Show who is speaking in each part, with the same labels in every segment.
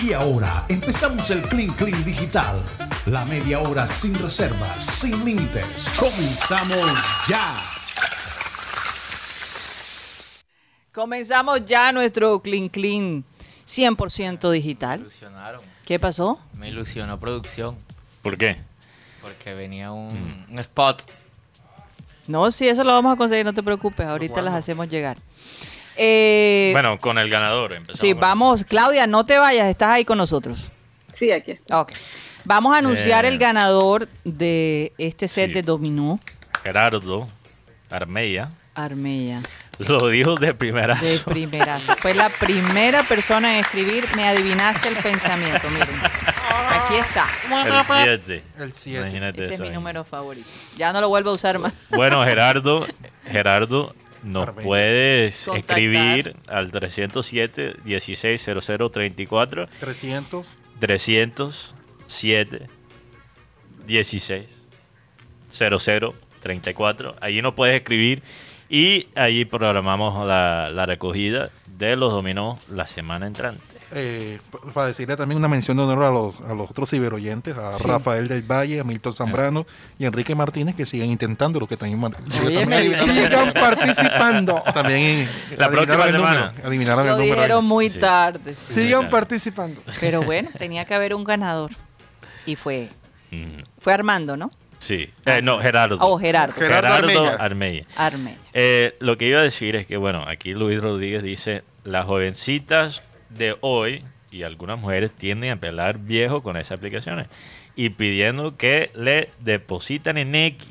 Speaker 1: Y ahora empezamos el Clean Clean Digital. La media hora sin reservas, sin límites. Comenzamos ya.
Speaker 2: Comenzamos ya nuestro Clean Clean 100%
Speaker 3: Me
Speaker 2: digital.
Speaker 3: ilusionaron.
Speaker 2: ¿Qué pasó?
Speaker 3: Me ilusionó producción.
Speaker 4: ¿Por qué?
Speaker 3: Porque venía
Speaker 4: Mm.
Speaker 3: un, un spot.
Speaker 2: No, sí, eso lo vamos a conseguir, no te preocupes, ahorita las hacemos llegar. Eh,
Speaker 4: Bueno, con el ganador empezamos.
Speaker 2: sí,
Speaker 4: con-
Speaker 2: vamos, Claudia, no te vayas, estás ahí con nosotros. Ah,
Speaker 5: Sí, aquí está.
Speaker 2: Ok. Vamos a anunciar
Speaker 4: Eh.
Speaker 2: el ganador de este set
Speaker 4: Sí.
Speaker 2: de dominó,
Speaker 4: Gerardo Armella
Speaker 2: Armella.
Speaker 4: lo dijo de primera.
Speaker 2: De primerazo. Fue la primera persona en escribir, me adivinaste el pensamiento, miren. Aquí está.
Speaker 4: El 7.
Speaker 6: El siete.
Speaker 4: Imagínate
Speaker 2: Ese es
Speaker 4: eso
Speaker 2: mi
Speaker 4: ahí.
Speaker 2: número favorito. Ya no lo vuelvo a usar más.
Speaker 4: Bueno, Gerardo, Gerardo, nos
Speaker 6: Armella.
Speaker 4: puedes
Speaker 2: Contactar.
Speaker 4: escribir al 307 160034
Speaker 6: 300.
Speaker 4: 307 16 00 34. Allí nos puedes escribir y allí programamos la, la recogida de los dominó la semana entrante.
Speaker 6: eh, pa- para decirle también una mención de honor a los, a los otros ciberoyentes, a Rafael del Valle, a Milton
Speaker 4: Eh.
Speaker 6: Zambrano y a Enrique Martínez, que siguen intentando lo que están mar-
Speaker 2: Oye, me
Speaker 6: adivinaron-
Speaker 2: dijeron.
Speaker 6: sigan participando. También eh,
Speaker 4: La próxima
Speaker 6: adivinaron el
Speaker 4: semana.
Speaker 6: número, adivinaron
Speaker 2: Lo
Speaker 6: el número.
Speaker 2: dijeron muy
Speaker 4: Sí.
Speaker 2: tarde. sí.
Speaker 4: Sí.
Speaker 7: Sigan participando.
Speaker 2: Pero bueno, tenía que haber un ganador. Y fue,
Speaker 4: Mm,
Speaker 2: fue Armando, ¿no?
Speaker 4: Sí. Eh, no, Gerardo.
Speaker 2: O Gerardo.
Speaker 6: Gerardo Armella.
Speaker 4: Armella.
Speaker 2: Armella.
Speaker 4: Eh, lo que iba a decir es que, bueno, aquí Luis Rodríguez dice, las jovencitas de hoy y algunas mujeres tienden a pelar viejo con esas aplicaciones y pidiendo que le depositan en X.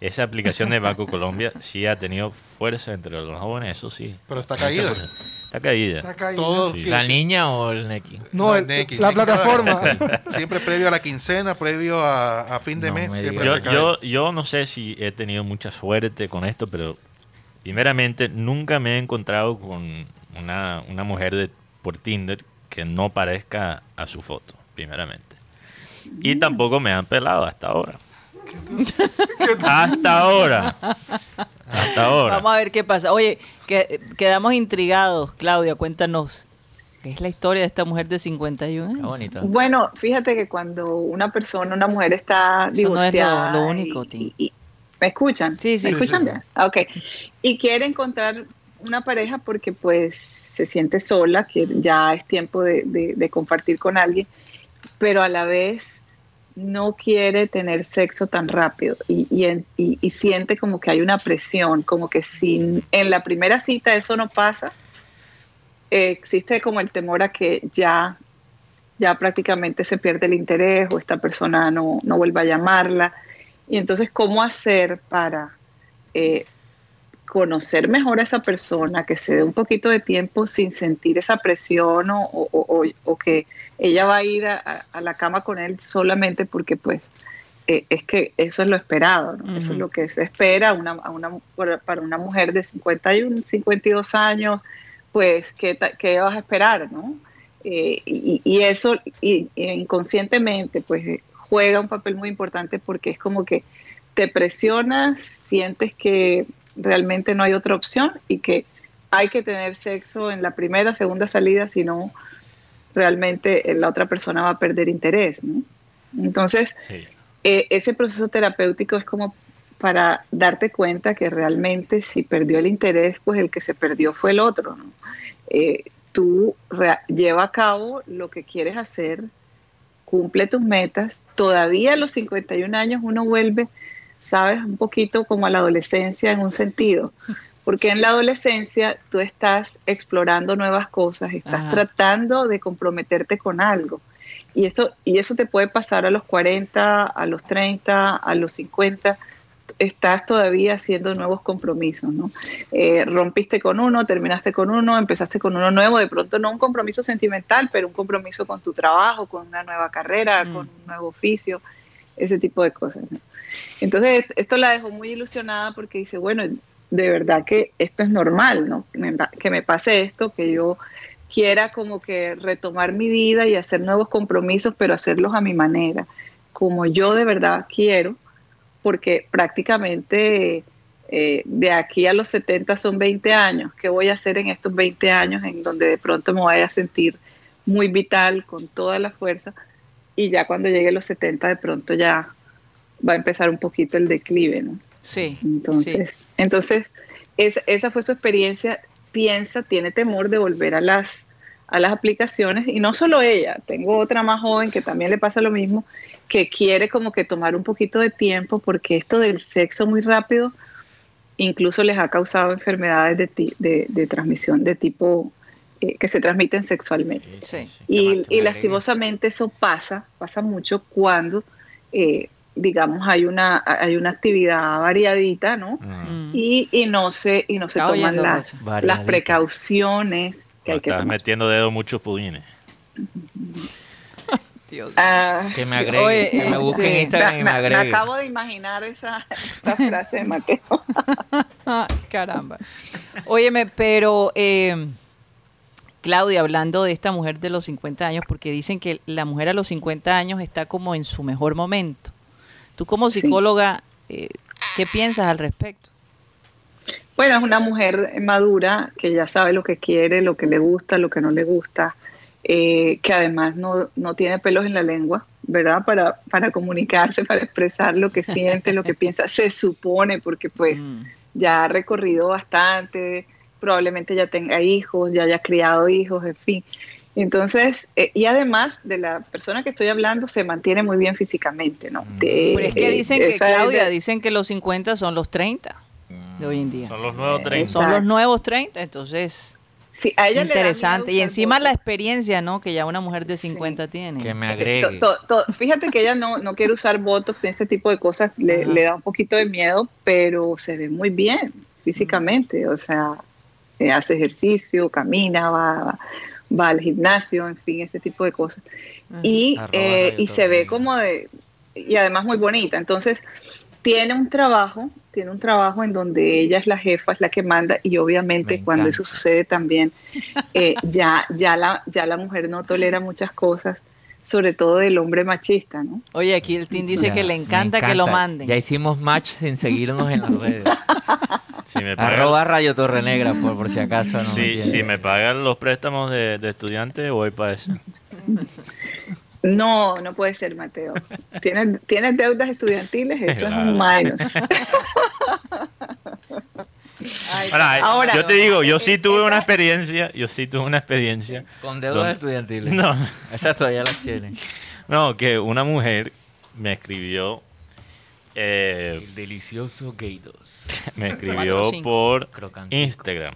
Speaker 4: Esa aplicación de Banco Colombia sí ha tenido fuerza entre los jóvenes, eso sí.
Speaker 6: Pero está caído.
Speaker 4: Está caída.
Speaker 7: Está caído.
Speaker 6: Todos
Speaker 4: Sí.
Speaker 6: que-
Speaker 3: ¿La niña o el Neki?
Speaker 7: No, el-
Speaker 6: Neki,
Speaker 7: la
Speaker 6: sí, claro.
Speaker 7: plataforma.
Speaker 6: siempre previo a la quincena, previo a, a fin de
Speaker 3: No
Speaker 6: mes.
Speaker 3: me
Speaker 6: siempre
Speaker 4: Yo,
Speaker 6: se cae.
Speaker 4: yo, yo no sé si he tenido mucha suerte con esto, pero primeramente nunca me he encontrado con una, una mujer de, por Tinder que no parezca a su foto, primeramente. Y tampoco me han pelado hasta ahora. Hasta ahora. Hasta ahora.
Speaker 2: Vamos a ver qué pasa. Oye, que, quedamos intrigados. Claudia, cuéntanos. ¿Qué es la historia de esta mujer de 51
Speaker 3: Está
Speaker 2: años?
Speaker 3: bonito.
Speaker 5: Bueno, fíjate que cuando una persona, una mujer está
Speaker 2: Eso no es lo-
Speaker 5: divorciada.
Speaker 2: lo
Speaker 5: y-
Speaker 2: único, Tim.
Speaker 5: y- y- ¿Me escuchan?
Speaker 2: Sí, sí,
Speaker 5: ¿Me
Speaker 2: sí,
Speaker 5: escuchan
Speaker 6: sí, sí.
Speaker 5: bien? Ah, Ok. Y quiere encontrar una pareja porque pues se siente sola, que ya es tiempo de, de- de compartir con alguien, pero a la vez no quiere tener sexo tan rápido y, y en- y- y siente como que hay una presión, como que si en la primera cita eso no pasa, eh, existe como el temor a que ya ya prácticamente se pierde el interés o esta persona no, no vuelva a llamarla. Y entonces, ¿cómo hacer para eh, conocer mejor a esa persona, que se dé un poquito de tiempo sin sentir esa presión o, o- o- o que ella va a ir a, a- a la cama con él solamente porque pues eh, es que eso es lo esperado, ¿no? eso
Speaker 2: Ujú.
Speaker 5: es lo que se espera a una, a una- para- para una mujer de 51, 52 años, pues ¿qué, ta- qué vas a esperar? ¿no? Eh, y, y eso y- y inconscientemente pues eh, juega un papel muy importante porque es como que te presionas, sientes que realmente no hay otra opción y que hay que tener sexo en la primera, segunda salida, si no, realmente eh, la otra persona va a perder interés. ¿no? Entonces,
Speaker 4: Sí.
Speaker 5: eh, ese proceso terapéutico es como para darte cuenta que realmente si perdió el interés, pues el que se perdió fue el otro. ¿no? Eh, tú rea- lleva a cabo lo que quieres hacer, cumple tus metas. Todavía a los 51 años uno vuelve, sabes, un poquito como a la adolescencia en un sentido. Porque en la adolescencia tú estás explorando nuevas cosas, estás
Speaker 2: Ajá.
Speaker 5: tratando de comprometerte con algo. Y, esto, y eso te puede pasar a los 40, a los 30, a los 50. Estás todavía haciendo nuevos compromisos, ¿no? Eh, rompiste con uno, terminaste con uno, empezaste con uno nuevo, de pronto no un compromiso sentimental, pero un compromiso con tu trabajo, con una nueva carrera,
Speaker 2: Mm.
Speaker 5: con un nuevo oficio, ese tipo de cosas. ¿no? Entonces, est- esto la dejó muy ilusionada porque dice, bueno, de verdad que esto es normal, ¿no? Me pa- Que me pase esto, que yo quiera como que retomar mi vida y hacer nuevos compromisos, pero hacerlos a mi manera, como yo de verdad quiero, porque prácticamente eh, de aquí a los 70 son 20 años. ¿Qué voy a hacer en estos 20 años en donde de pronto me vaya a sentir muy vital, con toda la fuerza, y ya cuando llegue a los 70 de pronto ya va a empezar un poquito el declive, ¿no?
Speaker 2: Sí.
Speaker 5: Entonces, entonces esa, esa fue su experiencia. Piensa, tiene temor de volver a las, a las aplicaciones y no solo ella, tengo otra más joven que también le pasa lo mismo, que quiere como que tomar un poquito de tiempo porque esto del sexo muy rápido incluso les ha causado enfermedades de, ti- de, de transmisión de tipo eh, que se transmiten sexualmente.
Speaker 2: Sí.
Speaker 5: Y, y lastimosamente eso pasa, pasa mucho cuando, eh, digamos, hay una, hay una actividad variadita, ¿no?
Speaker 4: Mm.
Speaker 2: Mm.
Speaker 5: Y, y no se, y no se
Speaker 2: Está
Speaker 5: toman
Speaker 2: oyendo,
Speaker 5: las,
Speaker 3: Rocha.
Speaker 5: las
Speaker 3: Variadita.
Speaker 5: precauciones que hay que
Speaker 4: Estás
Speaker 5: tomar.
Speaker 4: metiendo dedo en muchos pudines.
Speaker 2: Dios.
Speaker 5: Ah,
Speaker 3: Que me agreguen,
Speaker 2: Oye,
Speaker 3: que me busquen
Speaker 2: este,
Speaker 3: en Instagram y me agreguen.
Speaker 5: acabo de imaginar esa, esa frase de Mateo.
Speaker 2: Ay, caramba. Óyeme, pero eh, Claudia, hablando de esta mujer de los 50 años, porque dicen que la mujer a los 50 años está como en su mejor momento. Tú como
Speaker 5: Sí.
Speaker 2: psicóloga, eh, ¿qué piensas al respecto?
Speaker 5: Bueno, es una mujer madura que ya sabe lo que quiere, lo que le gusta, lo que no le gusta, eh, que además no, no tiene pelos en la lengua, ¿verdad? Para, para comunicarse, para expresar lo que siente, lo que piensa, se supone, porque pues
Speaker 2: Mm.
Speaker 5: ya ha recorrido bastante, probablemente ya tenga hijos, ya haya criado hijos, en fin. Entonces, eh, y además de la persona que estoy hablando, se mantiene muy bien físicamente, ¿no? De-
Speaker 2: Pero es que
Speaker 5: eh,
Speaker 2: dicen que,
Speaker 5: esa es
Speaker 2: Claudia,
Speaker 5: de-
Speaker 2: dicen que los 50 son los 30
Speaker 3: Mm,
Speaker 2: de hoy en día.
Speaker 4: Son los nuevos
Speaker 5: tres.
Speaker 4: tres.
Speaker 5: Eso.
Speaker 2: Son los
Speaker 5: Exacto.
Speaker 2: nuevos 30, entonces
Speaker 5: sí, a ella le da miedo
Speaker 2: interesante. Y
Speaker 5: usar
Speaker 2: encima la
Speaker 5: botox.
Speaker 2: experiencia, ¿no? Que ya una mujer de 50 tiene.
Speaker 3: Que me
Speaker 5: To-
Speaker 3: agregue.
Speaker 5: to- to- fíjate que ella no, no quiere usar botox ni este tipo de cosas, le,
Speaker 2: Ajá.
Speaker 5: le da un poquito de miedo, pero se ve muy bien físicamente, o sea, eh, hace ejercicio, camina, va, va- va al gimnasio, en fin, este tipo de cosas. Y,
Speaker 3: Mm, Arroba
Speaker 5: eh,
Speaker 3: Radio
Speaker 5: y se ve
Speaker 3: Torreón.
Speaker 5: como de, y además muy bonita, entonces tiene un trabajo, tiene un trabajo en donde ella es la jefa, es la que manda y obviamente
Speaker 3: Me
Speaker 5: cuando
Speaker 3: encanta.
Speaker 5: eso sucede también eh, ya ya la ya la mujer no tolera muchas cosas, sobre todo del hombre machista, ¿no?
Speaker 2: Oye, aquí el Tim dice
Speaker 3: Ya,
Speaker 2: que le
Speaker 3: me
Speaker 2: encanta, que lo manden.
Speaker 3: Ya hicimos match sin seguirnos en las redes.
Speaker 4: Si me pagan-
Speaker 3: Arroba Radio Torre Negra, por, por si acaso. No
Speaker 4: si-
Speaker 3: quieren.
Speaker 4: si me pagan los préstamos de, de estudiante, voy para eso.
Speaker 5: No, no puede ser, Mateo. Tienes, tienes deudas estudiantiles, eso es un
Speaker 4: Claro.
Speaker 5: minus.
Speaker 4: Ahora,
Speaker 5: Ahora-
Speaker 4: eh, yo te digo, yo sí
Speaker 5: Es-
Speaker 4: tuve una
Speaker 5: esa-
Speaker 4: experiencia, yo sí tuve una experiencia.
Speaker 3: Con deudas
Speaker 4: ¿Dónde?
Speaker 3: estudiantiles.
Speaker 4: No,
Speaker 3: Esas todavía las tienen.
Speaker 4: no, que una mujer me escribió, eh,
Speaker 3: El delicioso Gatos.
Speaker 2: Cuatro,
Speaker 4: me escribió
Speaker 2: cinco.
Speaker 4: por
Speaker 3: Crocantico.
Speaker 4: Instagram.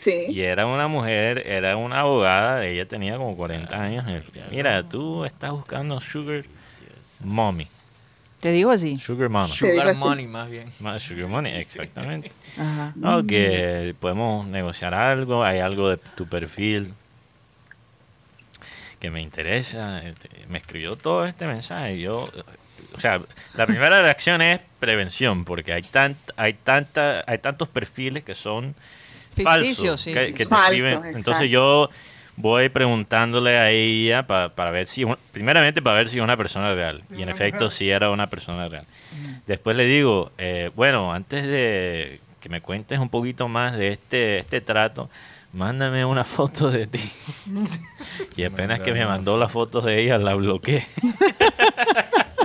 Speaker 5: Sí.
Speaker 4: Y era una mujer, era una abogada, ella tenía como 40
Speaker 3: Ah,
Speaker 4: años. Mira, tú estás buscando sugar mommy,
Speaker 2: Te digo así.
Speaker 4: sugar mama.
Speaker 5: Te digo
Speaker 3: Sugar
Speaker 5: así.
Speaker 3: Money, más bien.
Speaker 4: Ma- Sugar money, exactamente.
Speaker 2: Ajá.
Speaker 4: No, que podemos negociar algo, hay algo de tu perfil que me interesa. este, Me escribió todo este mensaje. Yo, o sea, la primera reacción es prevención, porque hay, tan, hay, tanta, hay tantos perfiles que son
Speaker 2: Ficticios,
Speaker 4: falsos.
Speaker 2: sí,
Speaker 4: que-
Speaker 2: sí,
Speaker 4: que
Speaker 2: sí.
Speaker 4: te
Speaker 5: Falsos,
Speaker 4: escriben.
Speaker 5: exacto.
Speaker 4: Entonces yo voy preguntándole a ella pa- para ver si, primeramente para ver si es una persona real. Y en efecto, sí era una persona real. Después le digo, eh, bueno, antes de que me cuentes un poquito más de este, este trato, mándame una foto de ti. y apenas que me mandó las fotos de ella, la bloqueé.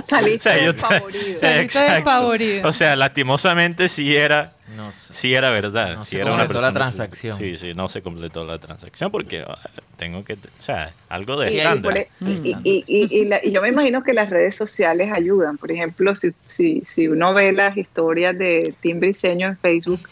Speaker 5: Saliste
Speaker 4: O sea, yo
Speaker 5: del
Speaker 4: te-
Speaker 5: favorito.
Speaker 2: Saliste
Speaker 4: Exacto.
Speaker 2: despavorida.
Speaker 4: O sea, lastimosamente sí era
Speaker 3: No sé.
Speaker 4: Sí, era verdad.
Speaker 3: No
Speaker 4: sí
Speaker 3: se
Speaker 4: era una
Speaker 3: completó la
Speaker 4: persona-
Speaker 3: transacción.
Speaker 4: Sí, sí, no se completó la transacción porque ah, tengo que. O sea, algo de
Speaker 5: Y,
Speaker 4: estándar.
Speaker 5: por e-
Speaker 2: Mm.
Speaker 5: y- y- y- y la- y yo me imagino que las redes sociales ayudan. Por ejemplo, si, si, si uno ve las historias de Tim Briceño en Facebook,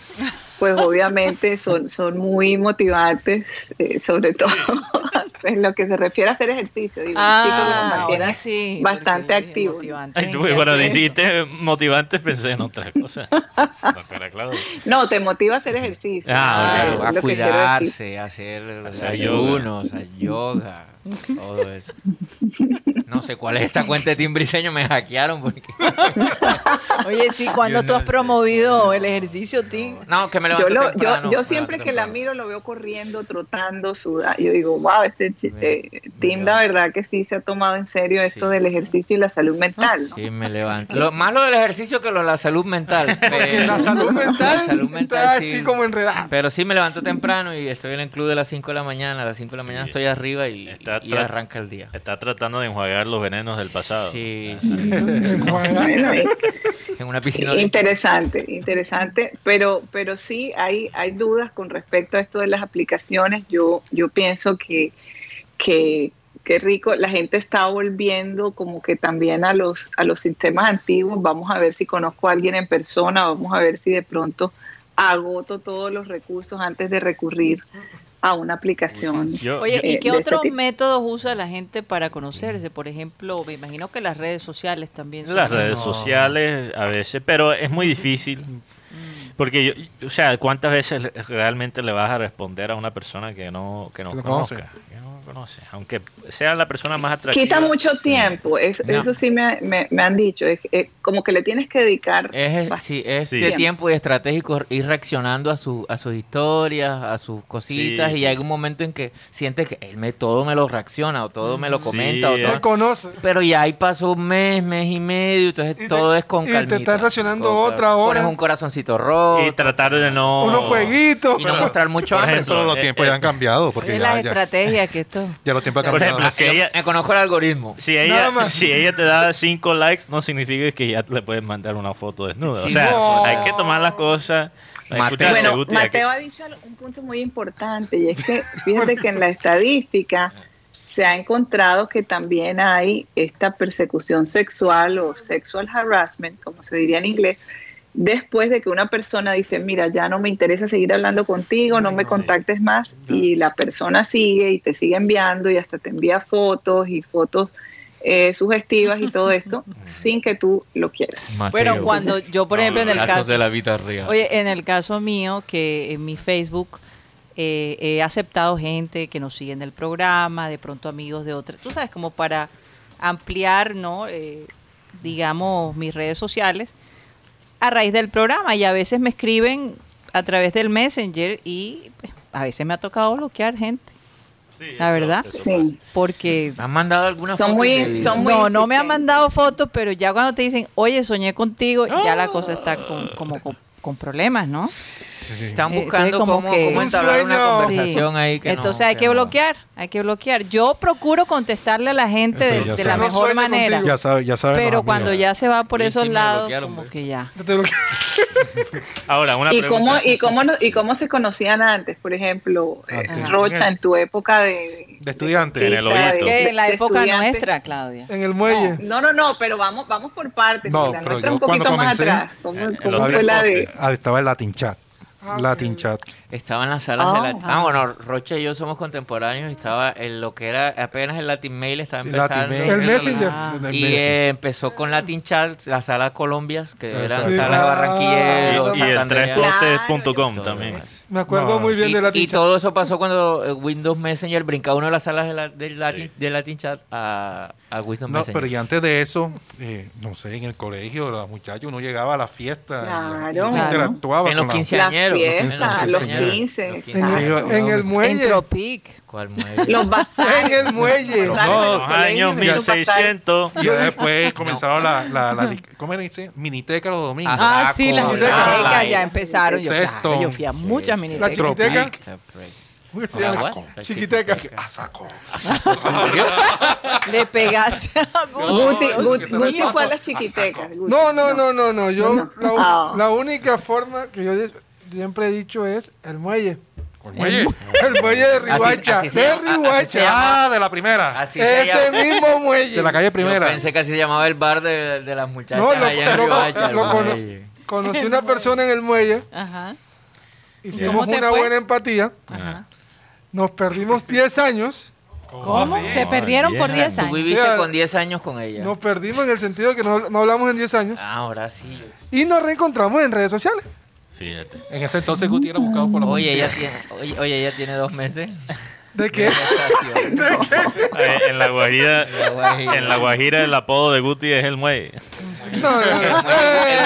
Speaker 5: pues obviamente son, son muy motivantes, eh, sobre todo en lo que se refiere a hacer ejercicio. Digo,
Speaker 2: Ah,
Speaker 5: un chico que
Speaker 2: ahora
Speaker 5: mantiene
Speaker 2: sí.
Speaker 5: bastante
Speaker 2: porque yo dije
Speaker 5: activo.
Speaker 2: motivante,
Speaker 4: Ay,
Speaker 2: ¿en
Speaker 4: tú,
Speaker 2: qué
Speaker 4: bueno,
Speaker 2: aspecto?
Speaker 4: dijiste motivantes, pensé en otra cosa. Doctora Claudia.
Speaker 5: No, te motiva a hacer ejercicio.
Speaker 4: Ah,
Speaker 5: Claro,
Speaker 4: ok.
Speaker 3: a
Speaker 5: es lo que quiero decir.
Speaker 3: cuidarse, a hacer
Speaker 4: Hacer
Speaker 3: ayunos, a yoga, todo eso. No sé cuál es esa cuenta de timbriseño, me hackearon porque...
Speaker 2: Oye, sí, cuando
Speaker 3: Yo
Speaker 2: tú
Speaker 3: no
Speaker 2: has
Speaker 3: sé.
Speaker 2: promovido el ejercicio, Tim?
Speaker 3: No, que me
Speaker 5: yo,
Speaker 3: levanto
Speaker 5: lo- yo-
Speaker 3: temprano,
Speaker 5: yo
Speaker 3: me
Speaker 5: siempre
Speaker 3: levanto
Speaker 5: que la
Speaker 3: temprano.
Speaker 5: miro lo veo corriendo, trotando, sudando. Yo digo, wow, este, chi-
Speaker 3: Mira.
Speaker 5: eh, Tim, la verdad que sí se ha tomado en serio
Speaker 3: Sí.
Speaker 5: esto del ejercicio y la salud mental. ¿no?
Speaker 3: Sí, me levanto. Lo, más lo del ejercicio que lo de la salud mental. pero-
Speaker 7: la salud mental
Speaker 3: La salud mental,
Speaker 7: está
Speaker 3: sí.
Speaker 7: así como enredada.
Speaker 3: Pero sí me levanto temprano y estoy en el club de las 5 de la mañana. A las 5 de la
Speaker 4: Sí.
Speaker 3: mañana estoy arriba y,
Speaker 4: Está
Speaker 3: y
Speaker 4: tra-
Speaker 3: arranca el día.
Speaker 4: Está tratando de enjuagar los venenos del pasado. Ah.
Speaker 3: Sí,
Speaker 5: Bueno, eh,
Speaker 3: en una piscina. olímpica.
Speaker 5: Interesante, interesante, pero, pero sí hay, hay dudas con respecto a esto de las aplicaciones. Yo, yo pienso que, que, que rico, la gente está volviendo como que también a los, a los sistemas antiguos. Vamos a ver si conozco a alguien en persona, vamos a ver si de pronto agoto todos los recursos antes de recurrir a una aplicación.
Speaker 4: Yo,
Speaker 2: Oye,
Speaker 5: eh,
Speaker 2: ¿y qué
Speaker 5: de este
Speaker 2: otros
Speaker 5: tipo.
Speaker 2: métodos usa la gente para conocerse? Por ejemplo, me imagino que las redes sociales también. son
Speaker 4: Las
Speaker 2: una-
Speaker 4: redes sociales a veces, pero es muy difícil.
Speaker 5: Mm.
Speaker 4: Porque yo, o sea, ¿cuántas veces realmente le vas a responder a una persona que no, que no
Speaker 6: Que no conoce.
Speaker 4: conozca? Que no conoce. Aunque sea la persona más atractiva.
Speaker 5: Quita mucho tiempo, es-
Speaker 3: No.
Speaker 5: eso sí me, me- me han dicho, es, es como que le tienes que dedicar
Speaker 3: Es, eh,
Speaker 5: bastante
Speaker 3: sí, es
Speaker 4: Sí.
Speaker 3: de tiempo y estratégico ir reaccionando a, su, a sus historias, a sus cositas.
Speaker 4: Sí,
Speaker 3: y
Speaker 4: sí.
Speaker 3: hay un momento en que sientes que él me, todo me lo reacciona, o todo me lo
Speaker 7: Mm.
Speaker 4: Sí,
Speaker 3: comenta, o
Speaker 4: eh.
Speaker 3: todo-
Speaker 4: Ya.
Speaker 7: Te conoce.
Speaker 3: Pero ya ahí pasó un mes, mes y medio, entonces
Speaker 7: Y te-
Speaker 3: todo es con
Speaker 7: y te
Speaker 3: calma.
Speaker 7: estás racionando otra
Speaker 3: Pones
Speaker 7: hora.
Speaker 3: un corazoncito rojo.
Speaker 4: Y tratar de no.
Speaker 7: Unos jueguitos.
Speaker 3: Y no mostrar mucho
Speaker 4: Por
Speaker 3: hambre.
Speaker 4: ejemplo,
Speaker 6: Pero los
Speaker 4: Eh,
Speaker 6: tiempos
Speaker 4: eh,
Speaker 6: ya han cambiado. Porque
Speaker 2: Es
Speaker 6: ya,
Speaker 2: las
Speaker 6: ya,
Speaker 2: estrategias que esto.
Speaker 6: ya los tiempos han
Speaker 4: Por
Speaker 6: cambiado.
Speaker 4: ejemplo, si ella,
Speaker 3: Me conozco el algoritmo.
Speaker 4: si
Speaker 7: Nada
Speaker 4: ella,
Speaker 7: más.
Speaker 4: si ella te da cinco likes, no significa que ya le puedes mandar una foto desnuda. O
Speaker 3: Sí,
Speaker 4: sea,
Speaker 7: no.
Speaker 4: hay que tomar las cosas.
Speaker 3: Mateo.
Speaker 4: escuchar,
Speaker 5: Bueno,
Speaker 4: Guti, hay que-
Speaker 5: Mateo ha dicho al- un punto muy importante y es que fíjate que en la estadística se ha encontrado que también hay esta persecución sexual o sexual harassment, como se diría en inglés, después de que una persona dice, mira, ya no me interesa seguir hablando contigo, no me contactes más, y la persona sigue y te sigue enviando y hasta te envía fotos y fotos eh, sugestivas y todo esto, sin que tú lo quieras.
Speaker 2: Bueno, cuando yo, por ejemplo, en el caso.
Speaker 3: de la vida real.
Speaker 2: Oye, en el caso mío, que en mi Facebook eh, he aceptado gente que nos sigue en el programa, de pronto amigos de otras, tú sabes, como para ampliar, ¿no? Eh, digamos, mis redes sociales a raíz del programa y a veces me escriben a través del Messenger y pues, a veces me ha tocado bloquear gente,
Speaker 4: Sí,
Speaker 2: la
Speaker 4: eso-
Speaker 2: verdad,
Speaker 4: eso pasa.
Speaker 5: Sí.
Speaker 2: porque...
Speaker 3: ¿Me han mandado alguna
Speaker 5: Son
Speaker 3: foto
Speaker 5: muy-
Speaker 3: de-
Speaker 5: son muy-
Speaker 2: No, no me han
Speaker 5: insistentes.
Speaker 2: mandado fotos, pero ya cuando te dicen, oye, soñé contigo, ya
Speaker 5: ¡Ah!
Speaker 2: la cosa está con- como con- con problemas, ¿no?
Speaker 3: Están
Speaker 2: Eh,
Speaker 3: buscando
Speaker 2: entonces como
Speaker 3: cómo,
Speaker 2: que-
Speaker 3: cómo
Speaker 7: Un
Speaker 3: entablar una
Speaker 7: sueño.
Speaker 3: conversación
Speaker 2: Sí.
Speaker 3: ahí que no-
Speaker 2: Entonces hay que
Speaker 3: no.
Speaker 2: bloquear, hay que bloquear. Yo procuro contestarle a la gente
Speaker 6: Eso
Speaker 2: de,
Speaker 6: ya
Speaker 2: de
Speaker 6: sé.
Speaker 2: la
Speaker 6: No
Speaker 2: mejor
Speaker 7: sueño
Speaker 2: manera.
Speaker 7: contigo.
Speaker 6: Ya saben, ya saben.
Speaker 2: Pero
Speaker 6: los
Speaker 2: cuando
Speaker 6: amigos.
Speaker 2: ya se va por
Speaker 3: Y
Speaker 2: esos
Speaker 3: sí me
Speaker 2: lados,
Speaker 3: bloquearon,
Speaker 2: como
Speaker 3: ve.
Speaker 2: que ya.
Speaker 7: Te bloquea.
Speaker 4: Ahora, una
Speaker 5: ¿Y
Speaker 4: pregunta.
Speaker 5: cómo, y, cómo, no- ¿Y cómo se conocían antes? Por ejemplo, eh,
Speaker 6: Antes.
Speaker 5: Rocha, en tu época de...
Speaker 6: De estudiante.
Speaker 4: En el hoyito.
Speaker 2: Que en la
Speaker 5: de
Speaker 2: época
Speaker 5: estudiante.
Speaker 2: nuestra, Claudia.
Speaker 7: En el muelle.
Speaker 5: No, no, no, pero vamos vamos por partes.
Speaker 6: No,
Speaker 5: la
Speaker 6: pero
Speaker 5: nuestra
Speaker 6: yo
Speaker 5: un poquito
Speaker 6: cuando
Speaker 5: más
Speaker 6: comencé,
Speaker 5: atrás. ¿Cómo,
Speaker 4: eh,
Speaker 5: cómo
Speaker 4: lo
Speaker 5: fue
Speaker 4: había
Speaker 5: la de...?
Speaker 4: entonces.
Speaker 6: Ah, estaba el Latin Chat.
Speaker 7: Ah,
Speaker 6: Latin Chat.
Speaker 3: Estaba en las salas de
Speaker 5: Ah.
Speaker 3: Latin. Ah, bueno, Rocha y yo somos contemporáneos y estaba en lo que era apenas el Latin Mail estaba
Speaker 6: El
Speaker 3: empezando.
Speaker 6: Latin Mail.
Speaker 7: El Messenger.
Speaker 2: Ah.
Speaker 6: El
Speaker 3: Y
Speaker 6: Messenger.
Speaker 3: eh, empezó con Latin Chat, la sala Colombias, que eran
Speaker 6: Exacto.
Speaker 3: salas de Barranquillero,
Speaker 4: Y, y el
Speaker 3: Santander,
Speaker 4: trespotes.com
Speaker 3: todo
Speaker 4: también.
Speaker 3: lo demás.
Speaker 7: Me acuerdo
Speaker 6: No.
Speaker 7: muy bien de la
Speaker 3: Y, y
Speaker 7: tincha.
Speaker 3: todo eso pasó cuando eh, Windows Messenger brincaba una de las salas de la- del Latin, del Latin Chat a, a Windows
Speaker 6: No,
Speaker 3: Messenger.
Speaker 6: pero y antes de eso, eh, no sé, en el colegio, los muchachos, uno llegaba a la fiesta,
Speaker 5: Claro.
Speaker 6: y- y uno interactuaba
Speaker 3: en los
Speaker 6: con la-
Speaker 3: 15
Speaker 5: Las
Speaker 3: añeros.
Speaker 5: fiestas,
Speaker 6: los
Speaker 5: 15.
Speaker 7: En, el-
Speaker 6: Ah,
Speaker 7: en
Speaker 6: no.
Speaker 7: el
Speaker 2: En
Speaker 7: muelle.
Speaker 2: Tropic.
Speaker 3: ¿Cuál muelle?
Speaker 5: Los bazares.
Speaker 7: En el muelle.
Speaker 5: Los bazares en
Speaker 6: No,
Speaker 5: los
Speaker 4: Los
Speaker 5: colegios,
Speaker 4: años
Speaker 5: en los bazares.
Speaker 4: 1600.
Speaker 6: Y ya después comenzaron la, la, la dis- ¿cómo era? Dice, Miniteca los domingos.
Speaker 2: Ah, sí, las
Speaker 3: Ah,
Speaker 2: bibliotecas
Speaker 3: la-
Speaker 2: ya empezaron. Yo, claro,
Speaker 6: Sexto.
Speaker 2: yo fui a muchas
Speaker 7: La
Speaker 2: minitecas.
Speaker 7: chiquiteca.
Speaker 6: Uy,
Speaker 7: Sí, la-
Speaker 6: asco.
Speaker 3: La
Speaker 7: Chiquiteca.
Speaker 6: Ah, saco.
Speaker 2: Le pegaste a
Speaker 5: Guti, Guti,
Speaker 6: que se
Speaker 5: Guti
Speaker 6: retrasa.
Speaker 5: fue a las chiquitecas. Guti.
Speaker 7: No, no, no, no, no. Yo
Speaker 5: No, no.
Speaker 7: La, u-
Speaker 5: Ah.
Speaker 7: la única forma que yo de- siempre he dicho es el muelle.
Speaker 6: Oye,
Speaker 7: El muelle de Rihuacha.
Speaker 3: así se
Speaker 7: De
Speaker 3: llama, así se
Speaker 7: Rihuacha.
Speaker 3: llama.
Speaker 6: ah, de la primera.
Speaker 3: Así se
Speaker 7: Ese
Speaker 3: llama.
Speaker 7: mismo muelle.
Speaker 6: De la calle primera.
Speaker 3: Yo pensé que así se llamaba el bar de, de las muchachas
Speaker 7: No, lo,
Speaker 3: allá en
Speaker 7: lo-
Speaker 3: Riohacha,
Speaker 7: lo
Speaker 3: el
Speaker 7: cono-
Speaker 3: muelle.
Speaker 7: conocí una persona en el muelle.
Speaker 2: Ajá,
Speaker 7: Hicimos
Speaker 2: ¿Cómo te
Speaker 7: una
Speaker 2: fue?
Speaker 7: buena empatía.
Speaker 2: ajá.
Speaker 7: Nos perdimos 10 años.
Speaker 2: ¿Cómo? Se perdieron por 10
Speaker 3: Tú
Speaker 2: años.
Speaker 3: viviste
Speaker 7: Sí,
Speaker 3: con 10 años con ella.
Speaker 7: Nos perdimos en el sentido de que no, no hablamos en 10 años.
Speaker 3: Ah, Ahora sí.
Speaker 7: Y nos reencontramos en redes sociales.
Speaker 4: Fíjate.
Speaker 6: En ese entonces Guti era buscado por la
Speaker 3: Oye,
Speaker 6: policía.
Speaker 3: ella tiene, oye, oye, ella tiene dos meses.
Speaker 7: ¿De qué?
Speaker 4: Eh, en la guajira,
Speaker 3: La Guajira.
Speaker 4: en la guajira el apodo de Guti es el muelle.
Speaker 7: No, no, no.
Speaker 3: El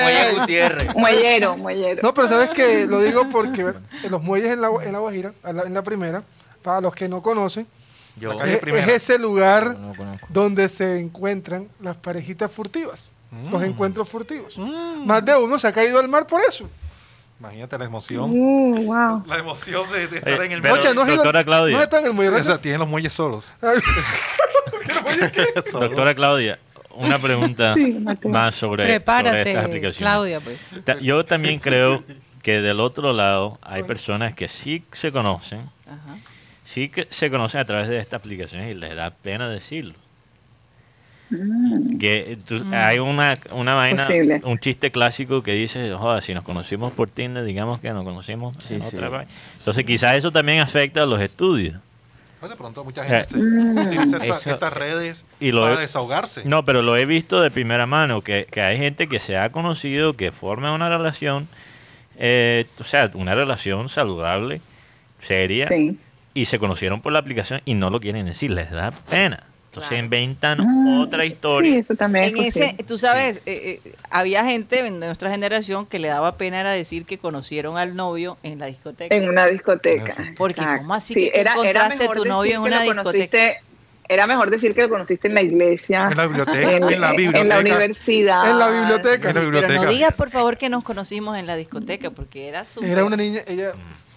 Speaker 3: muelle
Speaker 7: Ey.
Speaker 3: Gutiérrez.
Speaker 5: Muellero, muellero.
Speaker 7: No, pero sabes que lo digo porque en los muelles en la, Gua- en la Guajira, a la- en la primera, para los que no conocen,
Speaker 3: Yo,
Speaker 6: La calle-
Speaker 7: Es,
Speaker 6: Oye, primera.
Speaker 7: es ese lugar
Speaker 3: no conozco.
Speaker 7: donde se encuentran las parejitas furtivas, los encuentros furtivos. Más de uno se ha caído al mar por eso.
Speaker 6: Imagínate la emoción.
Speaker 5: Uh, wow.
Speaker 6: La emoción de, de estar
Speaker 4: Oye,
Speaker 6: en el
Speaker 4: pero-
Speaker 6: muelle.
Speaker 7: Oye, ¿no has ido-
Speaker 4: doctora Claudia.
Speaker 7: ¿No están en el muelle?
Speaker 6: O sea, tienen los muelles solos. Solos.
Speaker 4: Doctora Claudia, una pregunta
Speaker 5: Sí, Mateo.
Speaker 4: más sobre, sobre
Speaker 8: Prepárate,
Speaker 4: estas aplicaciones.
Speaker 8: Claudia, pues.
Speaker 4: Ta- Yo también creo que del otro lado hay personas que sí se conocen,
Speaker 2: Ajá.
Speaker 4: sí que se conocen a través de estas aplicaciones y les da pena decirlo. Que eh, tú- hay una, una vaina,
Speaker 5: Posible.
Speaker 4: un chiste clásico que dice, joda, si nos conocimos por Tinder, digamos que nos conocimos
Speaker 3: Sí,
Speaker 4: en
Speaker 3: sí.
Speaker 4: otra vaina". Entonces quizás eso también afecta a los estudios.
Speaker 6: Pues de pronto mucha gente
Speaker 4: Eh.
Speaker 6: se-
Speaker 5: mm.
Speaker 6: utiliza esta-
Speaker 3: Eso-
Speaker 6: estas redes
Speaker 4: Y lo-
Speaker 6: para desahogarse.
Speaker 4: No, pero lo he visto de primera mano, que, que hay gente que se ha conocido, que forma una relación, eh, o sea, una relación saludable, seria,
Speaker 5: Sí.
Speaker 4: y se conocieron por la aplicación y no lo quieren decir, les da pena. Entonces
Speaker 2: Claro.
Speaker 4: inventan
Speaker 5: Ah,
Speaker 4: otra
Speaker 5: Sí,
Speaker 4: historia.
Speaker 5: eso también
Speaker 2: En
Speaker 5: es
Speaker 2: ese,
Speaker 5: posible.
Speaker 2: tú sabes, eh, eh, había gente en nuestra generación que le daba pena era decir que conocieron al novio en la discoteca.
Speaker 5: En una discoteca.
Speaker 6: Eso.
Speaker 2: Porque,
Speaker 5: Exacto.
Speaker 2: ¿cómo así que tú encontraste
Speaker 5: mejor
Speaker 2: tu novio
Speaker 5: decir
Speaker 2: en
Speaker 5: que
Speaker 2: una
Speaker 5: lo conociste- Era mejor decir que lo conociste en la iglesia.
Speaker 6: En la biblioteca, en la biblioteca.
Speaker 5: En la universidad.
Speaker 7: En la biblioteca.
Speaker 6: En la
Speaker 2: Pero no
Speaker 6: biblioteca.
Speaker 2: digas, por favor, que nos conocimos en la discoteca, porque era su...
Speaker 7: Era una niña, ella,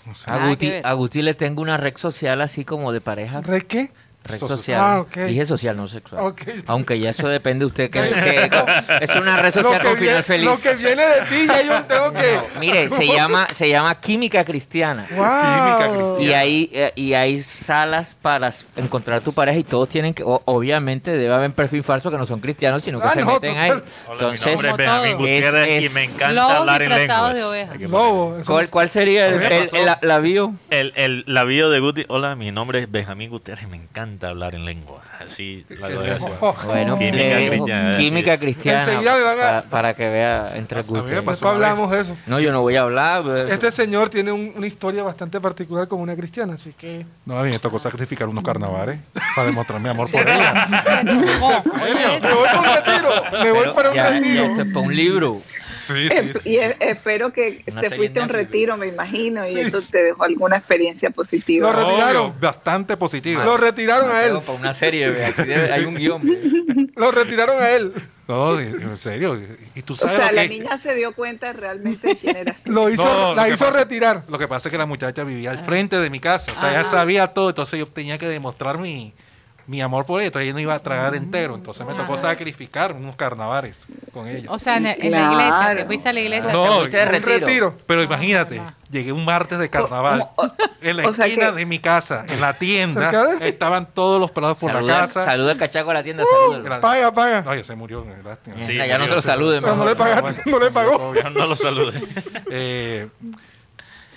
Speaker 3: Mm. A
Speaker 2: Nada que
Speaker 3: Guti,
Speaker 2: ver.
Speaker 3: a Guti le tengo una red social así como de pareja. Red,
Speaker 7: ¿re qué?
Speaker 6: social.
Speaker 3: social.
Speaker 7: Ah, ok.
Speaker 3: Dije social, no sexual.
Speaker 7: Ok.
Speaker 3: Aunque ya eso depende de usted. Que, que- es una red social con final
Speaker 7: viene,
Speaker 3: feliz.
Speaker 7: lo que viene de ti, ya yo tengo que...
Speaker 3: Mire, se llama, se llama Química Cristiana.
Speaker 7: ¡Wow!
Speaker 3: Y hay, eh, y hay salas para s- encontrar tu pareja y todos tienen que, o- obviamente debe haber perfil falso que no son cristianos, sino que
Speaker 7: Ah,
Speaker 3: se
Speaker 7: no,
Speaker 3: meten ahí.
Speaker 7: total.
Speaker 4: Hola, mi
Speaker 3: Entonces,
Speaker 4: nombre es Benjamín
Speaker 8: todo.
Speaker 4: Gutiérrez
Speaker 3: Es-
Speaker 4: y me
Speaker 3: es
Speaker 4: encanta
Speaker 8: lobo
Speaker 4: hablar en
Speaker 8: disfrazado
Speaker 4: lengua.
Speaker 8: de oveja.
Speaker 7: Lobo. eso
Speaker 3: ¿cuál, cuál sería el,
Speaker 6: ¿Qué
Speaker 3: el-
Speaker 6: pasó?
Speaker 3: la, la bio?
Speaker 4: El, el, la bio de Guti, hola, mi nombre es Benjamín Gutiérrez, me encanta hablar en lengua. Así la doy así.
Speaker 3: Bueno,
Speaker 4: Química
Speaker 3: le dejo
Speaker 4: cristiana, así
Speaker 3: química
Speaker 4: es.
Speaker 3: cristiana.
Speaker 7: Enseguida me van a-
Speaker 3: pa- Para, que vea entre
Speaker 6: A mí me
Speaker 3: Guti.
Speaker 6: pasó.
Speaker 7: Después hablamos de eso.
Speaker 3: No, yo no voy a hablar. eh,
Speaker 7: Este señor tiene un- una historia bastante particular como una cristiana, así que...
Speaker 6: No, a mí me tocó sacrificar unos carnavales para demostrar mi amor por ella.
Speaker 7: Me voy para un retiro, me voy
Speaker 3: pero
Speaker 7: para un
Speaker 3: ya- ya
Speaker 7: retiro.
Speaker 3: esto es para un libro.
Speaker 6: Sí,
Speaker 5: Eh, Y e- espero que
Speaker 3: Una
Speaker 5: te
Speaker 3: serie
Speaker 5: fuiste a un
Speaker 3: en Netflix.
Speaker 5: retiro, me imagino, y
Speaker 7: Sí,
Speaker 5: eso
Speaker 7: sí.
Speaker 5: te dejó alguna experiencia positiva.
Speaker 7: Lo retiraron.
Speaker 6: Obvio, Bastante positivo.
Speaker 7: Lo retiraron a él,
Speaker 3: Para una serie, vea, aquí debe- hay un guión. vea.
Speaker 7: lo retiraron a él.
Speaker 6: No, en serio. Y tú
Speaker 5: O
Speaker 6: sabes
Speaker 5: sea,
Speaker 6: lo
Speaker 5: la
Speaker 6: que-
Speaker 5: niña se dio cuenta realmente de quién era.
Speaker 7: Lo hizo,
Speaker 6: No, lo
Speaker 7: la
Speaker 6: que
Speaker 7: hizo
Speaker 6: pasa-
Speaker 7: retirar.
Speaker 6: Lo que pasa es que la muchacha vivía
Speaker 5: Ah.
Speaker 6: al frente de mi casa. O sea, ella sabía todo. Entonces yo tenía que demostrar mi, mi amor por ella. Entonces ella no iba a
Speaker 5: Ah.
Speaker 6: tragar entero. Entonces me tocó sacrificar unos carnavales con ella.
Speaker 8: O sea, en, en la iglesia, te
Speaker 5: Claro.
Speaker 8: fuiste a la iglesia.
Speaker 3: O sea, te fuiste de
Speaker 6: un
Speaker 7: retiro.
Speaker 6: Pero
Speaker 5: Ah,
Speaker 6: imagínate, llegué un martes de carnaval.
Speaker 5: O- o-
Speaker 6: En la
Speaker 5: o sea
Speaker 6: esquina
Speaker 5: que-
Speaker 6: de mi casa, en la tienda,
Speaker 7: ¿Cerca de-
Speaker 6: estaban todos los pelados por
Speaker 3: Saluda-
Speaker 6: la casa.
Speaker 3: Saluda al cachaco a la
Speaker 7: Uh,
Speaker 3: tienda, salúdalo.
Speaker 6: Gra-
Speaker 7: Paga, paga.
Speaker 6: No, ya se murió, lástima.
Speaker 4: Sí,
Speaker 3: ya no se lo salude,
Speaker 7: Pero no
Speaker 3: mejor.
Speaker 7: le pagaste, no le pagó.
Speaker 4: Yo no lo salude.
Speaker 6: Eh,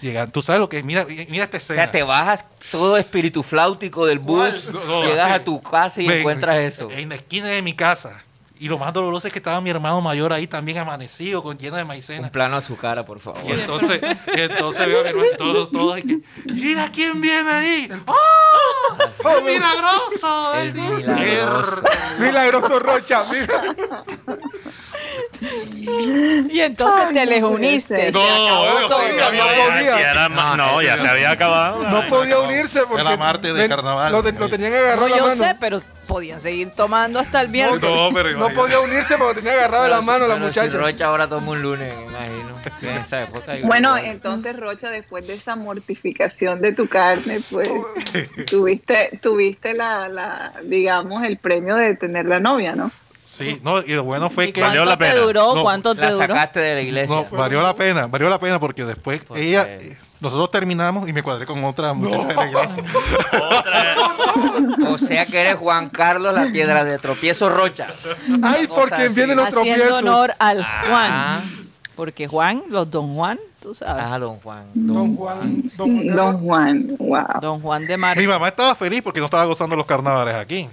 Speaker 6: llegan- tú sabes lo que es. Mira, mira este esta
Speaker 3: O
Speaker 6: escena.
Speaker 3: sea, te bajas todo espíritu flautico del bus,
Speaker 6: No, no,
Speaker 3: llegas
Speaker 6: así.
Speaker 3: a tu casa y
Speaker 6: Ven,
Speaker 3: encuentras eso.
Speaker 6: En la esquina de mi casa. Y lo más doloroso es que estaba mi hermano mayor ahí también amanecido, con lleno de
Speaker 3: Un
Speaker 6: maicena.
Speaker 3: plano a su cara, por favor.
Speaker 6: Y entonces, y entonces veo a mi hermano todos, todos. y que, Mira quién viene ahí. ¡Oh! ¡El milagroso!
Speaker 3: El milagroso.
Speaker 7: Milagroso Rocha, mira.
Speaker 2: Y entonces
Speaker 5: Ay,
Speaker 2: te
Speaker 5: no
Speaker 2: les
Speaker 5: puede
Speaker 2: uniste.
Speaker 5: ser.
Speaker 2: se acabó
Speaker 6: bueno,
Speaker 2: todo.
Speaker 6: sí, había-
Speaker 7: podía.
Speaker 4: Si era
Speaker 3: No,
Speaker 4: ma- no, ya se había acabado. la
Speaker 7: No
Speaker 4: vaina.
Speaker 7: podía unirse porque
Speaker 6: Era Marte de
Speaker 7: ven,
Speaker 6: carnaval.
Speaker 7: Lo, te- lo tenían agarrado
Speaker 2: No,
Speaker 7: la
Speaker 2: yo
Speaker 7: mano.
Speaker 2: sé, pero podían seguir tomando hasta el viernes.
Speaker 6: No, pero
Speaker 7: No podía unirse porque tenía agarrado la mano la
Speaker 3: Pero si
Speaker 7: muchacha.
Speaker 3: Rocha ahora toma un lunes, me imagino. En esa época yo-
Speaker 5: Bueno, eh, entonces Rocha, después de esa mortificación de tu carne, pues tuviste, tuviste la, la, digamos, el premio de tener la novia, ¿no?
Speaker 6: Sí, no, y lo bueno fue
Speaker 2: ¿Y
Speaker 6: que.
Speaker 4: valió
Speaker 2: ¿Cuánto
Speaker 4: la
Speaker 2: te
Speaker 4: pena.
Speaker 2: duró?
Speaker 6: No,
Speaker 2: ¿Cuánto te
Speaker 3: la
Speaker 2: duró?
Speaker 3: sacaste de la
Speaker 6: No,
Speaker 3: iglesia.
Speaker 6: valió la pena, valió la pena porque después
Speaker 3: ¿Por
Speaker 6: ella.
Speaker 3: qué?
Speaker 6: eh, Nosotros terminamos y me cuadré con otra muchacha de la iglesia.
Speaker 3: O sea que eres Juan Carlos la piedra de tropiezo Rocha.
Speaker 7: Ay, por
Speaker 3: cosa
Speaker 7: quien
Speaker 3: así.
Speaker 7: vienen los
Speaker 2: Haciendo
Speaker 7: tropiezos.
Speaker 2: honor al
Speaker 3: Ah.
Speaker 2: Juan. Porque Juan, los don Juan, tú sabes.
Speaker 3: Ah, don Juan.
Speaker 7: Don Juan. Don Juan.
Speaker 5: Don Juan,
Speaker 3: Ah.
Speaker 5: wow.
Speaker 2: Don Juan de Mar.
Speaker 6: Mi mamá estaba feliz porque no estaba gozando los carnavales aquí.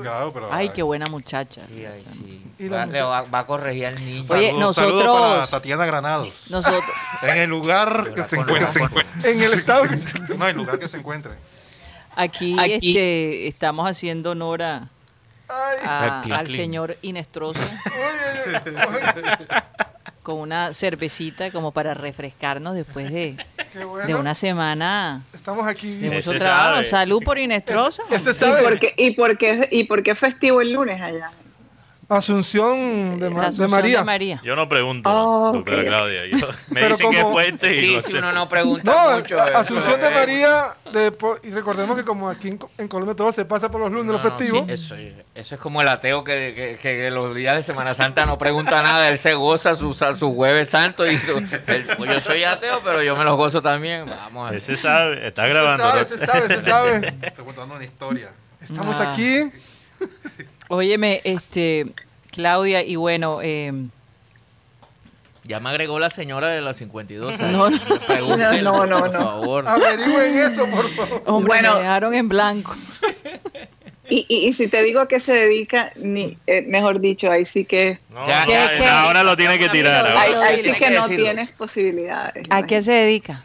Speaker 6: Claro, pero-
Speaker 2: Ay, qué buena muchacha.
Speaker 3: Sí, ay, sí.
Speaker 7: Y
Speaker 3: Va,
Speaker 7: la
Speaker 3: le va, va a corregir al niño.
Speaker 2: Oye,
Speaker 6: Saludos- saludos
Speaker 2: nosotros-
Speaker 6: para Tatiana Granados.
Speaker 2: Nosotros.
Speaker 6: En el lugar que se encuentra. se encuentra.
Speaker 7: En el estado que
Speaker 6: No, en el lugar que se encuentre.
Speaker 2: Aquí,
Speaker 8: Aquí.
Speaker 2: este, estamos haciendo honor a-
Speaker 7: Ay,
Speaker 2: a-
Speaker 4: Aquí.
Speaker 2: al señor Inestroso con una cervecita como para refrescarnos después de,
Speaker 7: Qué bueno.
Speaker 2: de una semana
Speaker 7: Estamos aquí.
Speaker 2: de
Speaker 4: Ese
Speaker 2: mucho
Speaker 4: sabe.
Speaker 2: trabajo. Salud por Inestrosa.
Speaker 7: Ese
Speaker 5: ¿Y
Speaker 7: sabe.
Speaker 5: por qué, y por qué- y por qué festivo el lunes allá?
Speaker 7: Asunción de,
Speaker 2: La Eh,
Speaker 7: Ma- de
Speaker 2: Asunción
Speaker 7: María.
Speaker 2: de María.
Speaker 4: Yo no pregunto,
Speaker 5: Oh,
Speaker 4: doctora
Speaker 5: ok.
Speaker 4: Claudia. Yo- me
Speaker 7: Pero
Speaker 4: dicen que es
Speaker 7: como-
Speaker 4: puente y
Speaker 3: Sí,
Speaker 4: lo
Speaker 3: si
Speaker 4: sé.
Speaker 3: uno no pregunta
Speaker 7: No,
Speaker 3: mucho. eh,
Speaker 7: Asunción de
Speaker 3: eh,
Speaker 7: María. de po- y recordemos que como aquí en, Co- en Colombia todo se pasa por los lunes, los
Speaker 3: no,
Speaker 6: Ah,
Speaker 3: no,
Speaker 7: festivos.
Speaker 3: sí, eso, eso es como el ateo que, que- que los días de Semana Santa no pregunta nada, él se goza su, su jueves santo y su- el- pues yo soy ateo, pero yo me los gozo también. Vamos.
Speaker 4: Ese sabe, está
Speaker 7: Se
Speaker 4: grabando.
Speaker 7: sabe,
Speaker 4: ¿no?
Speaker 7: se sabe, se sabe.
Speaker 6: Estoy contando una historia.
Speaker 7: Estamos
Speaker 2: Ah.
Speaker 7: aquí.
Speaker 2: Óyeme, este, Claudia, y bueno, eh,
Speaker 3: Ya me agregó la señora de las 52
Speaker 2: No, no.
Speaker 3: Pregúntele,
Speaker 5: No, no,
Speaker 3: por
Speaker 5: no. Ah,
Speaker 3: favor.
Speaker 7: Averigüen eso, por favor.
Speaker 2: hombre,
Speaker 5: Bueno.
Speaker 2: me dejaron en blanco.
Speaker 5: Y, y- y si te digo a qué se dedica, ni, eh, mejor dicho, ahí sí que,
Speaker 4: No,
Speaker 3: Ya,
Speaker 4: no,
Speaker 2: ¿qué,
Speaker 4: ahora-
Speaker 2: qué?
Speaker 4: ahora lo tiene que tirar.
Speaker 2: Amigo,
Speaker 4: ahora.
Speaker 5: ahí,
Speaker 2: lo
Speaker 5: ahí
Speaker 2: dile,
Speaker 5: sí
Speaker 3: hay
Speaker 5: que
Speaker 3: que
Speaker 5: no
Speaker 3: decirlo.
Speaker 5: tienes posibilidades.
Speaker 2: ¿A qué
Speaker 5: imagínate.
Speaker 2: se dedica?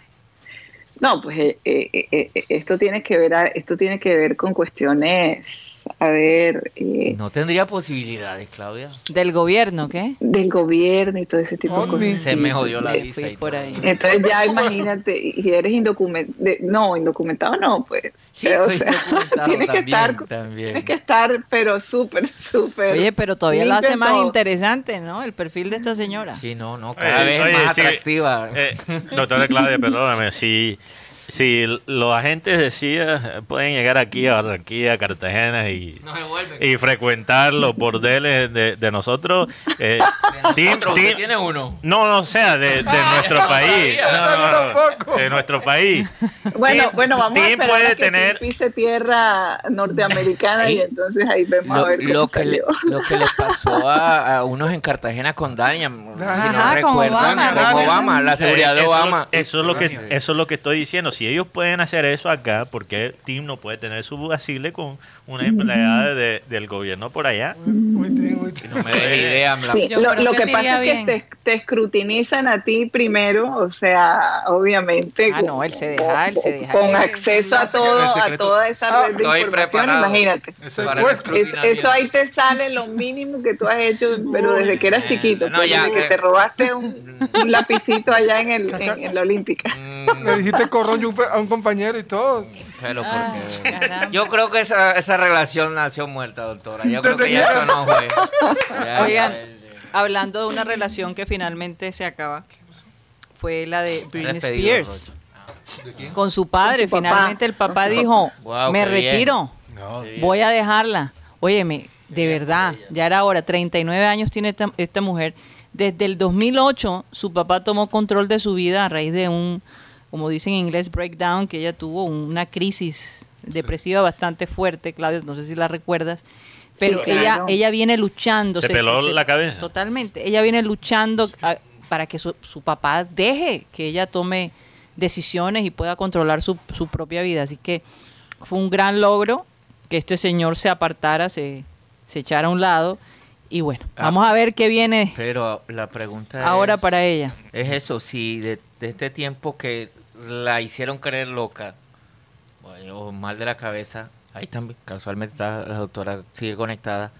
Speaker 5: No, pues eh, eh, eh, eh, esto tiene que ver, a- esto tiene que ver con cuestiones, a ver, eh,
Speaker 3: No tendría posibilidades, Claudia.
Speaker 2: ¿Del gobierno, qué?
Speaker 5: del gobierno y todo ese tipo de
Speaker 7: Ovni.
Speaker 5: cosas.
Speaker 3: Se me jodió la
Speaker 2: Me
Speaker 3: visa.
Speaker 2: fui
Speaker 3: y
Speaker 2: por
Speaker 3: todo.
Speaker 2: ahí.
Speaker 5: Entonces ya imagínate, y y eres indocumentado, no, indocumentado no, pues.
Speaker 3: Sí,
Speaker 5: Eh,
Speaker 3: soy indocumentado
Speaker 5: tienes que
Speaker 3: también,
Speaker 5: estar,
Speaker 3: también.
Speaker 5: tienes que estar, pero súper, súper.
Speaker 2: Oye, pero todavía lo hace
Speaker 5: limpio en
Speaker 2: más
Speaker 5: todo.
Speaker 2: interesante, ¿no? El perfil de esta señora.
Speaker 3: Sí, no, no,
Speaker 4: Oye,
Speaker 3: cada vez
Speaker 4: oye,
Speaker 3: más
Speaker 4: sí,
Speaker 3: atractiva.
Speaker 4: eh, doctora Claudia, perdóname, si, si los agentes de CIA eh, pueden llegar aquí a Barranquilla, a Cartagena y,
Speaker 3: No se vuelve.
Speaker 4: y frecuentar los bordeles de, de nosotros, eh, team-
Speaker 3: Otro,
Speaker 4: team-
Speaker 3: usted tiene uno.
Speaker 4: no, no, o sea, de, de nuestro país. No, no,
Speaker 7: tampoco.
Speaker 4: de nuestro país.
Speaker 5: Bueno,
Speaker 4: Tim-
Speaker 5: bueno, vamos a
Speaker 4: Tim
Speaker 5: esperar
Speaker 4: puede
Speaker 5: a que
Speaker 4: tener-
Speaker 5: Tim pise tierra norteamericana y entonces ahí vemos a
Speaker 3: Lo,
Speaker 5: ver cómo
Speaker 3: lo que le,
Speaker 5: salió.
Speaker 3: lo que le pasó a, a unos en Cartagena con Dania, si no
Speaker 2: Ajá, con
Speaker 3: recuerdan,
Speaker 2: Obama,
Speaker 3: con
Speaker 2: Dania.
Speaker 3: Obama, la seguridad
Speaker 4: Eh,
Speaker 3: de
Speaker 4: eso es lo-
Speaker 3: Obama.
Speaker 4: Eso es, lo que,
Speaker 6: Gracias.
Speaker 4: eso es lo que estoy diciendo. Si ellos pueden hacer eso acá, ¿por qué Tim no puede tener su asile con una empleada de- del gobierno por allá?
Speaker 7: Muy bien, muy bien.
Speaker 3: No me
Speaker 4: eh,
Speaker 3: des idea, me la-
Speaker 5: Sí,
Speaker 9: Yo
Speaker 5: lo,
Speaker 9: creo
Speaker 5: lo
Speaker 9: que
Speaker 5: que
Speaker 9: me iría
Speaker 5: pasa es que
Speaker 9: bien.
Speaker 5: te, te escrutinizan a ti primero, o sea, obviamente.
Speaker 2: Ah,
Speaker 5: con-
Speaker 2: no, él se deja, él se deja.
Speaker 5: Con acceso a todo,
Speaker 6: El
Speaker 5: a
Speaker 6: secreto-
Speaker 5: toda esa
Speaker 7: Ah,
Speaker 5: red de
Speaker 3: estoy
Speaker 5: información,
Speaker 3: preparado.
Speaker 5: imagínate.
Speaker 6: Ese
Speaker 3: Para
Speaker 6: cuento.
Speaker 5: Es- eso ahí te sale lo mínimo que tú has hecho, pero desde que eras
Speaker 3: eh,
Speaker 5: chiquito,
Speaker 3: no,
Speaker 5: pues,
Speaker 3: ya,
Speaker 5: desde que
Speaker 3: que-
Speaker 5: te robaste un, un lapicito allá en, el, en, en la Olímpica.
Speaker 3: Mm,
Speaker 4: Eh,
Speaker 7: Le dijiste corrón yupe a un compañero y todo.
Speaker 3: pero
Speaker 9: Ah,
Speaker 3: porque-
Speaker 9: caramba.
Speaker 3: Yo creo que esa, esa relación nació muerta, doctora. Yo creo
Speaker 7: Desde
Speaker 3: que ya
Speaker 7: que-
Speaker 3: eso no fue. Ya,
Speaker 2: Oigan,
Speaker 3: ya, ya.
Speaker 2: hablando de una relación que finalmente se acaba, fue la de Britney
Speaker 3: Despedido,
Speaker 2: Spears.
Speaker 3: Rocha.
Speaker 2: Con su padre,
Speaker 5: Ah. Con su papá.
Speaker 2: finalmente el papá dijo,
Speaker 3: Guau,
Speaker 2: me
Speaker 3: qué bien.
Speaker 2: retiro,
Speaker 6: No,
Speaker 2: voy a dejarla. Óyeme, de verdad, ya era hora, 39 años tiene esta, esta mujer. Desde el 2008 su papá tomó control de su vida a raíz de un, como dicen en inglés, breakdown, que ella tuvo una crisis depresiva bastante fuerte, Claudia, no sé si la recuerdas. Pero
Speaker 5: Sí,
Speaker 2: ella,
Speaker 5: claro.
Speaker 2: ella viene luchando.
Speaker 4: Se peló la cabeza.
Speaker 2: Totalmente. Ella viene luchando a- para que su, su papá deje que ella tome decisiones y pueda controlar su, su propia vida. Así que fue un gran logro que este señor se apartara, se, se echara a un lado. Y bueno,
Speaker 3: Ah.
Speaker 2: vamos a ver qué viene
Speaker 3: Pero la pregunta
Speaker 2: ahora
Speaker 3: es-
Speaker 2: para ella.
Speaker 3: Es eso, si de, de este tiempo que la hicieron creer loca bueno, o mal de la cabeza, ahí también, casualmente está, la doctora sigue conectada.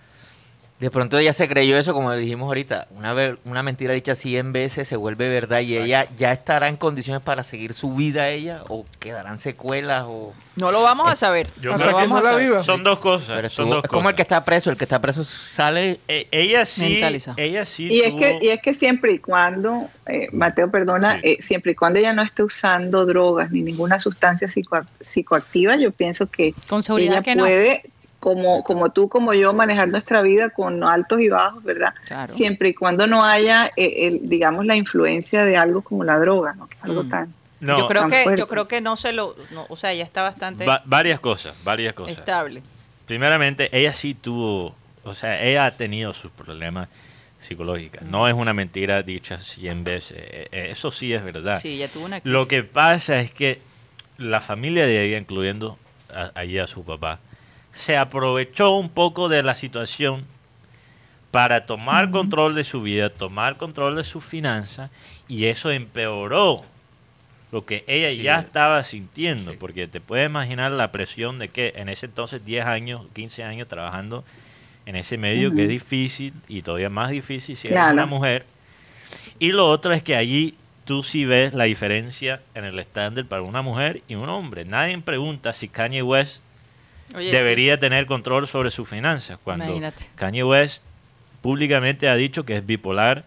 Speaker 3: De pronto ella se creyó eso, como dijimos ahorita, una, ver- una mentira dicha 100 veces se vuelve verdad y ella ya estará en condiciones para seguir su vida ella o quedarán secuelas o...
Speaker 2: No lo
Speaker 4: Eh,
Speaker 2: vamos a saber.
Speaker 4: Yo
Speaker 7: Hasta
Speaker 4: creo
Speaker 7: que
Speaker 4: que
Speaker 7: no la viva.
Speaker 4: son dos cosas.
Speaker 3: Pero
Speaker 4: son
Speaker 3: estuvo-
Speaker 4: dos
Speaker 3: es como el que
Speaker 4: cosas.
Speaker 3: está preso, el que está preso sale...
Speaker 4: Eh, ella sí,
Speaker 2: Mentaliza.
Speaker 4: ella sí
Speaker 5: Y es,
Speaker 4: tuvo-
Speaker 5: que, y es que siempre y cuando, eh, Mateo,
Speaker 4: Sí.
Speaker 5: perdona, eh, siempre y cuando ella no esté usando drogas ni ninguna sustancia psicoa- psicoactiva, yo pienso que
Speaker 2: Con seguridad
Speaker 5: ella
Speaker 2: que no.
Speaker 5: puede, como, como tú, como yo, manejar nuestra vida con altos y bajos, ¿verdad?
Speaker 2: Claro.
Speaker 5: Siempre y cuando no haya, eh, el, digamos, la influencia de algo como la droga, ¿no? Que es algo
Speaker 2: Mm.
Speaker 5: tan...
Speaker 4: no,
Speaker 2: yo creo
Speaker 5: tan
Speaker 2: que yo
Speaker 5: fuerte.
Speaker 2: creo que no se lo, no, o sea, ella está bastante
Speaker 4: va- varias cosas, varias cosas.
Speaker 2: estable.
Speaker 4: Primeramente, ella sí tuvo, o sea, ella ha tenido sus problemas psicológicos. No es una mentira dicha 100 veces. Eh, eh, Eso sí es verdad.
Speaker 2: Sí, ella tuvo una crisis.
Speaker 4: Lo que pasa es que la familia de ella, incluyendo a- allí a su papá, se aprovechó un poco de la situación para tomar control de su vida, tomar control de sus finanzas, y eso empeoró lo que ella
Speaker 3: Sí.
Speaker 4: ya estaba sintiendo, porque te puedes imaginar la presión de que en ese entonces 10 años, 15 años trabajando en ese medio que es difícil y todavía más difícil si eres
Speaker 5: Claro.
Speaker 4: una mujer. Y lo otro es que allí tú sí ves la diferencia en el estándar para una mujer y un hombre. Nadie pregunta si Kanye West
Speaker 2: Oye,
Speaker 4: debería tener control sobre sus finanzas. Cuando
Speaker 2: Imagínate.
Speaker 4: Kanye West públicamente ha dicho que es bipolar,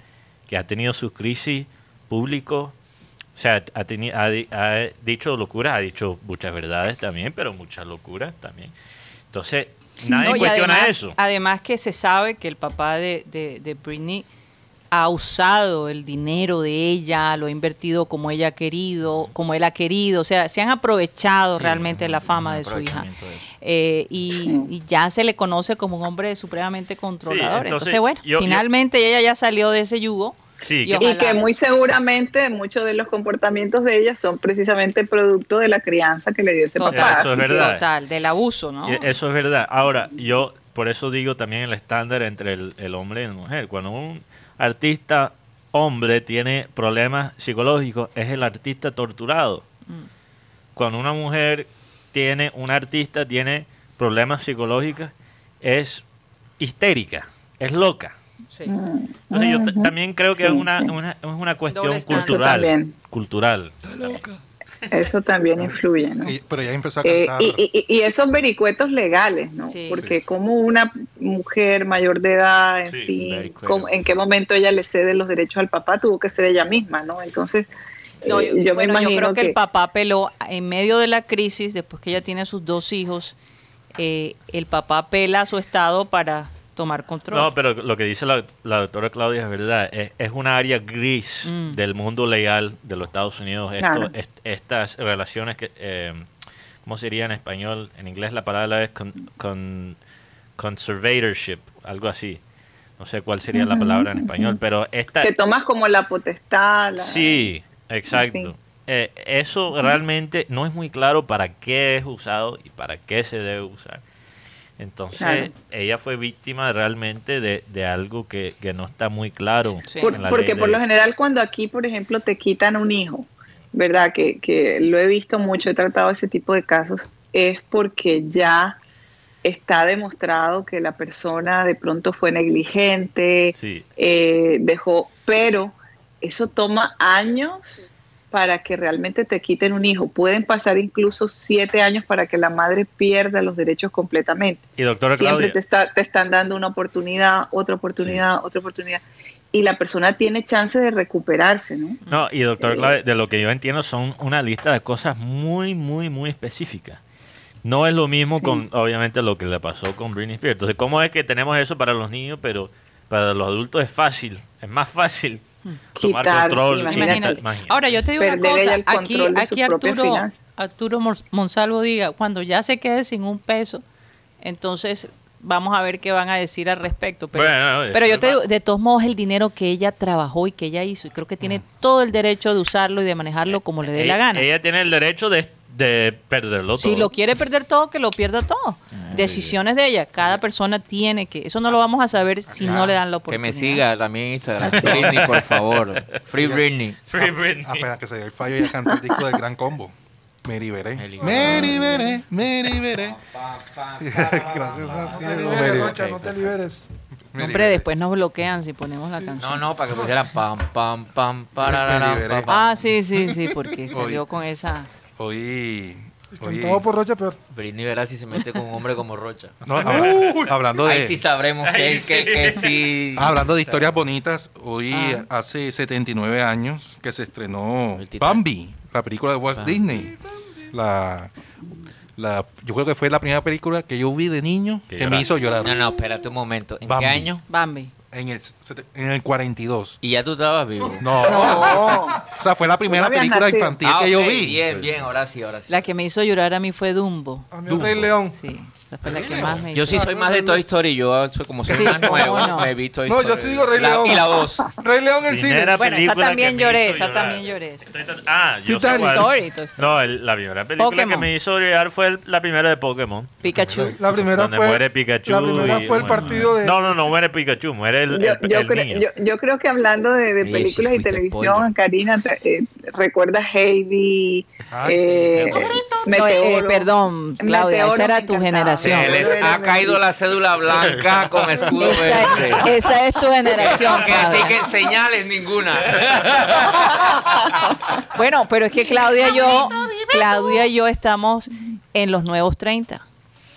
Speaker 4: que ha tenido sus crisis públicos, o sea, ha, teni- ha di- ha dicho locuras, ha dicho muchas verdades también, pero muchas locuras también. Entonces, nadie
Speaker 2: No, y
Speaker 4: cuestiona
Speaker 2: además,
Speaker 4: eso.
Speaker 2: Además que se sabe que el papá de, de- de Britney ha usado el dinero de ella, lo ha invertido como ella ha querido, como él ha querido, o sea, se han aprovechado
Speaker 3: Sí,
Speaker 2: realmente
Speaker 3: es
Speaker 2: la
Speaker 3: un-
Speaker 2: fama
Speaker 3: un
Speaker 2: de su hija.
Speaker 3: aprovechamiento de eso.
Speaker 2: Eh, y, y ya se le conoce como un hombre supremamente controlador.
Speaker 4: entonces,
Speaker 2: entonces, bueno,
Speaker 4: yo- yo-
Speaker 2: finalmente ella ya salió de ese yugo.
Speaker 4: Sí,
Speaker 2: y
Speaker 4: que-
Speaker 5: Y
Speaker 2: Ojalá.
Speaker 5: que muy seguramente muchos de los comportamientos de ella son precisamente producto de la crianza que le dio ese
Speaker 4: Total.
Speaker 5: papá.
Speaker 4: Eso es verdad.
Speaker 2: Total, del abuso, ¿no?
Speaker 4: Y Eso es verdad. Ahora, yo por eso digo también el estándar entre el, el hombre y la mujer. Cuando un artista hombre tiene problemas psicológicos, es el artista torturado.
Speaker 2: Mm.
Speaker 4: Cuando una mujer tiene, un artista tiene problemas psicológicos, es histérica, es loca.
Speaker 2: Sí.
Speaker 4: Entonces yo t- también creo que es
Speaker 5: Sí,
Speaker 4: una,
Speaker 5: sí.
Speaker 4: una- es una cuestión
Speaker 2: Doble estándar.
Speaker 5: Eso
Speaker 4: cultural.
Speaker 5: también.
Speaker 4: Cultural.
Speaker 5: Eso también influye, ¿no?
Speaker 6: Y- pero ya empezó a
Speaker 5: Eh,
Speaker 6: cantar.
Speaker 5: y, y- y esos vericuetos legales, ¿no?
Speaker 2: Sí.
Speaker 5: Porque
Speaker 6: Sí, sí.
Speaker 5: como una mujer mayor de edad, en
Speaker 4: Sí,
Speaker 5: fin,
Speaker 3: vericueto.
Speaker 5: cómo- en qué momento ella le cede los derechos al papá, tuvo que ser ella misma, ¿no? Entonces,
Speaker 2: No,
Speaker 5: eh,
Speaker 2: yo,
Speaker 5: yo, me
Speaker 2: bueno, yo
Speaker 5: imagino
Speaker 2: creo que,
Speaker 5: que,
Speaker 2: el papá peló en medio de la crisis, después que ella tiene sus dos hijos, eh, el papá pela a su estado para tomar control.
Speaker 4: No, pero lo que dice la, la doctora Claudia es verdad. Es, es un área gris
Speaker 2: Mm.
Speaker 4: del mundo legal de los Estados Unidos. Esto-
Speaker 5: Claro.
Speaker 4: est- estas relaciones que... eh, ¿Cómo sería en español? En inglés la palabra es con, con- conservatorship, algo así. No sé cuál sería la palabra en español, pero esta...
Speaker 5: que tomas como la potestad. la-
Speaker 4: Sí, exacto.
Speaker 5: En fin.
Speaker 4: Eh, eso realmente no es muy claro para qué es usado y para qué se debe usar. Entonces,
Speaker 5: Claro.
Speaker 4: ella fue víctima realmente de, de algo que, que no está muy claro.
Speaker 2: Sí.
Speaker 5: Por-
Speaker 4: en la
Speaker 5: porque
Speaker 4: ley
Speaker 5: por
Speaker 4: de-
Speaker 5: lo general cuando aquí, por ejemplo, te quitan un hijo, ¿verdad? Que, que lo he visto mucho, he tratado ese tipo de casos, es porque ya está demostrado que la persona de pronto fue negligente,
Speaker 4: Sí.
Speaker 5: eh, dejó, pero eso toma años para que realmente te quiten un hijo. Pueden pasar incluso siete años para que la madre pierda los derechos completamente
Speaker 4: Y doctora
Speaker 5: siempre
Speaker 4: Claudia,
Speaker 5: te, está, te están dando una oportunidad, otra oportunidad, otra oportunidad. Y la persona tiene chance de recuperarse, ¿no?
Speaker 4: no, y doctora
Speaker 5: Eh.
Speaker 4: Claudia, de lo que yo entiendo son una lista de cosas muy, muy, muy específicas. No es lo mismo con, obviamente, lo que le pasó con Britney Spears. Entonces, ¿cómo es que tenemos eso para los niños, pero para los adultos es fácil? Es más fácil tomar
Speaker 5: Quitar,
Speaker 4: control. y
Speaker 5: imagínate.
Speaker 4: quitar-
Speaker 2: Hmm. Imagínate.
Speaker 4: imagínate.
Speaker 2: Ahora, yo te digo una
Speaker 5: Perder ella
Speaker 2: cosa,
Speaker 5: el
Speaker 2: aquí,
Speaker 5: control de
Speaker 2: aquí
Speaker 5: sus propias
Speaker 2: Arturo,
Speaker 5: finanzas.
Speaker 2: Arturo Mor- Monsalvo diga, cuando ya se quede sin un peso, entonces vamos a ver qué van a decir al respecto. Pero,
Speaker 4: Bueno, no,
Speaker 2: pero
Speaker 4: eso
Speaker 2: yo
Speaker 4: es
Speaker 2: te digo,
Speaker 4: más-
Speaker 2: de todos modos, el dinero que ella trabajó y que ella hizo, y creo que tiene todo el derecho de usarlo y de manejarlo como le dé
Speaker 4: ella,
Speaker 2: la gana.
Speaker 4: Eh, Ella tiene el derecho de, de perderlo todo.
Speaker 2: Si lo quiere perder todo, que lo pierda
Speaker 3: Ah,
Speaker 2: todo. Decisiones de ella. Cada persona tiene que. Eso no lo vamos a saber si no le dan la
Speaker 3: Que
Speaker 2: oportunidad.
Speaker 3: me siga también en Instagram. Britney, por favor. Free Britney.
Speaker 4: Free
Speaker 2: Ah,
Speaker 4: Britney.
Speaker 6: Apenas Ah, que se dio el fallo, ya cantó el disco del gran combo. Me liberé.
Speaker 3: Me liberé.
Speaker 6: Me liberé, me liberé. Gracias a
Speaker 7: No
Speaker 6: Dios,
Speaker 7: te
Speaker 6: me
Speaker 7: liberes,
Speaker 6: liberé.
Speaker 7: Rocha, no te liberes.
Speaker 6: Me
Speaker 2: No, Hombre,
Speaker 6: liberé.
Speaker 2: después nos bloquean si ponemos la canción.
Speaker 3: No, no, para que pusieran pam, pam, pam, pararara,
Speaker 6: Me liberé.
Speaker 3: pam, pam.
Speaker 2: Ah, sí, sí, sí, porque salió con esa.
Speaker 6: Hoy. hoy-
Speaker 7: Cantado por Rocha, peor.
Speaker 3: Britney verá si se mete con un hombre como Rocha.
Speaker 6: No, habla- hablando de.
Speaker 3: Ahí sí sabremos que,
Speaker 4: Ahí
Speaker 3: que, que sí.
Speaker 6: Hablando de historias bonitas, hoy
Speaker 2: Ah.
Speaker 6: hace 79 años que se estrenó
Speaker 3: El Titanic.
Speaker 6: Bambi, la película de Walt
Speaker 3: Bambi.
Speaker 6: Disney. La, la- yo creo que fue la primera película que yo vi de niño
Speaker 4: Que
Speaker 6: que, me
Speaker 4: lloraste.
Speaker 6: hizo llorar.
Speaker 3: No, no, espérate un momento. ¿En
Speaker 6: Bambi.
Speaker 3: qué año?
Speaker 2: Bambi.
Speaker 6: En, el, sete- en el 42.
Speaker 3: Y ya tú estabas vivo.
Speaker 6: No,
Speaker 5: No.
Speaker 6: o sea, fue la primera
Speaker 5: no habías
Speaker 6: película
Speaker 5: nacido.
Speaker 6: infantil
Speaker 3: Ah,
Speaker 6: que yo
Speaker 3: ok,
Speaker 6: vi.
Speaker 3: Bien,
Speaker 6: Sí.
Speaker 3: bien, ahora sí, ahora sí.
Speaker 2: La que me hizo llorar a mí fue Dumbo.
Speaker 7: A mí el
Speaker 6: Dumbo.
Speaker 7: Rey León.
Speaker 2: Sí. esa fue la que más me
Speaker 3: Yo
Speaker 2: hizo.
Speaker 3: sí soy más de Toy Story, yo soy como soy
Speaker 2: Sí,
Speaker 3: más
Speaker 2: ¿cómo
Speaker 3: nuevo,
Speaker 2: no?
Speaker 3: me he visto Toy
Speaker 7: No, yo
Speaker 3: Story.
Speaker 7: sí digo Rey
Speaker 3: La-
Speaker 7: León.
Speaker 3: Y la voz.
Speaker 7: Rey León en cine.
Speaker 4: Primera
Speaker 2: Bueno, esa
Speaker 4: película
Speaker 2: también
Speaker 4: que me
Speaker 2: lloré,
Speaker 4: hizo
Speaker 2: esa
Speaker 4: llorar.
Speaker 2: también lloré.
Speaker 4: Estoy tan- Ah, yo sé
Speaker 7: Titanic.
Speaker 4: cuál.
Speaker 2: Story, Toy Story.
Speaker 4: No, el- la primera película que
Speaker 2: Pokémon.
Speaker 4: me hizo llorar fue el- la primera de Pokémon.
Speaker 2: Pikachu.
Speaker 7: La primera
Speaker 4: donde
Speaker 7: fue.
Speaker 4: muere Pikachu.
Speaker 7: la primera
Speaker 4: y-
Speaker 7: fue el
Speaker 4: bueno,
Speaker 7: partido de.
Speaker 4: No, no, no muere Pikachu, muere el,
Speaker 5: Yo,
Speaker 4: el-
Speaker 5: yo
Speaker 4: el
Speaker 5: creo,
Speaker 4: niño.
Speaker 5: yo, yo creo que hablando de, de
Speaker 3: Sí,
Speaker 5: películas
Speaker 3: sí,
Speaker 5: y
Speaker 3: fuiste
Speaker 5: televisión,
Speaker 3: spoiler.
Speaker 5: Karina, te- eh, recuerdas Heidi,
Speaker 6: Ay, sí,
Speaker 5: eh,
Speaker 6: el favorito.
Speaker 2: eh,
Speaker 5: Meteoro.
Speaker 2: perdón, Claudia,
Speaker 5: Meteoro
Speaker 2: esa era
Speaker 5: me
Speaker 2: tu
Speaker 5: encantaba.
Speaker 3: Se
Speaker 2: generación.
Speaker 3: les ha caído la cédula blanca con escudo
Speaker 2: Esa,
Speaker 3: verde.
Speaker 2: esa es tu generación.
Speaker 3: Que así
Speaker 2: Claudia.
Speaker 3: que señales ninguna.
Speaker 2: Bueno, pero es que Claudia y yo, Claudia y yo estamos en los nuevos 30.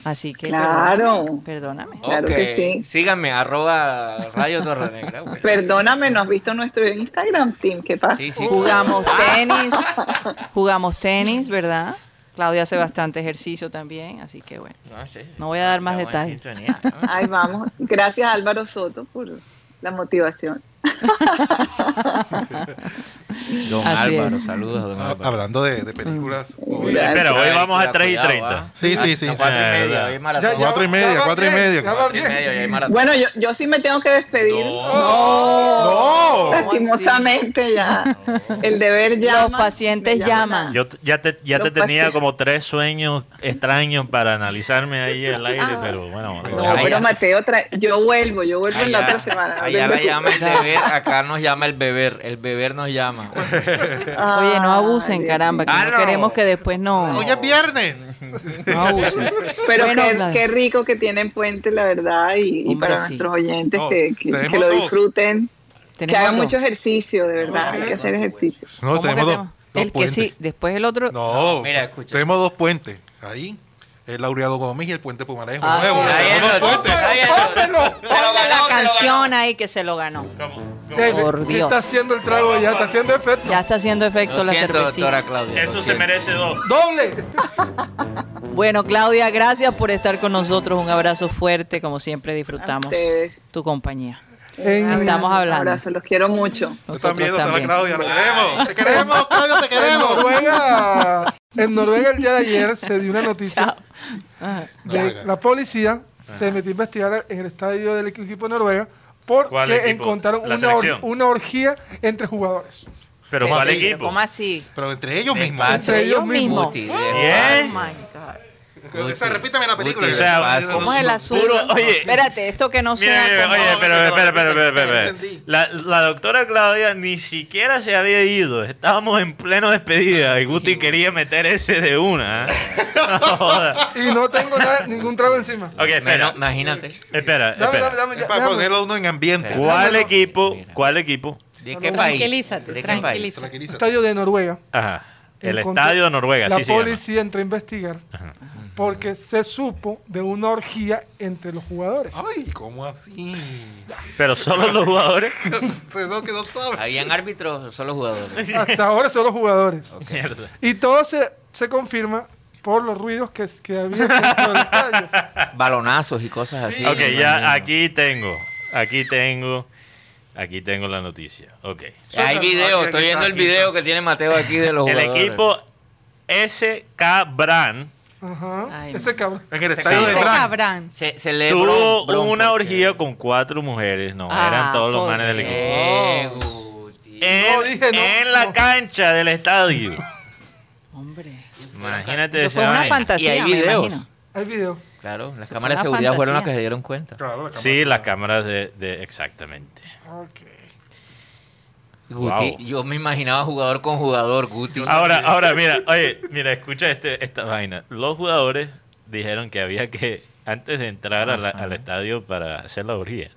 Speaker 2: Así que
Speaker 5: Claro.
Speaker 2: perdóname, perdóname.
Speaker 5: Claro que
Speaker 3: Ok,
Speaker 5: sí.
Speaker 3: Síganme, arroba rayo pues, torre negra. güey.
Speaker 5: Perdóname, ¿no has visto nuestro Instagram, Tim? ¿Qué pasa?
Speaker 3: Sí, sí.
Speaker 2: Jugamos tenis, jugamos tenis, ¿verdad? Claudia hace bastante ejercicio también, así que bueno.
Speaker 3: No, sí.
Speaker 2: No voy a dar más
Speaker 3: Estamos en
Speaker 2: detalles.
Speaker 3: sintonía, ¿no?
Speaker 5: Ahí vamos. Gracias Álvaro Soto por la motivación.
Speaker 3: Don
Speaker 2: Así
Speaker 3: Álvaro,
Speaker 2: es.
Speaker 3: saludos. Don
Speaker 6: Ah,
Speaker 3: Álvaro.
Speaker 6: Hablando de, de películas. hoy-
Speaker 5: Gracias.
Speaker 4: Espera, hoy
Speaker 3: Ay,
Speaker 4: vamos a
Speaker 3: cuidado,
Speaker 4: 3 y
Speaker 3: cuidado,
Speaker 4: 30.
Speaker 3: ah.
Speaker 6: Sí, sí, sí,
Speaker 3: No,
Speaker 6: sí.
Speaker 3: cuatro y
Speaker 4: sí,
Speaker 3: media,
Speaker 4: verdad.
Speaker 3: hoy es
Speaker 7: Ya,
Speaker 3: maratón.
Speaker 7: ya,
Speaker 6: Cuatro y media,
Speaker 7: ya va
Speaker 6: cuatro y
Speaker 7: bien,
Speaker 6: media.
Speaker 7: ya va
Speaker 3: Cuatro y
Speaker 7: bien.
Speaker 3: media, hoy hay maratón.
Speaker 5: Bueno, yo, yo sí me tengo que despedir.
Speaker 6: ¡No!
Speaker 2: ¿Cómo así?
Speaker 5: Lastimosamente ya. El deber llama.
Speaker 2: Los pacientes
Speaker 5: me llama
Speaker 2: llaman.
Speaker 5: la-
Speaker 4: Yo t- ya te, ya
Speaker 5: Lo
Speaker 4: te tenía
Speaker 5: pasé.
Speaker 4: como tres sueños extraños para analizarme ahí en el aire, pero bueno.
Speaker 5: No,
Speaker 3: Ay,
Speaker 5: pero
Speaker 3: ya.
Speaker 5: Mateo, tra- yo vuelvo, yo vuelvo en la
Speaker 3: Allá-
Speaker 5: otra semana. no te
Speaker 3: Allá la
Speaker 5: preocupes.
Speaker 3: llama el beber, acá nos llama el beber, el beber nos llama.
Speaker 2: Oye, no abusen,
Speaker 5: Ay,
Speaker 2: caramba, que
Speaker 3: Ah,
Speaker 2: no
Speaker 3: no.
Speaker 2: queremos que después no,
Speaker 6: Hoy es viernes.
Speaker 2: no abusen.
Speaker 5: Pero
Speaker 2: Bueno,
Speaker 5: qué,
Speaker 2: Vlad.
Speaker 5: qué rico que tienen puente, la verdad, y, y
Speaker 2: Hombre,
Speaker 5: para
Speaker 2: sí.
Speaker 5: nuestros oyentes
Speaker 6: No,
Speaker 5: que, que-
Speaker 6: tenemos
Speaker 5: que lo
Speaker 6: dos.
Speaker 5: disfruten, que
Speaker 2: Tenemos
Speaker 5: hagan
Speaker 2: dos.
Speaker 5: mucho ejercicio, de verdad, hay que hacer ejercicio.
Speaker 6: No,
Speaker 2: ¿Cómo que
Speaker 6: tenemos dos.
Speaker 2: tenemos?
Speaker 6: dos
Speaker 2: El que
Speaker 6: puentes.
Speaker 2: sí, después el otro.
Speaker 6: No,
Speaker 3: Ah, Mira, escucha.
Speaker 6: tenemos dos puentes. Ahí, el Laureado Gómez y el puente Pumarejo.
Speaker 2: Ah,
Speaker 6: nuevo.
Speaker 3: ahí
Speaker 6: Tenemos
Speaker 3: es
Speaker 6: dos
Speaker 3: lo-
Speaker 6: puentes.
Speaker 3: ahí es lo- Se lo
Speaker 2: Ponle
Speaker 3: ganó,
Speaker 2: la
Speaker 3: se lo
Speaker 2: canción ahí que se lo ganó.
Speaker 7: David,
Speaker 2: Por
Speaker 7: ¿qué
Speaker 2: Dios.
Speaker 7: está haciendo el trago ya? ¿Está haciendo efecto?
Speaker 2: Ya está haciendo efecto
Speaker 3: Lo
Speaker 2: la
Speaker 3: siento, doctora
Speaker 2: cervecita.
Speaker 3: Claudia. lo
Speaker 4: Eso se
Speaker 3: siento.
Speaker 4: merece dos.
Speaker 7: ¡Doble!
Speaker 2: Bueno, Claudia, gracias por estar con nosotros. Un abrazo fuerte, como siempre disfrutamos
Speaker 5: Ustedes.
Speaker 2: tu compañía.
Speaker 7: En-
Speaker 5: Un
Speaker 2: Estamos
Speaker 5: abrazo,
Speaker 2: hablando.
Speaker 5: Un abrazo, los quiero mucho.
Speaker 6: Tú
Speaker 2: Nosotros
Speaker 6: también, doctora
Speaker 2: también.
Speaker 6: Claudia, lo queremos. Te queremos, Claudia, te
Speaker 7: En
Speaker 6: queremos.
Speaker 7: Noruega, en Noruega el día de ayer se dio una noticia
Speaker 2: Chao. Ajá.
Speaker 7: de
Speaker 6: Noruega.
Speaker 7: la policía se metió a investigar en el estadio del equipo de Noruega
Speaker 4: ¿Cuál
Speaker 7: porque
Speaker 4: equipo?
Speaker 7: encontraron
Speaker 4: ¿La
Speaker 7: una,
Speaker 4: selección?
Speaker 7: or- una orgía entre jugadores.
Speaker 4: Pero ¿cuál
Speaker 2: Sí, pero
Speaker 4: equipo?
Speaker 2: ¿Cómo así?
Speaker 6: Pero entre ellos mismos.
Speaker 3: Despacio.
Speaker 7: Entre ellos mismos.
Speaker 3: Guti,
Speaker 6: ¿Eh?
Speaker 4: Bien.
Speaker 2: Oh my God.
Speaker 6: O sea, repítame la película.
Speaker 4: O sea,
Speaker 2: ¿Cómo es el asunto?
Speaker 4: Puro- oye.
Speaker 2: Espérate, esto que no
Speaker 4: Mira,
Speaker 2: sea.
Speaker 4: mira,
Speaker 2: como-
Speaker 4: oye,
Speaker 6: No,
Speaker 4: pero
Speaker 6: no, no,
Speaker 4: espera, espera,
Speaker 6: no,
Speaker 4: espera,
Speaker 6: no,
Speaker 4: espera,
Speaker 6: no
Speaker 4: espera.
Speaker 6: entendí.
Speaker 4: La, la doctora Claudia ni siquiera se había ido. Estábamos en pleno despedida y Guti quería meter ese de una. ¿eh? No jodas.
Speaker 7: Y no tengo nada- ningún trago encima.
Speaker 4: ok, espera.
Speaker 3: Menos- imagínate.
Speaker 4: Espera,
Speaker 7: Dame, dame,
Speaker 4: espera.
Speaker 7: dame.
Speaker 6: Es
Speaker 7: ya,
Speaker 6: para
Speaker 7: déjame.
Speaker 6: ponerlo uno en ambiente.
Speaker 4: ¿Cuál
Speaker 7: Dámelo.
Speaker 4: equipo?
Speaker 3: Mira.
Speaker 4: ¿Cuál equipo?
Speaker 3: ¿De qué país?
Speaker 8: Tranquilízate,
Speaker 3: ¿De qué país?
Speaker 8: tranquilízate.
Speaker 6: Tranquilízate.
Speaker 7: Estadio de Noruega.
Speaker 4: Ajá. El
Speaker 7: encontró-
Speaker 4: estadio de Noruega,
Speaker 7: La
Speaker 4: sí, sí.
Speaker 7: policía entró a investigar porque se supo de una orgía entre los jugadores.
Speaker 4: Ah,
Speaker 6: Ay, ¿cómo así?
Speaker 4: Pero solo los jugadores.
Speaker 6: Se no que no sabe.
Speaker 3: ¿Habían árbitros o solo jugadores?
Speaker 7: Hasta ahora son los jugadores.
Speaker 4: Mierda.
Speaker 7: Y todo se, se confirma por los ruidos que, que había dentro del estadio.
Speaker 3: Balonazos y cosas así.
Speaker 4: ok,
Speaker 3: me imagino.
Speaker 4: ya aquí tengo. Aquí tengo. Aquí tengo la noticia. Ok.
Speaker 3: Hay video, estoy viendo el video que tiene Mateo aquí de los
Speaker 4: El
Speaker 3: jugadores.
Speaker 4: equipo SK Brand
Speaker 7: Ajá.
Speaker 2: Ay,
Speaker 7: Ese cabrón.
Speaker 6: En el estadio de
Speaker 8: Ese
Speaker 6: Bran.
Speaker 8: cabrón.
Speaker 3: Se, se lee
Speaker 4: tuvo
Speaker 3: bron- bron
Speaker 4: una
Speaker 3: porque-
Speaker 4: orgía con cuatro mujeres. No,
Speaker 2: Ah,
Speaker 4: eran todos los manes del equipo.
Speaker 3: Eh,
Speaker 4: Oh.
Speaker 3: Guti.
Speaker 4: En,
Speaker 7: No, dije no,
Speaker 4: en la
Speaker 7: no.
Speaker 4: cancha del estadio.
Speaker 2: Hombre.
Speaker 4: Imagínate
Speaker 2: Eso
Speaker 4: esa
Speaker 2: fue una
Speaker 4: vaina.
Speaker 2: fantasía,
Speaker 3: Y hay
Speaker 2: me
Speaker 3: videos.
Speaker 2: imagino.
Speaker 7: Hay video.
Speaker 3: Claro, las
Speaker 2: Eso
Speaker 3: cámaras de
Speaker 2: fue una
Speaker 3: seguridad fueron las
Speaker 2: fantasía.
Speaker 3: que se dieron cuenta.
Speaker 6: Claro, la cámara.
Speaker 4: Sí, las cámaras de, de- exactamente.
Speaker 3: Guti,
Speaker 4: Wow.
Speaker 3: yo me imaginaba jugador con jugador, Guti.
Speaker 4: Ahora, ah, ahora, mira, oye, mira, escucha este, esta vaina. Los jugadores dijeron que había que, antes de entrar a la- al estadio para hacer la orgía,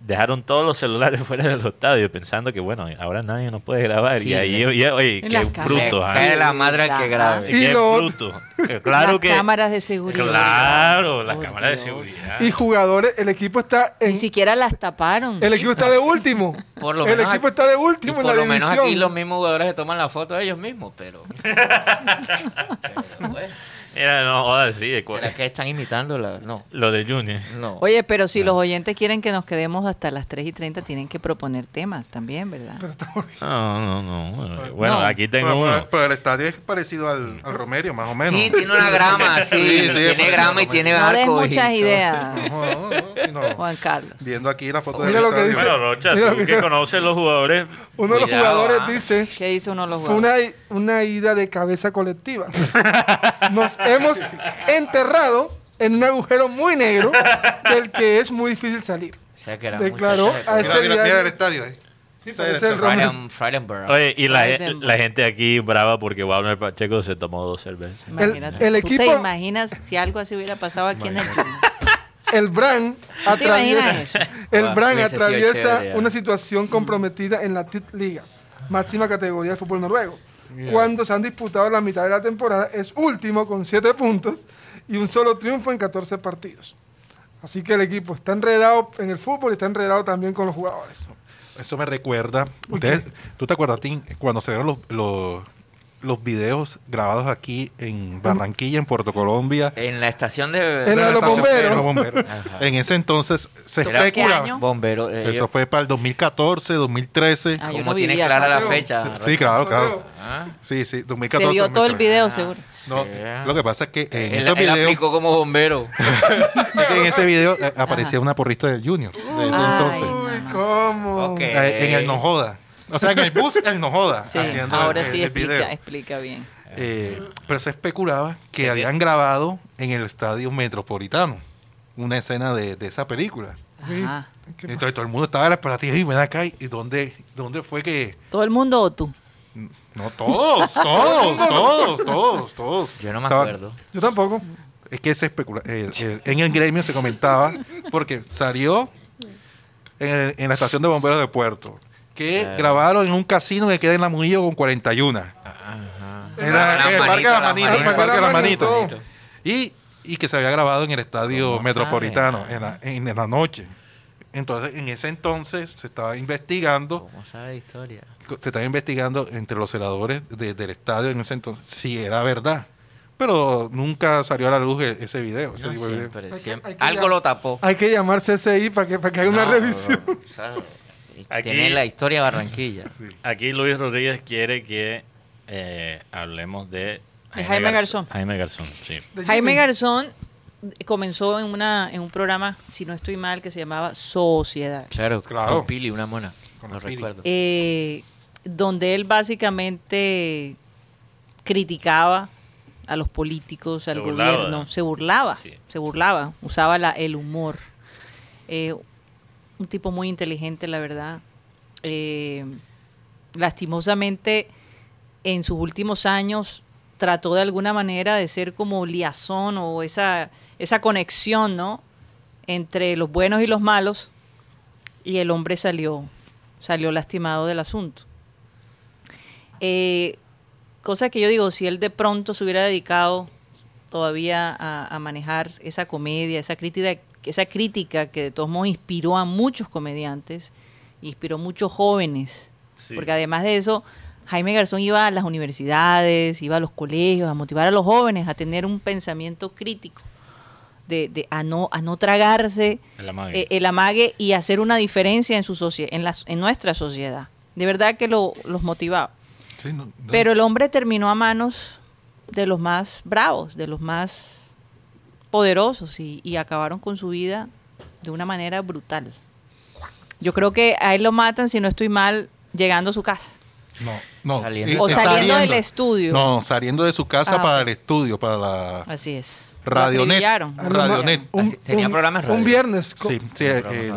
Speaker 4: dejaron todos los celulares fuera del estadio pensando que, bueno, ahora nadie nos puede grabar.
Speaker 3: Sí.
Speaker 4: y ahí, oye, oye,
Speaker 2: En
Speaker 4: qué
Speaker 2: las cámaras.
Speaker 4: bruto,
Speaker 3: Le
Speaker 4: ¿ah?
Speaker 3: cae la madre al que grabe.
Speaker 7: Y
Speaker 4: Qué
Speaker 7: lo otro-
Speaker 4: bruto. Eh, Claro
Speaker 2: las
Speaker 4: que.
Speaker 2: cámaras de seguridad.
Speaker 4: Claro, las
Speaker 2: Por
Speaker 4: cámaras de
Speaker 2: Dios.
Speaker 4: seguridad.
Speaker 7: Y jugadores, el equipo está en.
Speaker 2: Ni siquiera las taparon.
Speaker 7: El equipo está de último.
Speaker 3: Por lo
Speaker 7: el
Speaker 3: menos
Speaker 7: equipo
Speaker 3: aquí-
Speaker 7: está de
Speaker 3: Y
Speaker 7: último
Speaker 3: por
Speaker 7: en la
Speaker 3: lo menos aquí los
Speaker 7: división.
Speaker 3: mismos jugadores se toman la foto de ellos mismos, pero. pero bueno,
Speaker 4: Mira, no jodas, sí, de cu-
Speaker 3: ¿Será que están imitando la.? No,
Speaker 4: lo de Junior.
Speaker 3: no.
Speaker 2: Oye, pero si los oyentes quieren que nos quedemos hasta las 3 y 30, tienen que proponer temas también, ¿verdad?
Speaker 4: No, no, no. Bueno,
Speaker 2: No.
Speaker 4: aquí tengo
Speaker 6: pero,
Speaker 4: uno.
Speaker 6: pero- pero el estadio es parecido al, al Romerio, más o menos.
Speaker 3: Sí, tiene una grama, sí.
Speaker 6: Sí, sí,
Speaker 3: tiene
Speaker 6: parece
Speaker 3: grama y
Speaker 6: como-
Speaker 3: tiene
Speaker 2: no
Speaker 3: arco.
Speaker 2: des muchas
Speaker 3: hijito.
Speaker 2: ideas,
Speaker 6: No, no, no, no.
Speaker 2: Juan Carlos.
Speaker 6: Viendo aquí la foto del
Speaker 7: Mira lo que
Speaker 6: estadio.
Speaker 7: dice.
Speaker 4: Bueno, Rocha,
Speaker 7: Mira lo
Speaker 4: tú
Speaker 7: que
Speaker 4: que
Speaker 7: dice.
Speaker 4: conoces los jugadores,
Speaker 7: Uno de los
Speaker 3: Cuidado,
Speaker 7: jugadores
Speaker 3: ah.
Speaker 7: dice.
Speaker 2: ¿Qué dice uno de los
Speaker 7: Fue una,
Speaker 2: jugadores?
Speaker 7: una ida de cabeza colectiva. Nos hemos enterrado en un agujero muy negro del que es muy difícil salir.
Speaker 3: O sea, que era
Speaker 7: Declaró
Speaker 3: mucho-
Speaker 7: a
Speaker 6: Mira,
Speaker 7: ese
Speaker 6: mira, mira el
Speaker 7: diario,
Speaker 6: estadio. eh.
Speaker 7: Sí, parece el Romeo.
Speaker 3: Frieden- Friedenberg.
Speaker 4: Oye, y la,
Speaker 2: Ay,
Speaker 4: ge-
Speaker 2: Denver.
Speaker 4: la gente aquí brava porque Walner Pacheco se tomó dos cervezas.
Speaker 2: Imagínate.
Speaker 7: el
Speaker 2: ¿Tú te
Speaker 7: equipo-
Speaker 2: imaginas si algo así hubiera pasado aquí en el Junior?
Speaker 7: El Bran
Speaker 2: te imaginas eso?
Speaker 7: atraviesa, el
Speaker 3: Wow,
Speaker 7: Bran
Speaker 3: hubiese sido
Speaker 7: atraviesa
Speaker 3: chévere, ya.
Speaker 7: una situación comprometida en la TIT Liga, máxima categoría del fútbol noruego. Cuando se han disputado la mitad de la temporada, es último con 7 puntos y un solo triunfo en 14 partidos. Así que el equipo está enredado en el fútbol y está enredado también con los jugadores.
Speaker 6: Eso me recuerda.
Speaker 7: Uy,
Speaker 6: ustedes-
Speaker 7: qué-
Speaker 6: ¿Tú te acuerdas, Tim? Cuando salieron los, los, los videos grabados aquí en Barranquilla, en Puerto Colombia.
Speaker 3: En la estación de...
Speaker 7: En la de los
Speaker 6: estación-
Speaker 7: bomberos.
Speaker 6: en los bomberos.
Speaker 3: Ajá.
Speaker 6: En ese entonces se
Speaker 2: ¿Eso fue qué
Speaker 6: especulaba.
Speaker 2: año?
Speaker 3: Bombero. eh,
Speaker 6: Eso fue para el 2014, 2013.
Speaker 2: Ah, yo
Speaker 3: ¿Cómo
Speaker 2: no
Speaker 3: tiene
Speaker 2: vivía
Speaker 3: clara
Speaker 2: acá.
Speaker 3: la
Speaker 7: Creo.
Speaker 3: fecha?
Speaker 6: sí, claro, claro.
Speaker 3: Ah.
Speaker 6: Sí, sí, 2014.
Speaker 2: Se vio todo el
Speaker 6: 2013.
Speaker 2: video, seguro.
Speaker 6: No,
Speaker 3: Sí.
Speaker 6: lo que pasa es que en
Speaker 3: Eh, Él,
Speaker 6: esos
Speaker 3: él
Speaker 6: videos,
Speaker 3: aplicó como bombero.
Speaker 6: es que en ese video eh, aparecía una porrista del Junior. De ese
Speaker 2: Ay,
Speaker 6: entonces.
Speaker 7: Uy, ¿cómo?
Speaker 3: Ok.
Speaker 6: Eh, en el No Joda. O sea, en el bus en No Joda.
Speaker 2: Sí,
Speaker 6: haciendo
Speaker 2: ahora
Speaker 6: el-
Speaker 2: sí
Speaker 6: el video.
Speaker 2: explica, explica bien.
Speaker 6: Eh, pero se especulaba que habían grabado en el estadio metropolitano una escena de, de esa película.
Speaker 2: Ajá.
Speaker 7: ¿Qué
Speaker 6: Entonces todo el mundo estaba a la expectativa y ven acá y y dónde, dónde fue que.
Speaker 2: ¿Todo el mundo o tú?
Speaker 6: No, todos, todos, todos, todos, todos.
Speaker 3: Yo no me
Speaker 6: Estaban-
Speaker 3: acuerdo.
Speaker 7: Yo tampoco.
Speaker 6: Es que se especula. eh, el- el- en el gremio se comentaba porque salió en, el- en la estación de bomberos de Puerto que
Speaker 3: Claro.
Speaker 6: grabaron en un casino que queda en la Murillo con 41.
Speaker 3: Ajá.
Speaker 6: En, la-
Speaker 3: La
Speaker 6: en el
Speaker 3: manito,
Speaker 6: Parque de eh,
Speaker 3: la
Speaker 6: la Manito.
Speaker 3: manito.
Speaker 6: en el Parque de la Manito.
Speaker 7: Manito.
Speaker 6: Y, y que se había grabado en el Estadio
Speaker 3: ¿Cómo
Speaker 6: Metropolitano
Speaker 3: sabe?
Speaker 6: en la, en, en la noche. Entonces, en ese entonces se estaba investigando,
Speaker 3: ¿Cómo sabe de historia?
Speaker 6: se estaba investigando entre los celadores de- del estadio en ese entonces si era verdad. Pero nunca salió a la luz e- ese video. ese
Speaker 3: No,
Speaker 6: tipo de video.
Speaker 3: siempre,
Speaker 7: Hay que-
Speaker 3: siempre.
Speaker 7: hay que
Speaker 3: Algo
Speaker 7: ya-
Speaker 3: lo tapó.
Speaker 7: Hay que llamar CCI para que, para que haga una
Speaker 3: No,
Speaker 7: revisión.
Speaker 3: no, o sea,
Speaker 4: Aquí-
Speaker 3: Tiene la historia de Barranquilla.
Speaker 4: Aquí Luis Rodríguez quiere que eh, hablemos de
Speaker 2: Jaime Garzón.
Speaker 4: Jaime Garzón, sí.
Speaker 7: De
Speaker 2: Jaime
Speaker 7: Jimmy.
Speaker 2: Garzón comenzó en, una, en un programa, si no estoy mal, que se llamaba Sociedad.
Speaker 3: Claro,
Speaker 6: Claro.
Speaker 3: con Pili, una mona.
Speaker 6: Con
Speaker 3: no
Speaker 6: Pili.
Speaker 3: recuerdo.
Speaker 2: eh, donde él básicamente criticaba a los políticos, al
Speaker 4: Se burlaba. ¿eh?
Speaker 2: gobierno, se burlaba,
Speaker 4: Sí.
Speaker 2: se burlaba, usaba la- el humor. Eh, un tipo muy inteligente, la verdad. Eh, lastimosamente, en sus últimos años trató de alguna manera de ser como liazón o esa, esa conexión, ¿no? Entre los buenos y los malos y el hombre salió, salió lastimado del asunto. Eh, cosa que yo digo, si él de pronto se hubiera dedicado todavía a, a manejar esa comedia, esa crítica, esa crítica que de todos modos inspiró a muchos comediantes, inspiró a muchos jóvenes,
Speaker 4: Sí.
Speaker 2: porque además de eso, Jaime Garzón iba a las universidades, iba a los colegios, a motivar a los jóvenes a tener un pensamiento crítico, de, de- a, no, a no tragarse
Speaker 4: El amague.
Speaker 2: eh, el amague y hacer una diferencia en, su socie- en, la- en nuestra sociedad. De verdad que lo- los motivaba.
Speaker 6: Sí, no- no-
Speaker 2: Pero el hombre terminó a manos de los más bravos, de los más poderosos y, y acabaron con su vida de una manera brutal. Yo creo que a él lo matan, si no estoy mal, llegando a su casa.
Speaker 6: No, no.
Speaker 3: Saliendo.
Speaker 6: Eh,
Speaker 2: O
Speaker 6: eh,
Speaker 2: saliendo del estudio.
Speaker 6: No, saliendo de su casa
Speaker 2: Ah,
Speaker 6: para
Speaker 2: ok.
Speaker 6: el estudio, para la
Speaker 2: Así es. Lo
Speaker 6: Radionet.
Speaker 2: acribillaron.
Speaker 7: Ah, no, no.
Speaker 6: Radionet.
Speaker 3: Así- tenía programas de radio.
Speaker 7: Un viernes. co-
Speaker 6: Sí, sí, eh, eh,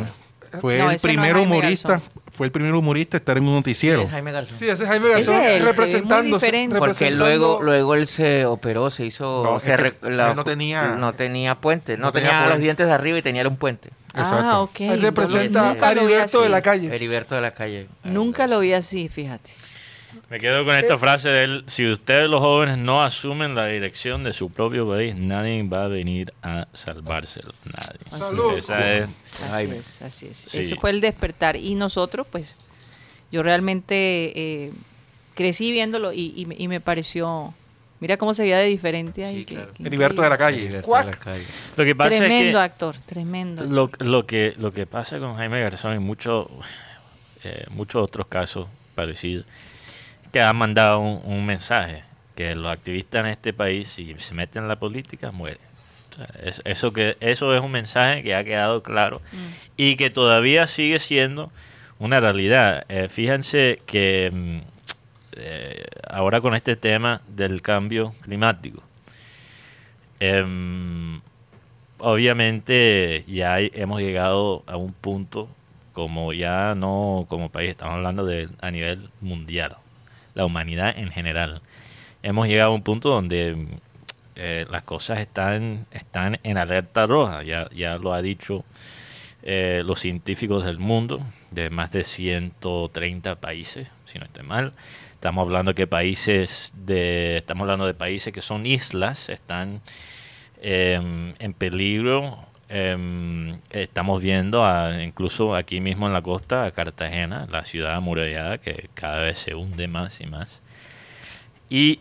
Speaker 6: fue
Speaker 2: No, ese
Speaker 6: el
Speaker 2: no es
Speaker 6: primer
Speaker 2: Jaime
Speaker 6: humorista,
Speaker 2: Garzón.
Speaker 6: fue el primer humorista a estar en un noticiero.
Speaker 3: Es Jaime Garzón.
Speaker 7: Sí, ese es Jaime Garzón
Speaker 2: Ese es él, se ve muy
Speaker 7: representando.
Speaker 2: diferente.
Speaker 3: Porque luego, luego él se operó, se hizo...
Speaker 6: No,
Speaker 3: se
Speaker 6: es que
Speaker 3: re- la-
Speaker 6: él no tenía-
Speaker 3: no tenía puente, no,
Speaker 6: no tenía
Speaker 3: tenía, los
Speaker 6: puente.
Speaker 3: dientes de arriba y tenía un puente.
Speaker 2: Ah, ok.
Speaker 7: Él representa
Speaker 2: Nunca
Speaker 7: a
Speaker 2: lo vi
Speaker 7: Heriberto
Speaker 2: así.
Speaker 7: de la calle.
Speaker 3: Heriberto de la calle.
Speaker 2: Nunca lo vi así, fíjate.
Speaker 4: Me quedo con esta frase de él. Si ustedes los jóvenes no asumen la dirección de su propio país, nadie va a venir a salvárselo. Nadie.
Speaker 7: Salud.
Speaker 4: Esa es-
Speaker 2: Así
Speaker 3: Jaime.
Speaker 2: es, así es.
Speaker 4: Sí.
Speaker 2: Ese fue el despertar. Y nosotros, pues, yo realmente eh, crecí viéndolo y, y me- y me pareció. Mira cómo se veía de diferente ahí.
Speaker 3: Sí,
Speaker 2: que-
Speaker 3: claro.
Speaker 2: que
Speaker 6: Heriberto de la calle.
Speaker 3: Heriberto
Speaker 7: Cuac.
Speaker 3: de la calle.
Speaker 4: Lo que pasa
Speaker 2: Tremendo
Speaker 4: es que
Speaker 2: actor, tremendo.
Speaker 4: lo, lo que lo que pasa con Jaime Garzón y muchos eh, muchos otros casos parecidos que han mandado un, un mensaje que los activistas en este país si se meten en la política mueren. O sea, es- eso que eso es un mensaje que ha quedado claro y que todavía sigue siendo una realidad. Eh, fíjense que mm, eh, ahora con este tema del cambio climático. em, obviamente ya hay- hemos llegado a un punto como ya no como país, estamos hablando de, a nivel mundial, la humanidad en general. Hemos llegado a un punto donde mm, eh, las cosas están, están en alerta roja, ya, ya lo ha dicho eh, los científicos del mundo, de más de 130 países, si no estoy mal. Estamos hablando que países de, estamos hablando de países que son islas, están em, en peligro. Em, estamos viendo a- incluso aquí mismo en la costa, a Cartagena, la ciudad amurallada que cada vez se hunde más y más. Y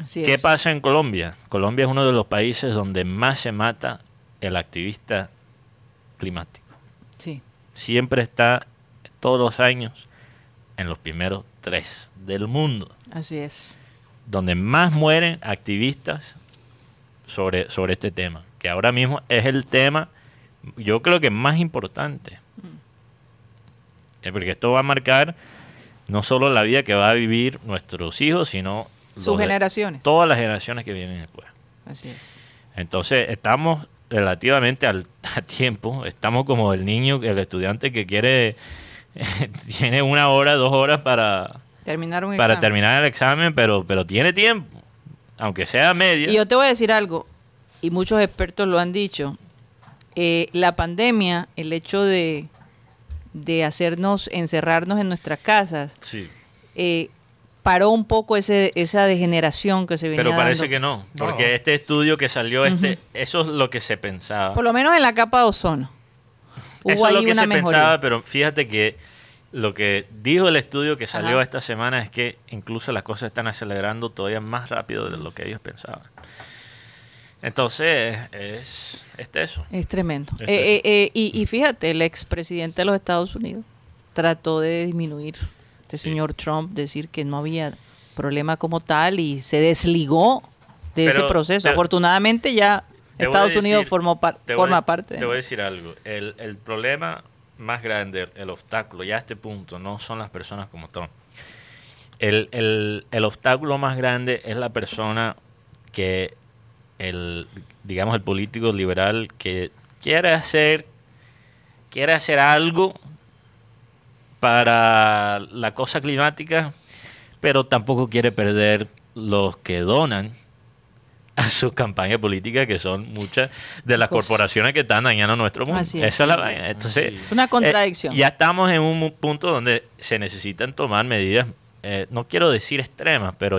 Speaker 2: Así
Speaker 4: ¿Qué
Speaker 2: es.
Speaker 4: pasa en Colombia? Colombia es uno de los países donde más se mata el activista climático.
Speaker 2: Sí.
Speaker 4: Siempre está todos los años en los primeros tres del mundo,
Speaker 2: Así es.
Speaker 4: donde más mueren activistas sobre, sobre este tema, que ahora mismo es el tema, yo creo que más importante.
Speaker 2: Mm.
Speaker 4: Eh, Porque esto va a marcar no solo la vida que va a vivir nuestros hijos, sino
Speaker 2: Sus
Speaker 4: los de-
Speaker 2: generaciones.
Speaker 4: todas las generaciones que vienen después.
Speaker 2: Así es.
Speaker 4: Entonces, estamos relativamente al, a tiempo. Estamos como el niño, el estudiante que quiere, tiene una hora, dos horas para,
Speaker 2: Terminar un
Speaker 4: para
Speaker 2: examen.
Speaker 4: terminar el examen, pero, pero tiene tiempo. Aunque sea media.
Speaker 2: Y yo te voy a decir algo, y muchos expertos lo han dicho, eh, la pandemia, el hecho de, de hacernos encerrarnos en nuestras casas,
Speaker 4: sí.
Speaker 2: eh, paró un poco ese, esa degeneración que se venía
Speaker 4: Pero parece
Speaker 2: dando.
Speaker 4: que no.
Speaker 6: No.
Speaker 4: Porque este estudio que salió, este, eso es lo que se pensaba.
Speaker 2: Por lo menos en la capa de ozono. Hubo
Speaker 4: Eso es lo
Speaker 2: ahí
Speaker 4: que
Speaker 2: una
Speaker 4: se
Speaker 2: mejoría.
Speaker 4: pensaba, pero fíjate que lo que dijo el estudio que salió
Speaker 2: Ajá.
Speaker 4: esta semana es que incluso las cosas están acelerando todavía más rápido de lo que ellos pensaban. Entonces, es, es eso.
Speaker 2: Es tremendo.
Speaker 4: Es
Speaker 2: Eh,
Speaker 4: tremendo.
Speaker 2: eh, eh, y, y fíjate, el expresidente de los Estados Unidos trató de disminuir este señor Trump, decir que no había problema como tal y se desligó de ese
Speaker 4: Pero-
Speaker 2: proceso.
Speaker 4: pero-
Speaker 2: Afortunadamente ya
Speaker 4: Te voy a
Speaker 2: Estados Unidos
Speaker 4: decir-
Speaker 2: formó par-
Speaker 4: te voy-
Speaker 2: forma parte.
Speaker 4: Te voy a decir algo. El, el problema más grande, el, el obstáculo, ya a este punto, no son las personas como Trump. El, el- el obstáculo más grande es la persona que, el, digamos, el político liberal que quiere hacer, quiere hacer algo para la cosa climática, pero tampoco quiere perder los que donan a su campaña política, que son muchas de las
Speaker 2: Cosas.
Speaker 4: corporaciones que están dañando nuestro mundo.
Speaker 2: Así es.
Speaker 4: Esa es la vaina. Entonces,
Speaker 2: Es una contradicción.
Speaker 4: eh, ya estamos en un mu- punto donde se necesitan tomar medidas, eh, no quiero decir extremas, pero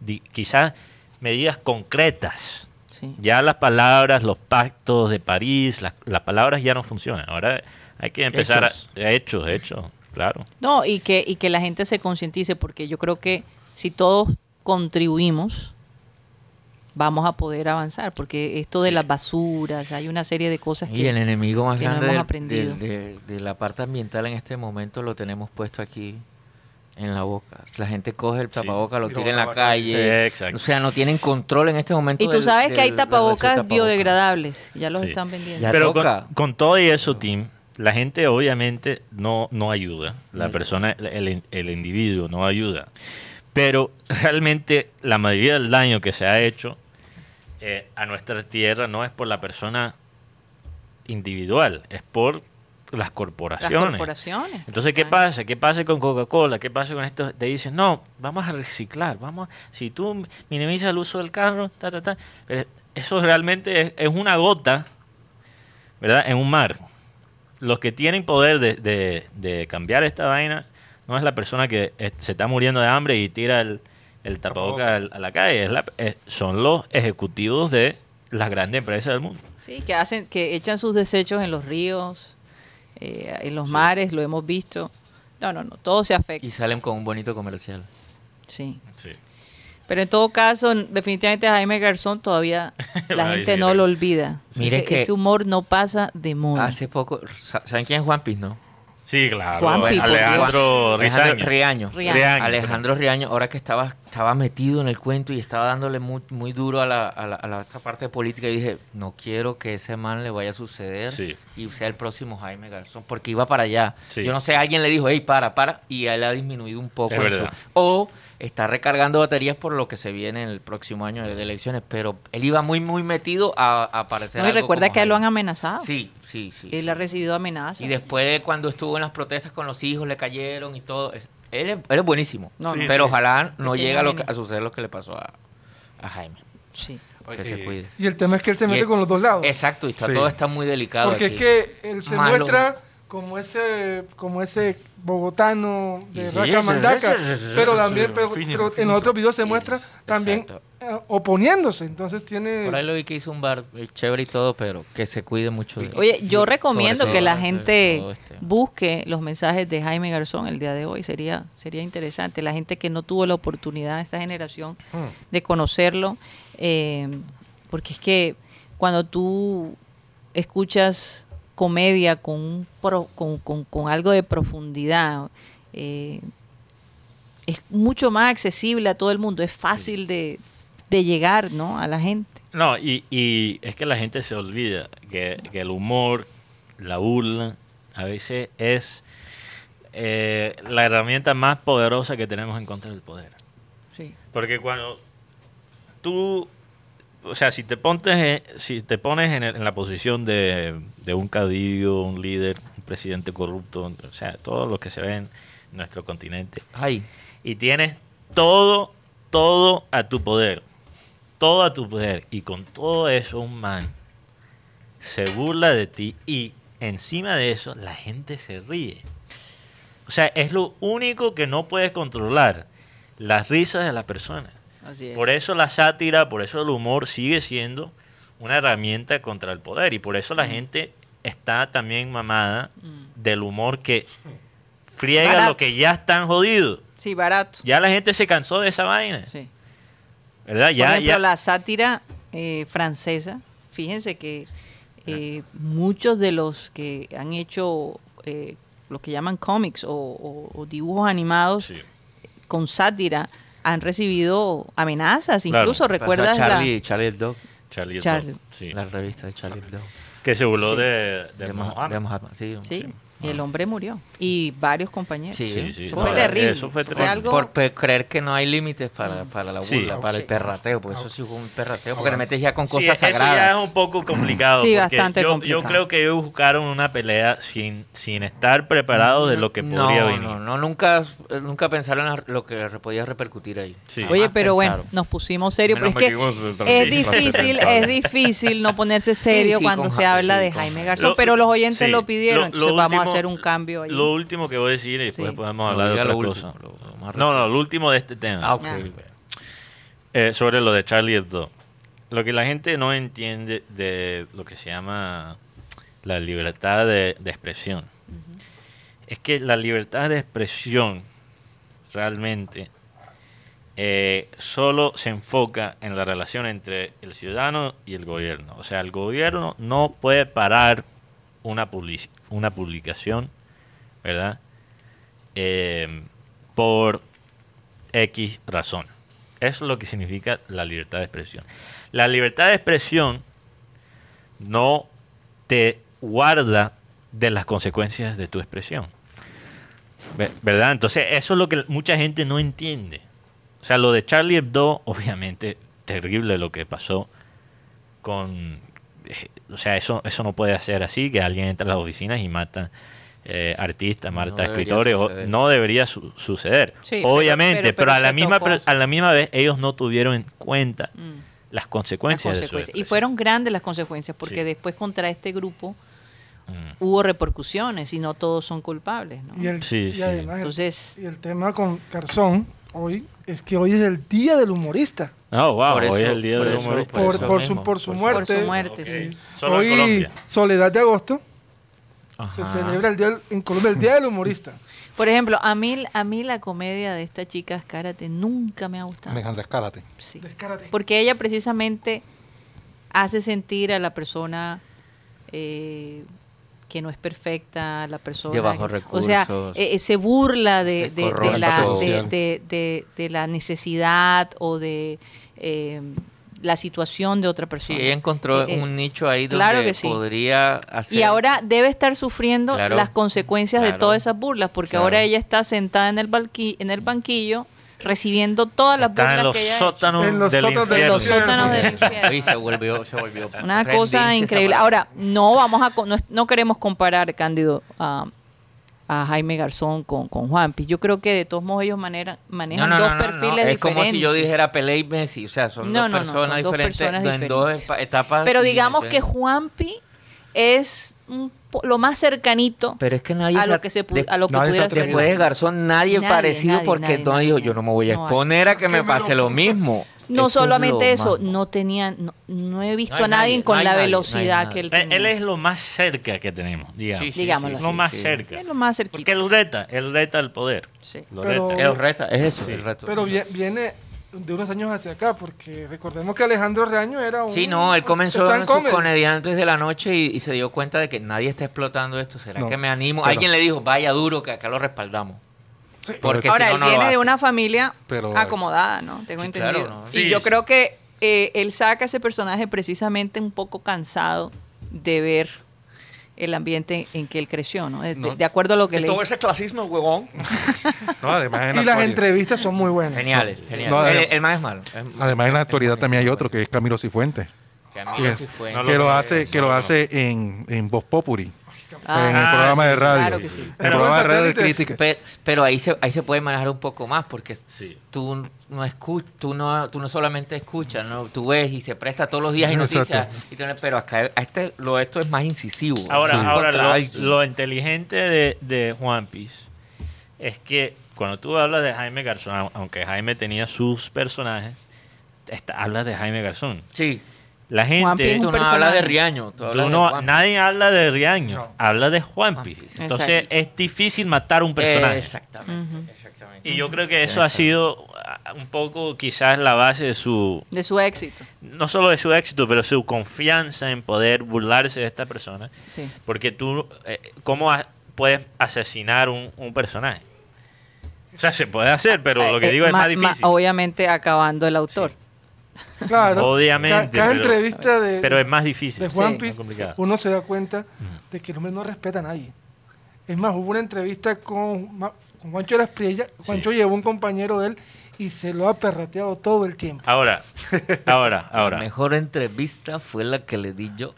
Speaker 4: di- quizás medidas concretas.
Speaker 2: Sí.
Speaker 4: Ya las palabras, los pactos de París, las, las palabras ya no funcionan. Ahora hay que empezar
Speaker 3: Hechos.
Speaker 4: a... Hechos, hechos, claro.
Speaker 2: No, y que, y que la gente se concientice, porque yo creo que si todos contribuimos, vamos a poder avanzar, porque esto de las basuras, hay una serie de cosas
Speaker 3: Y el
Speaker 2: que...
Speaker 3: enemigo más
Speaker 2: que no
Speaker 3: grande
Speaker 2: hemos
Speaker 3: del-
Speaker 2: aprendido.
Speaker 3: del- del- de la parte ambiental en este momento lo tenemos puesto aquí en la boca. La gente coge el tapabocas, lo
Speaker 6: Y lo
Speaker 3: tira en
Speaker 6: bota a
Speaker 3: la
Speaker 6: la calle.
Speaker 3: calle.
Speaker 4: Exacto.
Speaker 3: O sea, no tienen control en este momento.
Speaker 2: Y tú
Speaker 3: del-
Speaker 2: sabes que hay
Speaker 3: del- de los
Speaker 2: tapabocas
Speaker 3: tapabocas.
Speaker 2: biodegradables, ya los
Speaker 4: Sí.
Speaker 2: están vendiendo.
Speaker 3: Ya
Speaker 4: Pero con,
Speaker 3: toca.
Speaker 4: con todo y eso, Tim, la gente obviamente no, no ayuda. La persona, el, el individuo no ayuda. Pero realmente la mayoría del daño que se ha hecho eh, a nuestra tierra no es por la persona individual, es por las
Speaker 2: las
Speaker 4: corporaciones.
Speaker 2: corporaciones.
Speaker 4: Entonces, ¿qué
Speaker 2: Ah,
Speaker 4: pasa? ¿Qué pasa con Coca-Cola? ¿Qué pasa con esto? Te dicen, no, vamos a reciclar, vamos a- si tú minimizas el uso del carro, ta, ta, ta. Pero eso realmente es, es una gota, ¿verdad? En un mar. Los que tienen poder de, de- de cambiar esta vaina no es la persona que eh, se está muriendo de hambre y tira el, el tapabocas al- a la calle, es la- eh, son los ejecutivos de las grandes empresas del mundo.
Speaker 2: Sí, que hacen, que echan sus desechos en los ríos, eh, en los mares, lo hemos visto. No, no, no, todo se afecta.
Speaker 3: Y salen con un bonito comercial.
Speaker 2: Sí. Pero en todo caso, n- definitivamente Jaime Garzón todavía la
Speaker 4: Bueno, ahí
Speaker 2: gente
Speaker 4: sí,
Speaker 2: no
Speaker 4: sí.
Speaker 2: lo olvida.
Speaker 3: Sí.
Speaker 2: ese,
Speaker 3: Mire que-
Speaker 2: ese humor no pasa de moda.
Speaker 3: Hace poco, sa- ¿saben quién es Juan Piz, no?
Speaker 4: Sí, claro. Eh,
Speaker 2: Juanpi, por Dios.
Speaker 4: Alejandro
Speaker 3: Alejandro
Speaker 4: Rizaño.
Speaker 3: Riaño.
Speaker 2: Riaño.
Speaker 4: Riaño,
Speaker 3: Alejandro Riaño, ahora que estaba, estaba metido en el cuento y estaba dándole muy, muy duro a, la, a, la- a la- esta parte política, y dije, no quiero que ese man le vaya a suceder
Speaker 4: Sí.
Speaker 3: y sea el próximo Jaime Garzón, porque iba para allá.
Speaker 4: Sí.
Speaker 3: Yo no sé, alguien le dijo, hey, para, para, y él ha disminuido un poco.
Speaker 4: Es
Speaker 3: en su-
Speaker 4: verdad.
Speaker 3: O está recargando baterías por lo que se viene en el próximo año de elecciones, pero él iba muy, muy metido a, a aparecer.
Speaker 2: No, y
Speaker 3: algo
Speaker 2: recuerda
Speaker 3: como
Speaker 2: que a él lo han
Speaker 3: Jaime.
Speaker 2: amenazado.
Speaker 3: Sí, sí, sí.
Speaker 2: Él ha recibido amenazas.
Speaker 3: Y después de cuando estuvo en las protestas con los hijos, le cayeron y todo. es- Él es, él es buenísimo.
Speaker 2: No, Sí, no.
Speaker 3: pero
Speaker 2: sí.
Speaker 3: ojalá no
Speaker 2: Pequeño
Speaker 3: llegue a, lo que-
Speaker 2: genio.
Speaker 3: a suceder lo que le pasó a, a Jaime.
Speaker 2: Sí.
Speaker 3: Que
Speaker 6: eh,
Speaker 3: se cuide.
Speaker 7: Y el tema es que él se
Speaker 3: Y
Speaker 7: mete
Speaker 3: el-
Speaker 7: con los dos lados.
Speaker 3: Exacto, y está,
Speaker 6: Sí.
Speaker 3: todo está muy delicado.
Speaker 7: Porque
Speaker 3: aquí.
Speaker 7: es que él se
Speaker 3: Malo.
Speaker 7: muestra como ese, como ese bogotano de
Speaker 3: Y sí,
Speaker 7: Raca
Speaker 3: sí,
Speaker 7: Mandaca,
Speaker 3: sí, sí,
Speaker 7: pero
Speaker 6: sí,
Speaker 7: también
Speaker 6: sí,
Speaker 7: pero-
Speaker 6: fino,
Speaker 7: pero en
Speaker 6: fino.
Speaker 7: otros videos se muestra
Speaker 3: Exacto.
Speaker 7: también eh, oponiéndose. Entonces
Speaker 2: eh,
Speaker 3: Por ahí
Speaker 7: tiene
Speaker 3: lo vi que hizo un bar eh, chévere y todo, pero que se cuide mucho. de-
Speaker 2: Oye, yo recomiendo
Speaker 3: todo,
Speaker 2: que la
Speaker 3: sobre
Speaker 2: gente
Speaker 3: todo este.
Speaker 2: busque los mensajes de Jaime Garzón el día de hoy. Sería, sería interesante. La gente que no tuvo la oportunidad, esta generación, de conocerlo. eh, porque es que cuando tú escuchas comedia con, un pro- con, con- con algo de profundidad, eh, es mucho más accesible a todo el mundo. Es fácil de, de llegar ¿no? a la gente.
Speaker 4: No, y, y es que la gente se olvida que, que el humor, la burla, a veces es eh, la herramienta más poderosa que tenemos en contra del poder.
Speaker 2: Sí.
Speaker 4: Porque cuando tú, o sea, si te, pontes, en- si te pones en, el- en la posición de, de un cadillo, un líder, un presidente corrupto, o sea, todos los que se ven en nuestro continente,
Speaker 3: Ay,
Speaker 4: y tienes todo, todo a tu poder. Todo a tu poder. Y con todo eso, un man se burla de ti y encima de eso, la gente se ríe. O sea, es lo único que no puedes controlar: las risas de las personas.
Speaker 2: Así es.
Speaker 4: Por eso la sátira, por eso el humor sigue siendo una herramienta contra el poder y por eso la gente está también mamada del humor que friega
Speaker 2: Barato.
Speaker 4: lo que ya están jodidos.
Speaker 2: Sí, barato.
Speaker 4: Ya la gente se cansó de esa vaina,
Speaker 2: Sí.
Speaker 4: ¿verdad?
Speaker 2: Por
Speaker 4: Ya,
Speaker 2: ejemplo,
Speaker 4: ya-
Speaker 2: la sátira eh, francesa, fíjense que eh, muchos de los que han hecho eh, lo que llaman cómics o, o- o dibujos animados
Speaker 4: Sí.
Speaker 2: con sátira han recibido amenazas.
Speaker 4: Claro.
Speaker 2: Incluso recuerdas
Speaker 3: pasó a
Speaker 2: la...
Speaker 3: Charlie, Charlie Hebdo,
Speaker 4: Charlie Hebdo,
Speaker 2: Charlie.
Speaker 4: sí.
Speaker 3: la revista de Charlie Hebdo.
Speaker 4: que se burló
Speaker 2: Sí.
Speaker 4: de, de
Speaker 3: De Mah-
Speaker 4: Mohammed.
Speaker 3: de Mohammed, sí,
Speaker 2: Sí,
Speaker 4: Ah.
Speaker 2: el hombre murió. Y varios compañeros.
Speaker 3: Sí,
Speaker 4: Sí, sí.
Speaker 2: Eso
Speaker 4: No,
Speaker 2: fue
Speaker 4: eh,
Speaker 2: terrible.
Speaker 4: Eso fue
Speaker 2: Eso fue
Speaker 4: terrible.
Speaker 2: algo-
Speaker 3: Por pe- creer que no hay límites para, para la burla,
Speaker 4: Sí.
Speaker 3: para el perrateo, por eso Mm. sí hubo un perrateo, porque le metes ya con
Speaker 4: Sí,
Speaker 3: cosas
Speaker 4: eso ya
Speaker 3: sagradas.
Speaker 4: es un poco complicado.
Speaker 2: Sí,
Speaker 4: porque
Speaker 2: bastante
Speaker 4: yo,
Speaker 2: complicado.
Speaker 4: Yo creo que ellos buscaron una pelea sin, sin estar preparados de lo que podría
Speaker 3: no,
Speaker 4: venir.
Speaker 3: No, no, nunca, nunca pensaron en la- lo que podía repercutir ahí.
Speaker 4: Sí.
Speaker 3: Jamás
Speaker 2: Oye, pero bueno,
Speaker 3: Ah, pensaron.
Speaker 2: nos pusimos serios, pero
Speaker 3: Menos
Speaker 2: es que
Speaker 3: mal que vimos el
Speaker 2: es
Speaker 3: tranquilista.
Speaker 2: difícil, es difícil no ponerse serio
Speaker 3: sí,
Speaker 2: cuando
Speaker 3: con
Speaker 2: se
Speaker 3: Ja-
Speaker 2: habla
Speaker 3: sí,
Speaker 2: de
Speaker 3: con
Speaker 2: Jaime
Speaker 3: Ja-
Speaker 2: Garzón,
Speaker 4: Lo-
Speaker 2: pero los oyentes
Speaker 4: sí,
Speaker 2: lo pidieron,
Speaker 4: lo-
Speaker 2: entonces
Speaker 4: lo
Speaker 2: vamos a
Speaker 4: último-
Speaker 2: hacer un cambio ahí.
Speaker 4: Lo último que voy a decir y después
Speaker 2: Sí.
Speaker 4: podemos
Speaker 3: No,
Speaker 4: hablar de
Speaker 3: diga
Speaker 4: otra
Speaker 3: lo
Speaker 4: cosa.
Speaker 3: último, lo- lo más
Speaker 4: no, no,
Speaker 3: reciente.
Speaker 4: lo último de este tema.
Speaker 3: Ah, ok.
Speaker 2: Ah.
Speaker 4: Eh, sobre lo de Charlie Hebdo. Lo que la gente no entiende de lo que se llama la libertad de, de expresión es que la libertad de expresión realmente eh, solo se enfoca en la relación entre el ciudadano y el gobierno. O sea, el gobierno no puede parar una, publici- una publicación, ¿verdad? Eh, por X razón. Eso es lo que significa la libertad de expresión. La libertad de expresión no te guarda de las consecuencias de tu expresión. Ve- ¿Verdad? Entonces, eso es lo que mucha gente no entiende. O sea, lo de Charlie Hebdo, obviamente, terrible lo que pasó con... eh, O sea, eso, eso no puede ser así, que alguien entra a las oficinas y mata eh, artistas, mata
Speaker 3: debería
Speaker 4: escritores. o-
Speaker 3: suceder.
Speaker 4: no debería su- suceder.
Speaker 2: Sí, pero-
Speaker 4: obviamente,
Speaker 2: pero-
Speaker 4: pero,
Speaker 2: pero
Speaker 4: a, la
Speaker 2: se
Speaker 4: misma,
Speaker 2: tocó.
Speaker 4: pre- a la misma vez ellos no tuvieron en cuenta
Speaker 2: Mm.
Speaker 4: las
Speaker 2: Las
Speaker 4: consecuencias, de su
Speaker 2: consecuencias. Y
Speaker 4: expresión.
Speaker 2: fueron grandes las consecuencias, porque
Speaker 4: Sí.
Speaker 2: después contra este grupo
Speaker 4: Mm.
Speaker 2: hubo repercusiones y no todos son culpables. ¿no?
Speaker 7: y el,
Speaker 4: Sí,
Speaker 7: y
Speaker 4: sí.
Speaker 7: además el-
Speaker 2: Entonces-
Speaker 7: y el tema con Garzón hoy es que hoy es el día del humorista.
Speaker 4: No, wow,
Speaker 3: Por
Speaker 4: hoy es
Speaker 3: eso-
Speaker 4: el día
Speaker 3: por
Speaker 4: del pues.
Speaker 3: eso-
Speaker 4: humorista.
Speaker 7: por,
Speaker 3: eso
Speaker 7: por su,
Speaker 3: mismo,
Speaker 7: por su
Speaker 3: por su-
Speaker 7: muerte.
Speaker 2: por su muerte, sí.
Speaker 4: Solo en
Speaker 7: Hoy,
Speaker 4: Colombia.
Speaker 7: Soledad de Agosto, se
Speaker 3: Ajá.
Speaker 7: celebra el día del- en Colombia el Día del Humorista.
Speaker 2: Por ejemplo, a mí, a mí la comedia de esta chica Escárate nunca me ha gustado.
Speaker 6: Me encanta, escárate.
Speaker 2: Sí.
Speaker 7: Descárate.
Speaker 2: Porque ella precisamente hace sentir a la persona eh, que no es perfecta, a la persona...
Speaker 3: De bajos
Speaker 2: que-
Speaker 3: recursos.
Speaker 2: O sea, eh, eh, se burla de,
Speaker 3: Es
Speaker 2: de- de
Speaker 3: corrupto.
Speaker 2: la, de,
Speaker 6: Social.
Speaker 2: de- de- de la necesidad o de eh, la situación de otra
Speaker 3: Sí,
Speaker 2: persona.
Speaker 3: ella encontró
Speaker 2: Eh, eh,
Speaker 3: un nicho ahí donde
Speaker 2: claro que sí.
Speaker 3: podría hacer...
Speaker 2: y ahora debe estar sufriendo
Speaker 3: Claro,
Speaker 2: las consecuencias de
Speaker 3: claro,
Speaker 2: todas esas burlas, porque
Speaker 3: claro.
Speaker 2: ahora ella está sentada en el, balqui- en el banquillo recibiendo todas las
Speaker 4: Está en
Speaker 2: burlas
Speaker 4: los
Speaker 2: que ella ha hecho.
Speaker 4: sótanos
Speaker 7: En los
Speaker 4: del
Speaker 7: sótanos del
Speaker 4: infierno. Eh,
Speaker 2: los sótanos del infierno.
Speaker 3: Y se volvió, se volvió.
Speaker 2: Una
Speaker 3: trending
Speaker 2: cosa
Speaker 3: esa
Speaker 2: increíble.
Speaker 3: palabra.
Speaker 2: Ahora, no vamos a co- no, es- no queremos comparar, Cándido, a, a Jaime Garzón con, con Juanpi. Yo creo que de todos modos ellos manera- manejan dos perfiles
Speaker 3: Es
Speaker 2: diferentes.
Speaker 3: como si yo dijera Pelé y Messi. O sea, son
Speaker 2: No,
Speaker 3: dos
Speaker 2: no, no,
Speaker 3: personas
Speaker 2: son dos
Speaker 3: diferentes
Speaker 2: personas
Speaker 3: en dos
Speaker 2: diferentes.
Speaker 3: epa- etapas.
Speaker 2: Pero
Speaker 3: y
Speaker 2: digamos que
Speaker 3: dimensiones.
Speaker 2: Juanpi es un po- lo más cercanito
Speaker 3: Pero es que nadie
Speaker 2: a
Speaker 3: se
Speaker 2: lo
Speaker 3: at-
Speaker 2: que se pu-
Speaker 3: de-
Speaker 2: a lo que
Speaker 6: nadie se
Speaker 2: pudiera ser.
Speaker 6: atrevió.
Speaker 3: Después de Garzón, nadie,
Speaker 2: Nadie,
Speaker 3: parecido
Speaker 2: nadie,
Speaker 3: porque
Speaker 2: nadie,
Speaker 3: no
Speaker 2: nadie,
Speaker 3: digo, yo no me voy a
Speaker 2: no hay.
Speaker 3: exponer a que me
Speaker 6: me lo
Speaker 3: pase lo mismo.
Speaker 2: No
Speaker 3: Esto es
Speaker 2: solamente
Speaker 3: lo
Speaker 2: eso,
Speaker 3: más-
Speaker 2: no tenían, no, no he visto
Speaker 3: No hay
Speaker 2: a nadie
Speaker 3: nadie,
Speaker 2: con
Speaker 3: no hay
Speaker 2: la
Speaker 3: nadie, no hay
Speaker 2: velocidad
Speaker 3: nadie.
Speaker 2: que él
Speaker 4: Eh,
Speaker 2: tenía.
Speaker 4: Él es lo más cerca que tenemos, digamos.
Speaker 3: Sí, sí,
Speaker 2: Digámoslo
Speaker 3: sí,
Speaker 4: Lo
Speaker 3: sí,
Speaker 4: más
Speaker 3: sí.
Speaker 4: cerca.
Speaker 2: Es lo más cerquita.
Speaker 4: Porque él reta, él reta el poder.
Speaker 2: Sí.
Speaker 4: Lo
Speaker 7: Pero-
Speaker 4: reta.
Speaker 3: El resto, es eso, el resto.
Speaker 7: Pero vie- viene de unos años hacia acá, porque recordemos que Alejandro Reaño era un.
Speaker 3: Sí, no, él comenzó
Speaker 7: stand
Speaker 3: en sus
Speaker 7: comedy.
Speaker 3: comediantes de la noche y, y se dio cuenta de que nadie está explotando esto. ¿Será
Speaker 6: No,
Speaker 3: que me animo?
Speaker 6: pero-
Speaker 3: Alguien le dijo, vaya duro, que acá lo respaldamos.
Speaker 7: Sí.
Speaker 3: Porque
Speaker 2: Ahora,
Speaker 3: si no,
Speaker 2: él
Speaker 3: no lo
Speaker 2: viene de
Speaker 3: hace.
Speaker 2: una familia
Speaker 6: Pero-
Speaker 2: acomodada, ¿no? Tengo
Speaker 3: Sí, claro,
Speaker 2: entendido.
Speaker 3: ¿no?
Speaker 2: Y
Speaker 4: Sí,
Speaker 2: yo
Speaker 4: sí.
Speaker 2: creo que eh, él saca ese personaje precisamente un poco cansado de ver el ambiente en que él creció, ¿no? De,
Speaker 6: No.
Speaker 2: de acuerdo a lo que
Speaker 3: De
Speaker 2: le
Speaker 3: Todo ese clasismo, huevón.
Speaker 6: No, además en la
Speaker 7: Y las
Speaker 6: actualidad-
Speaker 7: entrevistas son muy buenas.
Speaker 3: Genial, genial.
Speaker 6: No,
Speaker 3: el,
Speaker 6: además-
Speaker 3: el más es malo. Es-
Speaker 6: Además en la
Speaker 3: es
Speaker 6: actualidad
Speaker 3: buenísimo.
Speaker 6: también hay otro que es Camilo Cifuentes.
Speaker 3: Que a mí
Speaker 6: Que,
Speaker 3: Ah, sí fue-
Speaker 4: No
Speaker 6: que
Speaker 4: lo
Speaker 6: lo
Speaker 4: creo,
Speaker 6: hace, que
Speaker 4: no
Speaker 6: lo
Speaker 4: lo
Speaker 6: hace en, en Voz Populi,
Speaker 2: Ah,
Speaker 6: en el programa
Speaker 4: sí,
Speaker 6: de
Speaker 4: sí,
Speaker 6: radio.
Speaker 2: claro que sí.
Speaker 6: En el
Speaker 4: Pero
Speaker 6: programa de
Speaker 7: buen
Speaker 6: radio de
Speaker 7: satélite.
Speaker 6: crítica.
Speaker 3: Pe- Pero ahí se, ahí se puede manejar un poco más porque
Speaker 4: Sí.
Speaker 3: tú no escuchas, tú no, tú no solamente escuchas, ¿no? tú ves y se presta todos los días y noticias.
Speaker 6: Exacto.
Speaker 3: y tiene- pero acá a este, lo esto es más incisivo.
Speaker 4: Ahora,
Speaker 3: Pues, Sí.
Speaker 4: ahora
Speaker 3: Contra
Speaker 4: lo,
Speaker 3: alguien.
Speaker 4: lo inteligente de, de Juan Piz es que cuando tú hablas de Jaime Garzón, au- aunque Jaime tenía sus personajes, está- hablas de Jaime Garzón.
Speaker 3: sí.
Speaker 4: La
Speaker 2: Juan Piz
Speaker 4: gente,
Speaker 2: es
Speaker 3: Tú
Speaker 2: un
Speaker 4: tú
Speaker 3: no hablas de
Speaker 2: personaje.
Speaker 3: Riaño, tú hablas de
Speaker 4: no-
Speaker 3: Juan.
Speaker 4: nadie habla de Riaño,
Speaker 6: No.
Speaker 4: habla de Juan Piz.
Speaker 3: Juan Piz.
Speaker 4: Entonces
Speaker 2: Exacto.
Speaker 4: es difícil matar un personaje.
Speaker 3: Exactamente, exactamente.
Speaker 4: Y yo creo que eso ha sido ah, un poco quizás la base de su,
Speaker 2: de su éxito.
Speaker 4: no solo de su éxito, pero su confianza en poder burlarse de esta persona.
Speaker 2: Sí.
Speaker 4: Porque tú, eh, ¿cómo a- puedes asesinar un, un personaje? O sea, se puede hacer, pero lo que
Speaker 2: Eh,
Speaker 4: digo es
Speaker 2: ma-
Speaker 4: más
Speaker 2: ma-
Speaker 4: difícil.
Speaker 2: obviamente acabando el autor.
Speaker 7: Claro.
Speaker 4: Obviamente,
Speaker 7: Ca- Cada,
Speaker 4: pero- eh,
Speaker 7: entrevista de,
Speaker 4: Pero es más difícil.
Speaker 7: de Juan
Speaker 2: Sí.
Speaker 7: Piz,
Speaker 4: Más complicado.
Speaker 7: uno se da cuenta de que el hombre no respeta a nadie. Es más, hubo una entrevista con, Ma- con Juancho Las Priella. Juancho llevó un compañero de él y se lo ha perrateado todo el tiempo.
Speaker 4: Ahora, ahora,
Speaker 3: La
Speaker 4: ahora,
Speaker 3: mejor entrevista fue la que le di yo.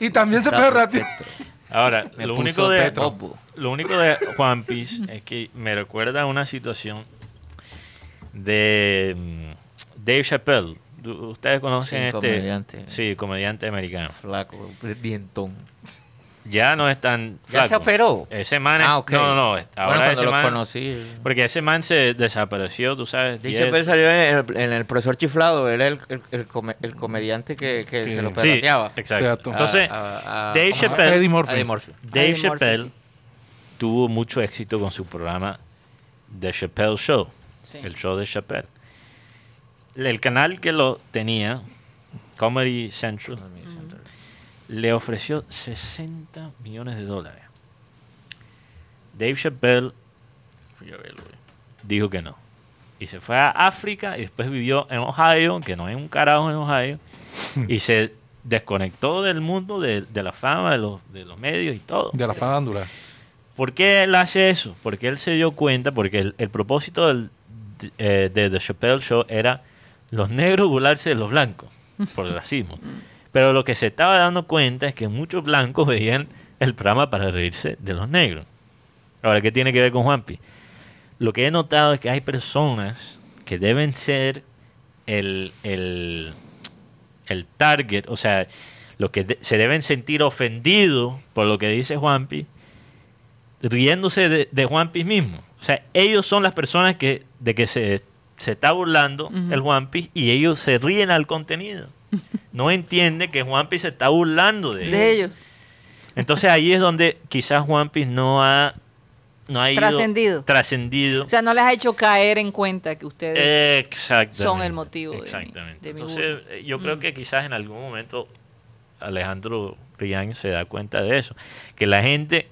Speaker 7: Y también se
Speaker 3: Gustavo
Speaker 7: perrateó.
Speaker 3: Petro.
Speaker 4: ahora.
Speaker 3: Me
Speaker 4: Lo
Speaker 3: puso
Speaker 4: único, de,
Speaker 3: Petro. Bobo.
Speaker 4: lo único de Juan Piz es que me recuerda a una situación de mm, Dave Chappelle. Du- Ustedes conocen
Speaker 3: Sí,
Speaker 4: este
Speaker 3: comediante.
Speaker 4: Sí, comediante americano.
Speaker 3: Flaco, dientón.
Speaker 4: Ya no es tan
Speaker 3: Ya se
Speaker 4: flaco.
Speaker 3: operó.
Speaker 4: Ese man es-
Speaker 3: Ah, ok.
Speaker 4: No, no, no.
Speaker 3: Bueno,
Speaker 4: Ahora
Speaker 3: cuando
Speaker 4: ese
Speaker 3: lo
Speaker 4: man-
Speaker 3: conocí.
Speaker 4: Porque ese man se desapareció, tú sabes.
Speaker 3: Dave
Speaker 4: diez-
Speaker 3: Chappelle pues, salió en el, en el profesor chiflado, era el, el, el come- el comediante que, que
Speaker 6: Sí.
Speaker 3: se Ah, lo
Speaker 4: Sí,
Speaker 3: plateaba.
Speaker 4: exacto.
Speaker 6: Exacto.
Speaker 4: Entonces, Dave Chappelle-
Speaker 6: Eddie Murphy.
Speaker 2: Mm,
Speaker 4: Dave
Speaker 2: Eddie Murphy,
Speaker 4: Chappelle
Speaker 2: sí.
Speaker 4: tuvo mucho éxito con su programa The Chappelle Show,
Speaker 2: Sí.
Speaker 4: el show de Chappelle. El canal que lo tenía, Comedy Central, le ofreció 60 millones de dólares. Dave Chappelle dijo que no. Y se fue a África y después vivió en Ohio, que no hay un carajo en Ohio, y se desconectó del mundo, de, de la fama, de los, de los medios y todo.
Speaker 6: De la farándula.
Speaker 4: ¿Por qué él hace eso? Porque él se dio cuenta, porque el, el propósito del- de, eh, de The Chappelle Show era los negros burlarse de los blancos, por el racismo. Pero lo que se estaba dando cuenta es que muchos blancos veían el programa para reírse de los negros. Ahora, ¿qué tiene que ver con Juanpi? Lo que he notado es que hay personas que deben ser el, el, el target, o sea, los que de- se deben sentir ofendidos por lo que dice Juanpi, riéndose de, de Juan Piece mismo. O sea, ellos son las personas que, de que se, se está burlando el Juan Piece y ellos se ríen al contenido. No entiende que Juan Piece se está burlando de,
Speaker 2: De
Speaker 4: ellos.
Speaker 2: ellos.
Speaker 4: Entonces ahí es donde quizás Juan Piece no ha, no ha ido-
Speaker 2: Trascendido.
Speaker 4: Trascendido.
Speaker 2: O sea, no les ha hecho caer en cuenta que ustedes...
Speaker 4: Eh. Exactamente.
Speaker 2: son el motivo de mi-
Speaker 4: Exactamente.
Speaker 2: de mi Mm.
Speaker 4: Entonces, eh, yo creo que quizás en algún momento Alejandro Rian se da cuenta de eso. Que la gente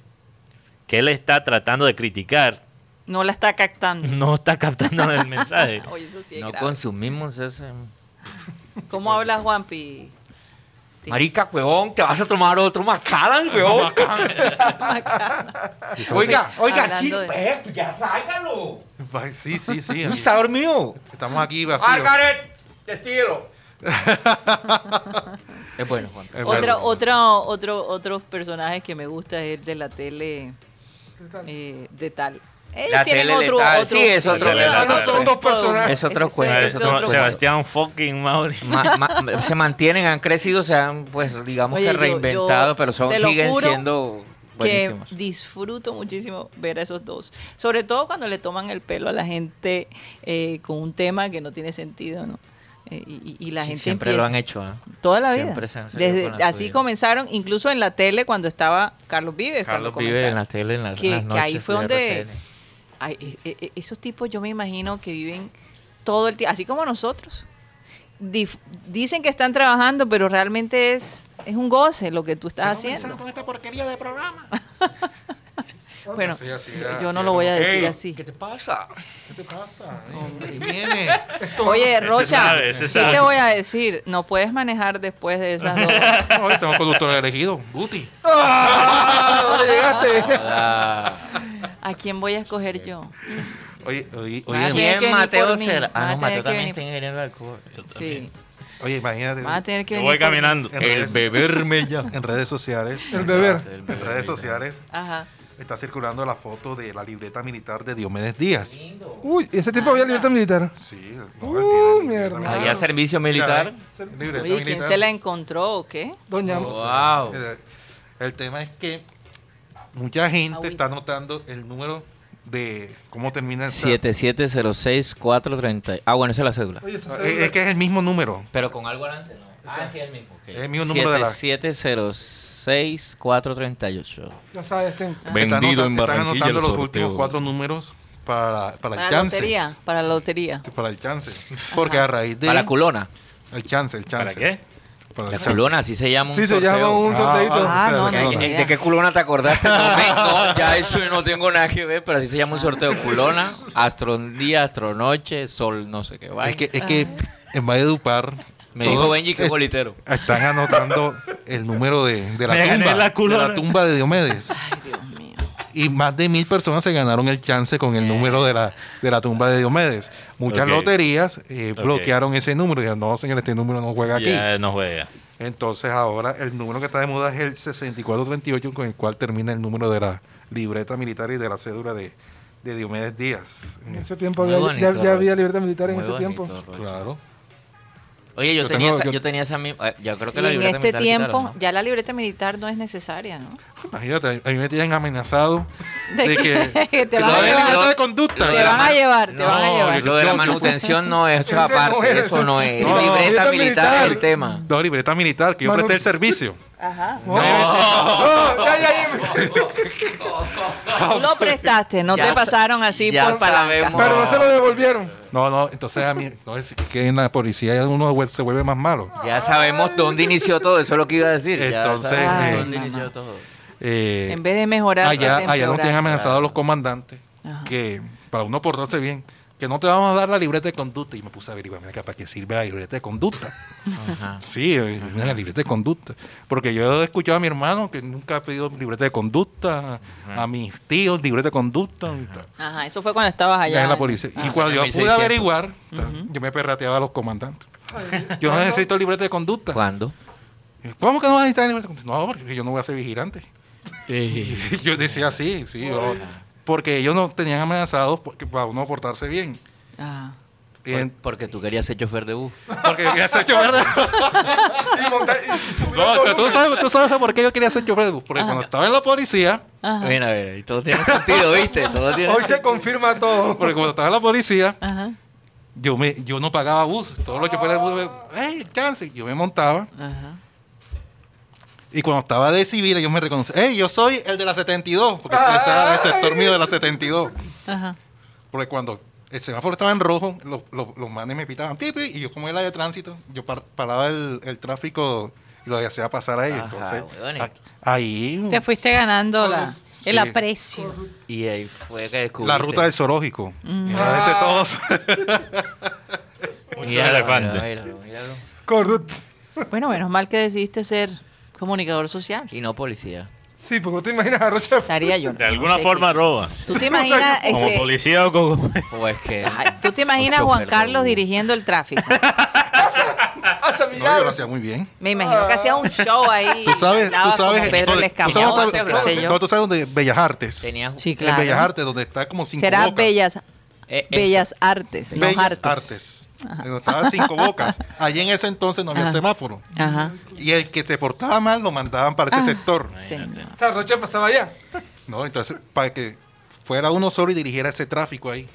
Speaker 4: que él está tratando de criticar
Speaker 2: no la está captando.
Speaker 4: no está captando el mensaje.
Speaker 2: Oye, eso sí es
Speaker 3: No
Speaker 2: grave.
Speaker 3: consumimos ese.
Speaker 2: ¿Cómo habla Juanpi?
Speaker 3: Marica, huevón, te vas a tomar otro Macallan, huevón. oiga, oiga,
Speaker 2: Hablando
Speaker 3: chico,
Speaker 2: de-
Speaker 3: eh, ya tráigalo.
Speaker 6: va- Sí, sí, sí.
Speaker 3: Y está dormido.
Speaker 6: Estamos aquí vacíos.
Speaker 3: Margaret, despídelo. es bueno, Juan.
Speaker 6: Es
Speaker 2: Otra,
Speaker 6: verdad.
Speaker 2: otra, otro, otros personajes que me gusta es de la tele eh, de tal. Ellos
Speaker 3: La
Speaker 2: tienen
Speaker 3: tele
Speaker 2: otro,
Speaker 3: letal,
Speaker 2: otro-
Speaker 3: sí, es otro-
Speaker 2: ellos
Speaker 4: La tele
Speaker 2: otro
Speaker 4: letal.
Speaker 2: tipo
Speaker 7: Son dos personajes.
Speaker 2: de-
Speaker 3: Es otro
Speaker 2: ese-
Speaker 3: cuento,
Speaker 2: ese
Speaker 3: es
Speaker 2: es
Speaker 3: otro
Speaker 2: otro
Speaker 3: cuento.
Speaker 4: Sebastián fucking Mauri.
Speaker 3: Ma- ma- se mantienen, han crecido, se han, pues, digamos
Speaker 2: Oye,
Speaker 3: que
Speaker 2: yo-
Speaker 3: reinventado,
Speaker 2: yo
Speaker 3: pero son,
Speaker 2: te lo
Speaker 3: siguen
Speaker 2: juro
Speaker 3: siendo
Speaker 2: que
Speaker 3: buenísimos.
Speaker 2: disfruto muchísimo ver a esos dos. Sobre todo cuando le toman el pelo a la gente eh, con un tema que no tiene sentido, ¿no? Eh, y, y- y la
Speaker 3: Sí,
Speaker 2: gente
Speaker 3: siempre
Speaker 2: empieza-
Speaker 3: lo han hecho. ¿ah?
Speaker 2: Toda la vida.
Speaker 3: Siempre se han salido
Speaker 2: Desde,
Speaker 3: con la
Speaker 2: así
Speaker 3: suya.
Speaker 2: comenzaron, incluso en la tele cuando estaba Carlos Vives. cuando
Speaker 3: Carlos vive en
Speaker 2: comenzaron.
Speaker 3: la tele, en las,
Speaker 2: que,
Speaker 3: en las
Speaker 2: que
Speaker 3: noches.
Speaker 2: ahí fue
Speaker 3: de
Speaker 2: donde
Speaker 3: RCN.
Speaker 2: ay, e- e- esos tipos yo me imagino que viven todo el tiempo, así como nosotros. Dif- dicen que están trabajando, pero realmente es, es un goce lo que tú estás haciendo.
Speaker 6: con esta porquería de programa.
Speaker 2: Bueno,
Speaker 6: Sí, así
Speaker 2: yo-
Speaker 6: era,
Speaker 2: yo
Speaker 6: así
Speaker 2: no
Speaker 6: era.
Speaker 2: lo voy a
Speaker 6: Ey,
Speaker 2: decir así.
Speaker 3: te pasa?
Speaker 6: ¿Qué te pasa? Hombre, viene.
Speaker 2: Oye, Rocha,
Speaker 4: sabe, ese
Speaker 2: sí
Speaker 4: sabe.
Speaker 2: te voy a decir, no puedes manejar después de esas dos.
Speaker 6: Hoy tengo conductor elegido, Guti.
Speaker 7: Ah, ¿dónde llegaste?
Speaker 3: Ah,
Speaker 2: ¿A quién voy a escoger yo?
Speaker 6: Oye, oye,
Speaker 2: Vas a tener
Speaker 6: oye,
Speaker 2: que
Speaker 3: ¿Quién
Speaker 2: venir
Speaker 3: Mateo
Speaker 2: por mí,
Speaker 3: Cela?
Speaker 2: vas a
Speaker 3: Ah, no,
Speaker 2: tener
Speaker 3: Mateo
Speaker 2: que
Speaker 3: también
Speaker 2: venir-
Speaker 3: está ingeniero de alcohol.
Speaker 2: Sí,
Speaker 6: oye, imagínate.
Speaker 2: vas a tener que
Speaker 4: Yo
Speaker 2: venir.
Speaker 4: voy
Speaker 2: por mí.
Speaker 4: caminando.
Speaker 6: En redes-
Speaker 3: beberme ya.
Speaker 6: en redes sociales.
Speaker 7: El beber.
Speaker 6: En redes sociales
Speaker 2: Ajá.
Speaker 6: está circulando la foto de la libreta militar de Diomedes Díaz.
Speaker 7: Uy, ese tipo había libertad militar.
Speaker 6: Sí,
Speaker 7: Uh, mi
Speaker 6: tiene libreta
Speaker 7: hermano.
Speaker 3: Había
Speaker 6: militar.
Speaker 3: servicio
Speaker 6: Mira,
Speaker 3: militar.
Speaker 6: eh, libreta
Speaker 2: Oye, ¿quién
Speaker 6: militar.
Speaker 2: se la encontró o qué?
Speaker 7: Doña.
Speaker 3: Wow.
Speaker 6: Eh, El tema es que mucha gente
Speaker 2: Agüita.
Speaker 6: está notando el número de cómo termina el
Speaker 3: 7706430. Ah, bueno, esa es la cédula.
Speaker 7: Oye, esa
Speaker 6: Es,
Speaker 7: cédula-
Speaker 6: es que es el mismo número.
Speaker 3: Pero con algo adelante, ¿no? Ah, sí, el mismo.
Speaker 6: Es el mismo número de la-
Speaker 3: 7706438.
Speaker 7: ya sabes, ten.
Speaker 9: Vendido
Speaker 6: Están
Speaker 9: en
Speaker 6: anota- están
Speaker 9: Barranquilla el
Speaker 6: anotando los
Speaker 9: sorteo.
Speaker 6: últimos cuatro números para, para
Speaker 2: Para
Speaker 6: el
Speaker 2: la
Speaker 6: chance.
Speaker 2: lotería, para la lotería.
Speaker 6: Para el chance. Porque a raíz de.
Speaker 3: Para la culona.
Speaker 6: El chance, el
Speaker 4: ¿Para
Speaker 6: chance.
Speaker 4: qué?
Speaker 6: Para el
Speaker 3: La
Speaker 6: chance.
Speaker 3: culona, así se llama un
Speaker 7: Sí, se llama
Speaker 6: sorteo.
Speaker 7: un sorteito.
Speaker 2: Ah, no,
Speaker 3: ¿Qué-
Speaker 2: no,
Speaker 3: qué-
Speaker 2: no.
Speaker 3: ¿De qué culona te acordaste? No, me- no, ya eso yo no tengo nada que ver, pero así se llama un sorteo. Culona, astrodía, astronoche, sol, no sé qué. vaina.
Speaker 6: Es que, es que en Valledupar.
Speaker 3: me
Speaker 6: todos
Speaker 3: dijo Benji que es
Speaker 6: es-
Speaker 3: bolitero.
Speaker 6: Están anotando el número de, de la
Speaker 4: Me gané
Speaker 6: tumba.
Speaker 4: la
Speaker 6: de la
Speaker 4: culona.
Speaker 6: tumba de Diomedes. Y más de mil personas se ganaron el chance con el número de la, de la tumba de Diomedes. Muchas
Speaker 4: Ok.
Speaker 6: loterías eh,
Speaker 4: Ok.
Speaker 6: bloquearon ese número. Dijeron, no, señor, este número no juega aquí.
Speaker 4: Ya no juega.
Speaker 6: Entonces ahora el número que está de moda es el 6438, con el cual termina el número de la libreta militar y de la cédula de, de Diomedes Díaz.
Speaker 7: En ese tiempo
Speaker 3: Muy
Speaker 7: había, ya,
Speaker 3: bonito,
Speaker 7: ya había
Speaker 3: Rocha.
Speaker 7: libertad militar en
Speaker 3: Muy
Speaker 7: ese
Speaker 3: bonito,
Speaker 7: tiempo.
Speaker 3: Rocha.
Speaker 6: Claro.
Speaker 3: Oye, yo,
Speaker 6: Yo
Speaker 3: tenía
Speaker 6: tengo-
Speaker 3: esa,
Speaker 6: yo-
Speaker 3: yo tenía esa misma. eh, Yo creo
Speaker 2: Y
Speaker 3: que la
Speaker 2: en
Speaker 3: libreta
Speaker 2: este
Speaker 3: militar
Speaker 2: tiempo
Speaker 3: quitaron, ¿no?
Speaker 2: ya la libreta militar no es necesaria, ¿no?
Speaker 6: Imagínate, a mí me tienen amenazado de,
Speaker 2: De
Speaker 6: que,
Speaker 2: que te
Speaker 6: que
Speaker 2: van a
Speaker 6: me
Speaker 2: llevar.
Speaker 6: den libertad de
Speaker 3: Lo
Speaker 2: Te
Speaker 6: conducta.
Speaker 3: de la
Speaker 2: van a
Speaker 3: man-
Speaker 2: llevar, te van a
Speaker 3: No,
Speaker 2: llevar.
Speaker 3: Lo de
Speaker 6: Yo-
Speaker 3: la
Speaker 6: yo-
Speaker 3: manutención no, eso es
Speaker 7: Ese no
Speaker 3: aparte,
Speaker 7: es.
Speaker 3: eso no es.
Speaker 6: No,
Speaker 7: libreta
Speaker 3: libreta militar es el
Speaker 7: militar.
Speaker 3: tema.
Speaker 6: No, libreta militar, que yo
Speaker 7: Manu-
Speaker 6: presté el servicio.
Speaker 2: Ajá.
Speaker 7: Ah, ya, ya, ya.
Speaker 2: Tú lo prestaste, no
Speaker 3: Ya
Speaker 2: te
Speaker 3: sa-
Speaker 2: pasaron así
Speaker 3: ya
Speaker 2: por palanca.
Speaker 3: sabemos.
Speaker 7: Pero no se lo devolvieron.
Speaker 6: No, no, entonces a mí, no, es que en la policía ya uno vuel- se vuelve más malo.
Speaker 3: Ya sabemos dónde inició todo, eso es lo que iba a decir. ya
Speaker 6: Entonces,
Speaker 3: sabemos
Speaker 2: eh,
Speaker 3: dónde
Speaker 2: Ay,
Speaker 3: inició
Speaker 2: mamá.
Speaker 3: todo.
Speaker 6: Eh,
Speaker 2: En vez de mejorar
Speaker 6: allá,
Speaker 2: la
Speaker 6: allá nos tienen
Speaker 2: temporada.
Speaker 6: amenazados los comandantes
Speaker 2: Ajá.
Speaker 6: que para uno portarse bien que no te vamos a dar la libreta de conducta y me puse a averiguar mira, para qué sirve la libreta de conducta
Speaker 3: Ajá.
Speaker 6: sí eh, mira, la libreta de conducta porque yo he escuchado a mi hermano que nunca ha pedido libreta de conducta a mis tíos libreta de conducta y tal.
Speaker 2: Ajá, eso fue cuando estabas allá.
Speaker 6: Ya en la policita.
Speaker 2: Ah.
Speaker 6: y cuando yo pude
Speaker 3: 1600.
Speaker 6: averiguar ta, yo me perrateaba a los comandantes yo no necesito libreta de conducta
Speaker 3: ¿Cuándo?
Speaker 6: ¿Cómo que no vas a necesitar libreta de conducta? No, porque yo no voy a ser vigilante. yo decía así, sí. yo- porque ellos no tenían amenazados porque, para uno portarse bien.
Speaker 2: Ajá.
Speaker 6: En-
Speaker 3: Porque tú querías ser chofer de bus.
Speaker 6: porque yo quería ser chofer de
Speaker 7: Y montar- y- y subir
Speaker 6: No,
Speaker 7: todo
Speaker 6: pero tú
Speaker 7: el-
Speaker 6: sabes, tú sabes por qué yo quería ser chofer de bus. Porque cuando estaba en la policía,
Speaker 2: Ajá.
Speaker 3: Mira, a ver, y todo tiene sentido, ¿viste? Todo tiene
Speaker 7: Hoy se confirma todo.
Speaker 6: porque cuando estaba en la policía,
Speaker 2: ah, Ajá.
Speaker 6: yo, me, yo no pagaba bus. Todo lo que fuera de bus, me- ¡Ey, chance! Yo me montaba.
Speaker 2: Ajá.
Speaker 6: Y cuando estaba de civil, ellos me reconocían. ¡Ey, yo soy el de la 72! Porque ese era el sector mío de la 72.
Speaker 2: Ajá.
Speaker 6: Porque cuando el semáforo estaba en rojo, los, los, los manes me pitaban tipi, y yo como era de tránsito, yo par- paraba el, el tráfico y lo hacía pasar ahí.
Speaker 3: Ajá,
Speaker 6: entonces,
Speaker 3: huevones.
Speaker 6: a- ahí
Speaker 8: Te fuiste ganando la-
Speaker 6: Sí.
Speaker 8: el aprecio.
Speaker 3: Y ahí fue que descubriste.
Speaker 6: la ruta del zoológico.
Speaker 2: Mm.
Speaker 6: Y a veces todos.
Speaker 2: Ah.
Speaker 4: Muchos
Speaker 3: Míralo,
Speaker 4: elefantes.
Speaker 3: míralo, míralo.
Speaker 7: Corrupto.
Speaker 2: Bueno, menos mal que decidiste ser comunicador social.
Speaker 3: Y no policía.
Speaker 7: Sí, porque vos te imaginas a Rocha.
Speaker 2: Estaría yo.
Speaker 4: De
Speaker 2: no
Speaker 4: alguna
Speaker 2: sé
Speaker 4: forma
Speaker 2: qué.
Speaker 4: robas.
Speaker 2: ¿Tú te imaginas,
Speaker 4: Como
Speaker 2: este,
Speaker 4: policía o como...
Speaker 3: O es Pues que.
Speaker 2: ay, ¿tú te imaginas a
Speaker 3: Un
Speaker 2: Juan
Speaker 3: chofer
Speaker 2: Carlos
Speaker 3: de-
Speaker 2: dirigiendo el tráfico?
Speaker 7: Pasa,
Speaker 6: No, yo
Speaker 7: Miguel.
Speaker 6: lo hacía muy bien.
Speaker 2: Me imagino que hacía un show ahí.
Speaker 6: Ah. Tú sabes,
Speaker 2: hablaba
Speaker 6: tú sabes,
Speaker 2: como Pedro
Speaker 6: dónde-
Speaker 2: el
Speaker 6: tú sabes
Speaker 2: Escamilla,
Speaker 6: dónde-
Speaker 2: qué
Speaker 6: no,
Speaker 2: sé yo.
Speaker 6: no, tú sabes dónde Bellas Artes.
Speaker 3: Tenía ju-
Speaker 2: Sí,
Speaker 6: En
Speaker 2: claro.
Speaker 6: Bellas Artes, donde está como cinco
Speaker 2: Será
Speaker 6: bocas.
Speaker 2: Bellas,
Speaker 3: eh, eso.
Speaker 2: bellas Artes, no
Speaker 6: Bellas
Speaker 2: Artes.
Speaker 6: Artes. Donde estaban cinco bocas. Allí en ese entonces no había
Speaker 2: Ajá.
Speaker 6: semáforo.
Speaker 2: Ajá.
Speaker 6: Y el que se portaba mal lo mandaban para
Speaker 2: Ah,
Speaker 6: ese sector.
Speaker 2: sí, no.
Speaker 7: O sea, Rocha pasaba allá.
Speaker 6: No, entonces, para que fuera uno solo y dirigiera ese tráfico ahí,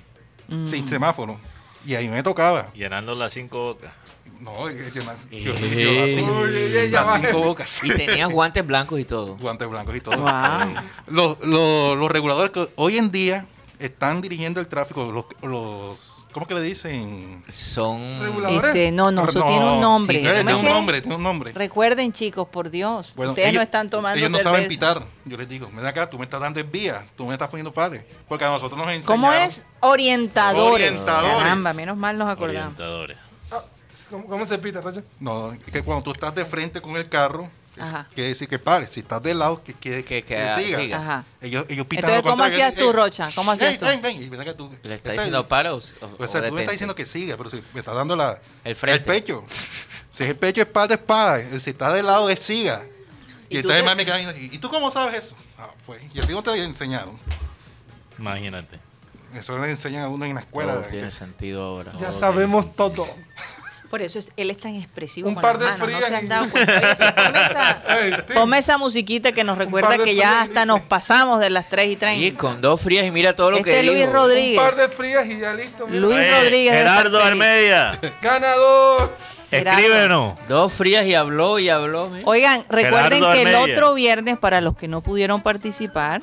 Speaker 2: Mm.
Speaker 6: sin semáforo. Y ahí me tocaba.
Speaker 4: Llenando las cinco bocas.
Speaker 6: No, yo, yo, yo- yo-
Speaker 3: Eh.
Speaker 7: Uy, ella
Speaker 6: las
Speaker 7: va.
Speaker 6: cinco bocas.
Speaker 3: Y tenía guantes blancos y todo.
Speaker 6: Guantes blancos y todo.
Speaker 2: Wow.
Speaker 6: Los, los- los reguladores que hoy en día están dirigiendo el tráfico, los, los- ¿cómo que le dicen?
Speaker 3: Son.
Speaker 7: Regulador.
Speaker 2: Este, no, no, eso tiene un nombre.
Speaker 6: sí, eh, tiene
Speaker 2: ¿Cómo es
Speaker 6: un
Speaker 2: que?
Speaker 6: nombre, tiene un nombre.
Speaker 2: Recuerden, chicos, por Dios,
Speaker 6: Bueno,
Speaker 2: ustedes
Speaker 6: ellos-
Speaker 2: no están tomando
Speaker 6: Ellos no
Speaker 2: cerveza.
Speaker 6: saben pitar. Yo les digo, ven acá, tú me estás dando vía, tú me estás poniendo pales. Porque a nosotros nos enseñaron.
Speaker 2: ¿Cómo es? Orientadores.
Speaker 6: Orientadores.
Speaker 2: Caramba, menos mal nos acordamos.
Speaker 4: Orientadores.
Speaker 7: Ah, ¿Cómo, cómo se pita, Rocha?
Speaker 6: No, es que cuando tú estás de frente con el carro, es-
Speaker 2: Ajá.
Speaker 6: quiere decir que pares. Si estás de lado, que quiere
Speaker 3: Que- que
Speaker 6: que, que siga.
Speaker 3: siga.
Speaker 2: Ajá.
Speaker 6: Ellos, ellos pitan
Speaker 2: Entonces,
Speaker 6: lo
Speaker 2: ¿cómo
Speaker 6: contrario.
Speaker 2: hacías tú,
Speaker 6: Eh,
Speaker 2: Rocha? ¿Cómo hacías
Speaker 6: ey,
Speaker 2: tú?
Speaker 6: Ven, ven, y ven acá tú.
Speaker 3: ¿Le está
Speaker 6: Esa es-
Speaker 3: diciendo para o, o-
Speaker 6: O sea, tú me
Speaker 3: detente?
Speaker 6: estás diciendo que siga, pero si me estás dando la,
Speaker 3: El frente.
Speaker 6: pecho. Si es el pecho, es para, es para. Si está de lado, es siga.
Speaker 2: ¿Y
Speaker 6: Y,
Speaker 2: tú
Speaker 6: entonces
Speaker 2: crees-
Speaker 6: más me queda viendo, ¿y tú cómo sabes eso? Ah, pues, y a ti no te enseñaron.
Speaker 4: Imagínate.
Speaker 6: Eso le enseñan a uno en la escuela.
Speaker 3: Todo
Speaker 6: que-
Speaker 3: tiene sentido ahora.
Speaker 7: Ya
Speaker 3: Todo
Speaker 7: sabemos todo.
Speaker 2: Por eso es- él es tan expresivo
Speaker 7: Un
Speaker 2: con
Speaker 7: par
Speaker 2: las
Speaker 7: de
Speaker 2: manos, no
Speaker 7: frías
Speaker 2: se han
Speaker 7: y-
Speaker 2: dado cuenta. Oye, sí, ponme, esa,
Speaker 7: Ey, sí.
Speaker 2: ponme esa musiquita que nos recuerda
Speaker 7: par de
Speaker 2: que ya
Speaker 7: frías y-
Speaker 2: hasta nos pasamos de las 3 y
Speaker 3: tiene- Y
Speaker 2: 30.
Speaker 3: con dos frías y mira todo lo
Speaker 2: Este
Speaker 3: que
Speaker 2: es Luis
Speaker 3: dijo.
Speaker 7: Un par
Speaker 2: Rodríguez.
Speaker 7: de frías y ya listo. mira.
Speaker 2: Luis
Speaker 4: Oye,
Speaker 2: Rodríguez de
Speaker 4: Gerardo
Speaker 2: Parque Feliz.
Speaker 4: Armedia.
Speaker 7: Ganador.
Speaker 2: Gerardo.
Speaker 4: Escríbenos.
Speaker 3: Dos frías y habló y habló. mira.
Speaker 2: Oigan, recuerden
Speaker 4: Gerardo
Speaker 2: que el
Speaker 4: Armedia.
Speaker 2: otro viernes, para los que no pudieron participar,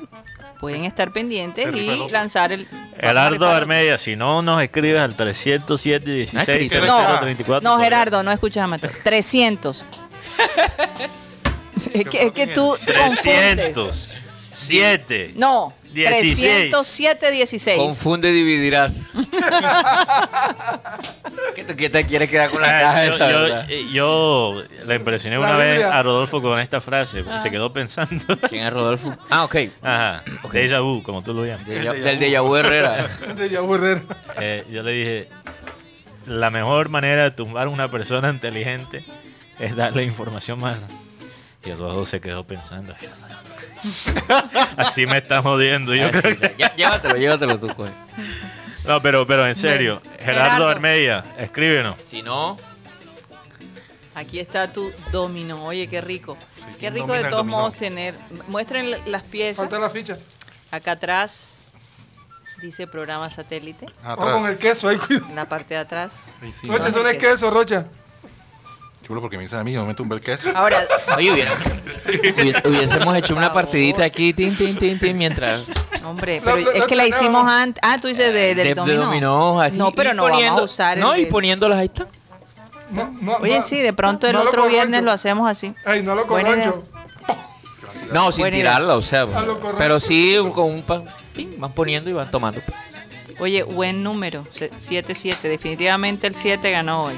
Speaker 2: pueden estar pendientes
Speaker 6: Se rifa el
Speaker 2: y
Speaker 6: oso.
Speaker 2: lanzar el.
Speaker 4: Gerardo
Speaker 2: Vamos a rifar el oso.
Speaker 4: Armedia, si no nos escribes al 307 16 334
Speaker 2: No, Gerardo, no escuchas a Mateo. 300. es que, es que tú confundes.
Speaker 4: 300 7
Speaker 2: No,
Speaker 4: 16.
Speaker 2: 307, 16.
Speaker 3: Confunde y dividirás. ¿Qué te, qué te quieres quedar con la caja
Speaker 4: yo,
Speaker 3: esa,
Speaker 4: yo-
Speaker 3: verdad?
Speaker 4: eh, yo le impresioné
Speaker 7: La
Speaker 4: una vez
Speaker 7: Biblia.
Speaker 4: a Rodolfo con esta frase, porque
Speaker 2: Ah.
Speaker 4: se quedó pensando.
Speaker 3: ¿Quién es Rodolfo? Ah, ok.
Speaker 4: Ajá, déjà vu, como tú lo llamas.
Speaker 3: Del, del de Yahoo Herrera.
Speaker 7: De Yabu Herrera.
Speaker 4: Eh, yo le dije, la mejor manera de tumbar a una persona inteligente es darle información mala. Y el Rodolfo se quedó pensando. Así me está jodiendo. Yo
Speaker 3: Ah, sí,
Speaker 4: creo que-
Speaker 3: ya, llévatelo, llévatelo tú, coge.
Speaker 4: No, pero, pero en serio,
Speaker 2: Gerardo.
Speaker 4: Gerardo Armedia, escríbenos.
Speaker 3: Si no,
Speaker 2: Aquí está tu dominó. Oye, qué rico. qué rico
Speaker 6: domina
Speaker 2: de
Speaker 6: el
Speaker 2: todos
Speaker 6: dominó.
Speaker 2: modos tener. Muestren la- las piezas.
Speaker 7: Falta la ficha.
Speaker 2: Acá atrás dice programa satélite.
Speaker 6: Atrás.
Speaker 7: O con el queso, ahí cuidado.
Speaker 2: En la parte de atrás.
Speaker 6: Ay, sí,
Speaker 7: Rocha, eso no es
Speaker 2: queso.
Speaker 7: queso, Rocha.
Speaker 6: Chulo, porque me dicen a mí, yo me tumbé el queso.
Speaker 7: Ah.
Speaker 2: Ahora,
Speaker 3: oye, hubiera- hubies- hubiésemos hecho una
Speaker 2: Por favor.
Speaker 3: partidita aquí, tin, tin, tin, tin, mientras.
Speaker 2: hombre,
Speaker 7: La-
Speaker 2: pero
Speaker 7: la-
Speaker 2: es
Speaker 7: la
Speaker 2: que la
Speaker 7: tenemos.
Speaker 2: hicimos antes. Ah, tú dices de- del
Speaker 3: de- de
Speaker 2: dominó.
Speaker 3: dominó, así,
Speaker 2: no, pero
Speaker 3: y
Speaker 2: no vamos a
Speaker 3: poniendo-
Speaker 2: usar el
Speaker 3: No, y
Speaker 2: de-
Speaker 3: poniéndolas ahí está.
Speaker 7: No, no,
Speaker 2: Oye,
Speaker 7: no.
Speaker 2: sí, de pronto el
Speaker 7: No lo
Speaker 2: otro viernes
Speaker 7: corroncho.
Speaker 2: lo hacemos así.
Speaker 7: Ey, no lo
Speaker 2: Buena idea.
Speaker 7: corroncho.
Speaker 3: No, sin
Speaker 2: Buena idea.
Speaker 3: tirarla, o sea. pues,
Speaker 7: A lo correcto.
Speaker 3: Pero sí, con un pan, pin, van poniendo y van tomando.
Speaker 2: Oye, buen número, se- 7-7. Definitivamente el 7 ganó hoy.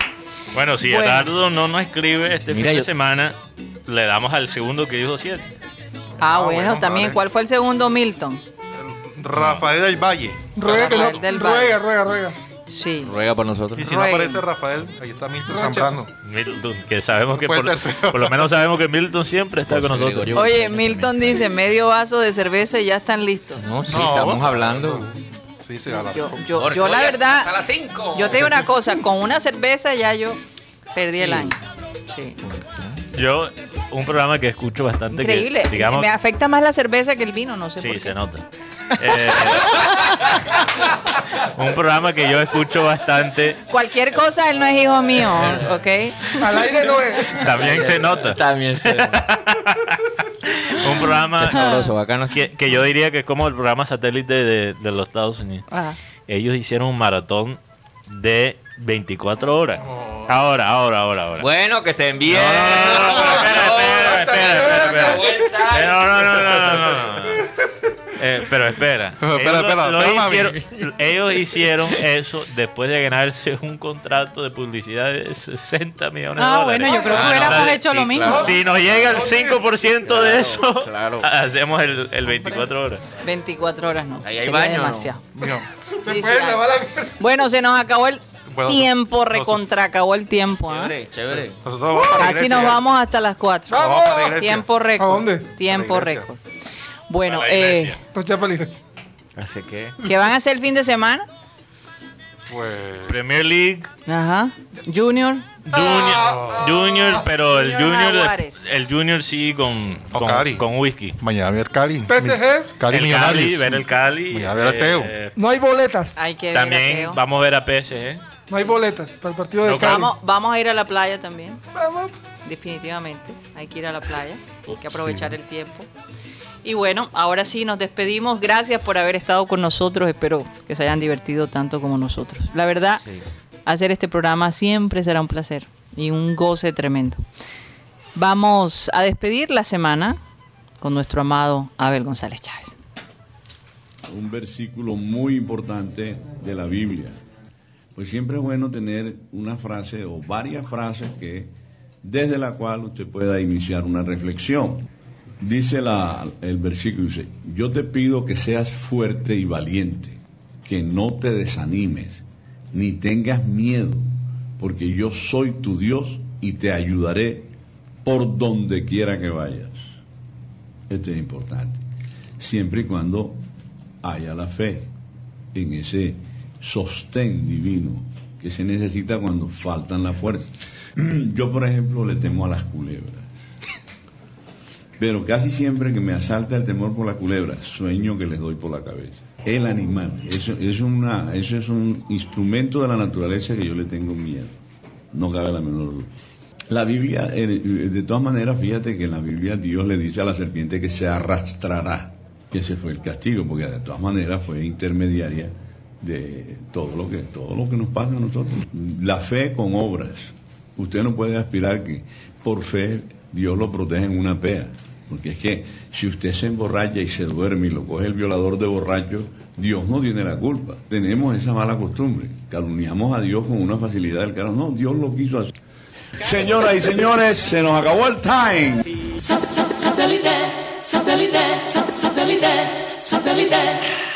Speaker 4: Bueno, si
Speaker 2: Bueno.
Speaker 4: Gerardo no nos escribe este
Speaker 3: Mira,
Speaker 4: fin
Speaker 3: yo-
Speaker 4: de semana, le damos al segundo que dijo 7.
Speaker 2: Ah,
Speaker 6: Ah,
Speaker 2: bueno,
Speaker 6: bueno,
Speaker 2: también.
Speaker 6: vale.
Speaker 2: ¿Cuál fue el segundo, Milton?
Speaker 6: Rafael del Valle.
Speaker 7: Ruega, que no-
Speaker 2: Rafael del Valle.
Speaker 7: ruega, ruega, ruega.
Speaker 2: Sí.
Speaker 3: Ruega por nosotros.
Speaker 6: Y si
Speaker 2: Ruega.
Speaker 6: no aparece Rafael, ahí está Milton
Speaker 7: Rocha.
Speaker 6: Zambrano.
Speaker 4: Milton, que sabemos que
Speaker 6: Fue el
Speaker 4: por,
Speaker 6: tercero.
Speaker 4: por lo menos sabemos que Milton siempre está
Speaker 3: José
Speaker 4: con nosotros.
Speaker 3: Gregorio.
Speaker 2: Oye, Milton dice medio vaso de cerveza y ya están listos.
Speaker 3: No, sí,
Speaker 6: No,
Speaker 3: estamos
Speaker 6: no,
Speaker 3: hablando.
Speaker 6: no. Sí, se habla.
Speaker 2: Yo, yo, yo la
Speaker 3: A
Speaker 2: verdad,
Speaker 3: las 5.
Speaker 2: yo te digo una cosa, con una cerveza ya yo perdí el año. Sí.
Speaker 4: Yo, un programa que escucho bastante que,
Speaker 2: Increíble.
Speaker 4: digamos,
Speaker 2: Me afecta más la cerveza que el vino, no sé por
Speaker 4: Sí,
Speaker 2: qué.
Speaker 4: se nota. Eh, un programa que yo escucho bastante,
Speaker 2: Cualquier cosa, él no es hijo mío, ¿ok?
Speaker 7: Al aire no es.
Speaker 4: también se nota.
Speaker 3: También se
Speaker 4: Un programa
Speaker 3: Qué sabroso, bacano.
Speaker 4: que, que yo diría que es como el programa satélite de, de los Estados Unidos.
Speaker 2: Ajá.
Speaker 4: Ellos hicieron un maratón de 24 horas. Ahora, ahora, ahora, ahora.
Speaker 3: Bueno, que estén bien.
Speaker 4: No, no, no, no, no, espera, espera, espera, espera, espera. Eh, No, no, no, no, no, no, no. Eh, pero espera. Eh,
Speaker 6: Pero
Speaker 4: Ellos
Speaker 6: espera, espera,
Speaker 4: lo- lo
Speaker 6: espera, mami.
Speaker 4: hicieron- ellos hicieron eso después de ganarse un contrato de publicidad de 60 millones de
Speaker 8: Ah,
Speaker 4: dólares.
Speaker 8: bueno, yo creo que
Speaker 4: Ah, no.
Speaker 8: hubiéramos
Speaker 4: Dale.
Speaker 8: hecho lo
Speaker 3: sí,
Speaker 8: mismo.
Speaker 3: claro.
Speaker 4: Si nos llega el 5% de
Speaker 3: Claro,
Speaker 4: eso,
Speaker 3: claro.
Speaker 4: hacemos el, el 24 horas.
Speaker 2: 24 horas no.
Speaker 3: Ahí hay
Speaker 2: sería
Speaker 3: baño, ¿no?
Speaker 2: demasiado.
Speaker 6: No.
Speaker 7: Se
Speaker 2: Sí,
Speaker 7: puede
Speaker 2: sí,
Speaker 7: lavar la
Speaker 2: Bueno, se nos acabó el
Speaker 6: Bueno,
Speaker 2: tiempo,
Speaker 6: no sé.
Speaker 2: recontra acabó el tiempo. ¿ah?
Speaker 3: Chévere, chévere.
Speaker 6: Nosotros vamos para
Speaker 2: Casi
Speaker 6: Grecia.
Speaker 2: nos vamos hasta las 4.
Speaker 6: Vamos para Grecia.
Speaker 2: Tiempo récord.
Speaker 7: ¿A dónde?
Speaker 2: Tiempo
Speaker 6: A la iglesia.
Speaker 2: récord. Bueno,
Speaker 4: Para la
Speaker 2: eh,
Speaker 4: iglesia.
Speaker 7: Los chapalines.
Speaker 3: Así que.
Speaker 2: ¿qué van a hacer el fin de semana?
Speaker 6: Pues,
Speaker 4: Premier League,
Speaker 2: Ajá. Junior.
Speaker 4: Junior,
Speaker 6: Ah.
Speaker 4: junior pero el
Speaker 2: Junior
Speaker 4: Junior, de-
Speaker 2: Jaguares.
Speaker 4: el Junior sí con, con,
Speaker 6: Ocari.
Speaker 4: con whisky.
Speaker 6: mañana ver Cali.
Speaker 7: PSG.
Speaker 6: Cali
Speaker 4: el Cali,
Speaker 6: Millonarios.
Speaker 4: ver el Cali. eh,
Speaker 6: Voy a ver a Teo.
Speaker 7: No hay boletas.
Speaker 2: Hay que ver a
Speaker 4: también
Speaker 2: Teo.
Speaker 4: vamos a ver a PSG.
Speaker 7: No hay boletas para el partido de
Speaker 4: No,
Speaker 7: Cali.
Speaker 2: Vamos, vamos a ir a la playa también,
Speaker 7: Vamos.
Speaker 2: definitivamente. Hay que ir a la playa, hay que aprovechar el tiempo. Y bueno, ahora sí nos despedimos. Gracias por haber estado con nosotros. Espero que se hayan divertido tanto como nosotros. La verdad, hacer este programa siempre será un placer y un goce tremendo. Vamos a despedir la semana con nuestro amado Abel González Chávez.
Speaker 9: un versículo muy importante de la Biblia. Pues siempre es bueno tener una frase o varias frases que desde la cual usted pueda iniciar una reflexión. Dice la- el versículo, dice, yo te pido que seas fuerte y valiente, que no te desanimes, ni tengas miedo, porque yo soy tu Dios y te ayudaré por donde quiera que vayas. Esto es importante siempre y cuando haya la fe en ese sostén divino que se necesita cuando faltan las fuerzas. Yo, por ejemplo, le temo a las culebras. Pero casi siempre que me asalta el temor por la culebra, sueño que les doy por la cabeza. El animal, eso, es una, eso es un instrumento de la naturaleza que yo le tengo miedo. No cabe la menor duda. La Biblia, eh, de todas maneras, fíjate que en la Biblia Dios le dice a la serpiente que se arrastrará, que ese fue el castigo, porque de todas maneras fue intermediaria de todo lo que, todo lo que nos pasa a nosotros. La fe con obras. Usted no puede aspirar que por fe Dios lo proteja en una pea. Porque es que si usted se emborracha y se duerme y lo coge el violador de borracho, Dios no tiene la culpa. Tenemos esa mala costumbre. Calumniamos a Dios con una facilidad del carajo. No, Dios lo quiso así. Señoras y señores, se nos acabó el time.
Speaker 10: Sat- sat- Satellite, satellite, sat- satellite, satellite.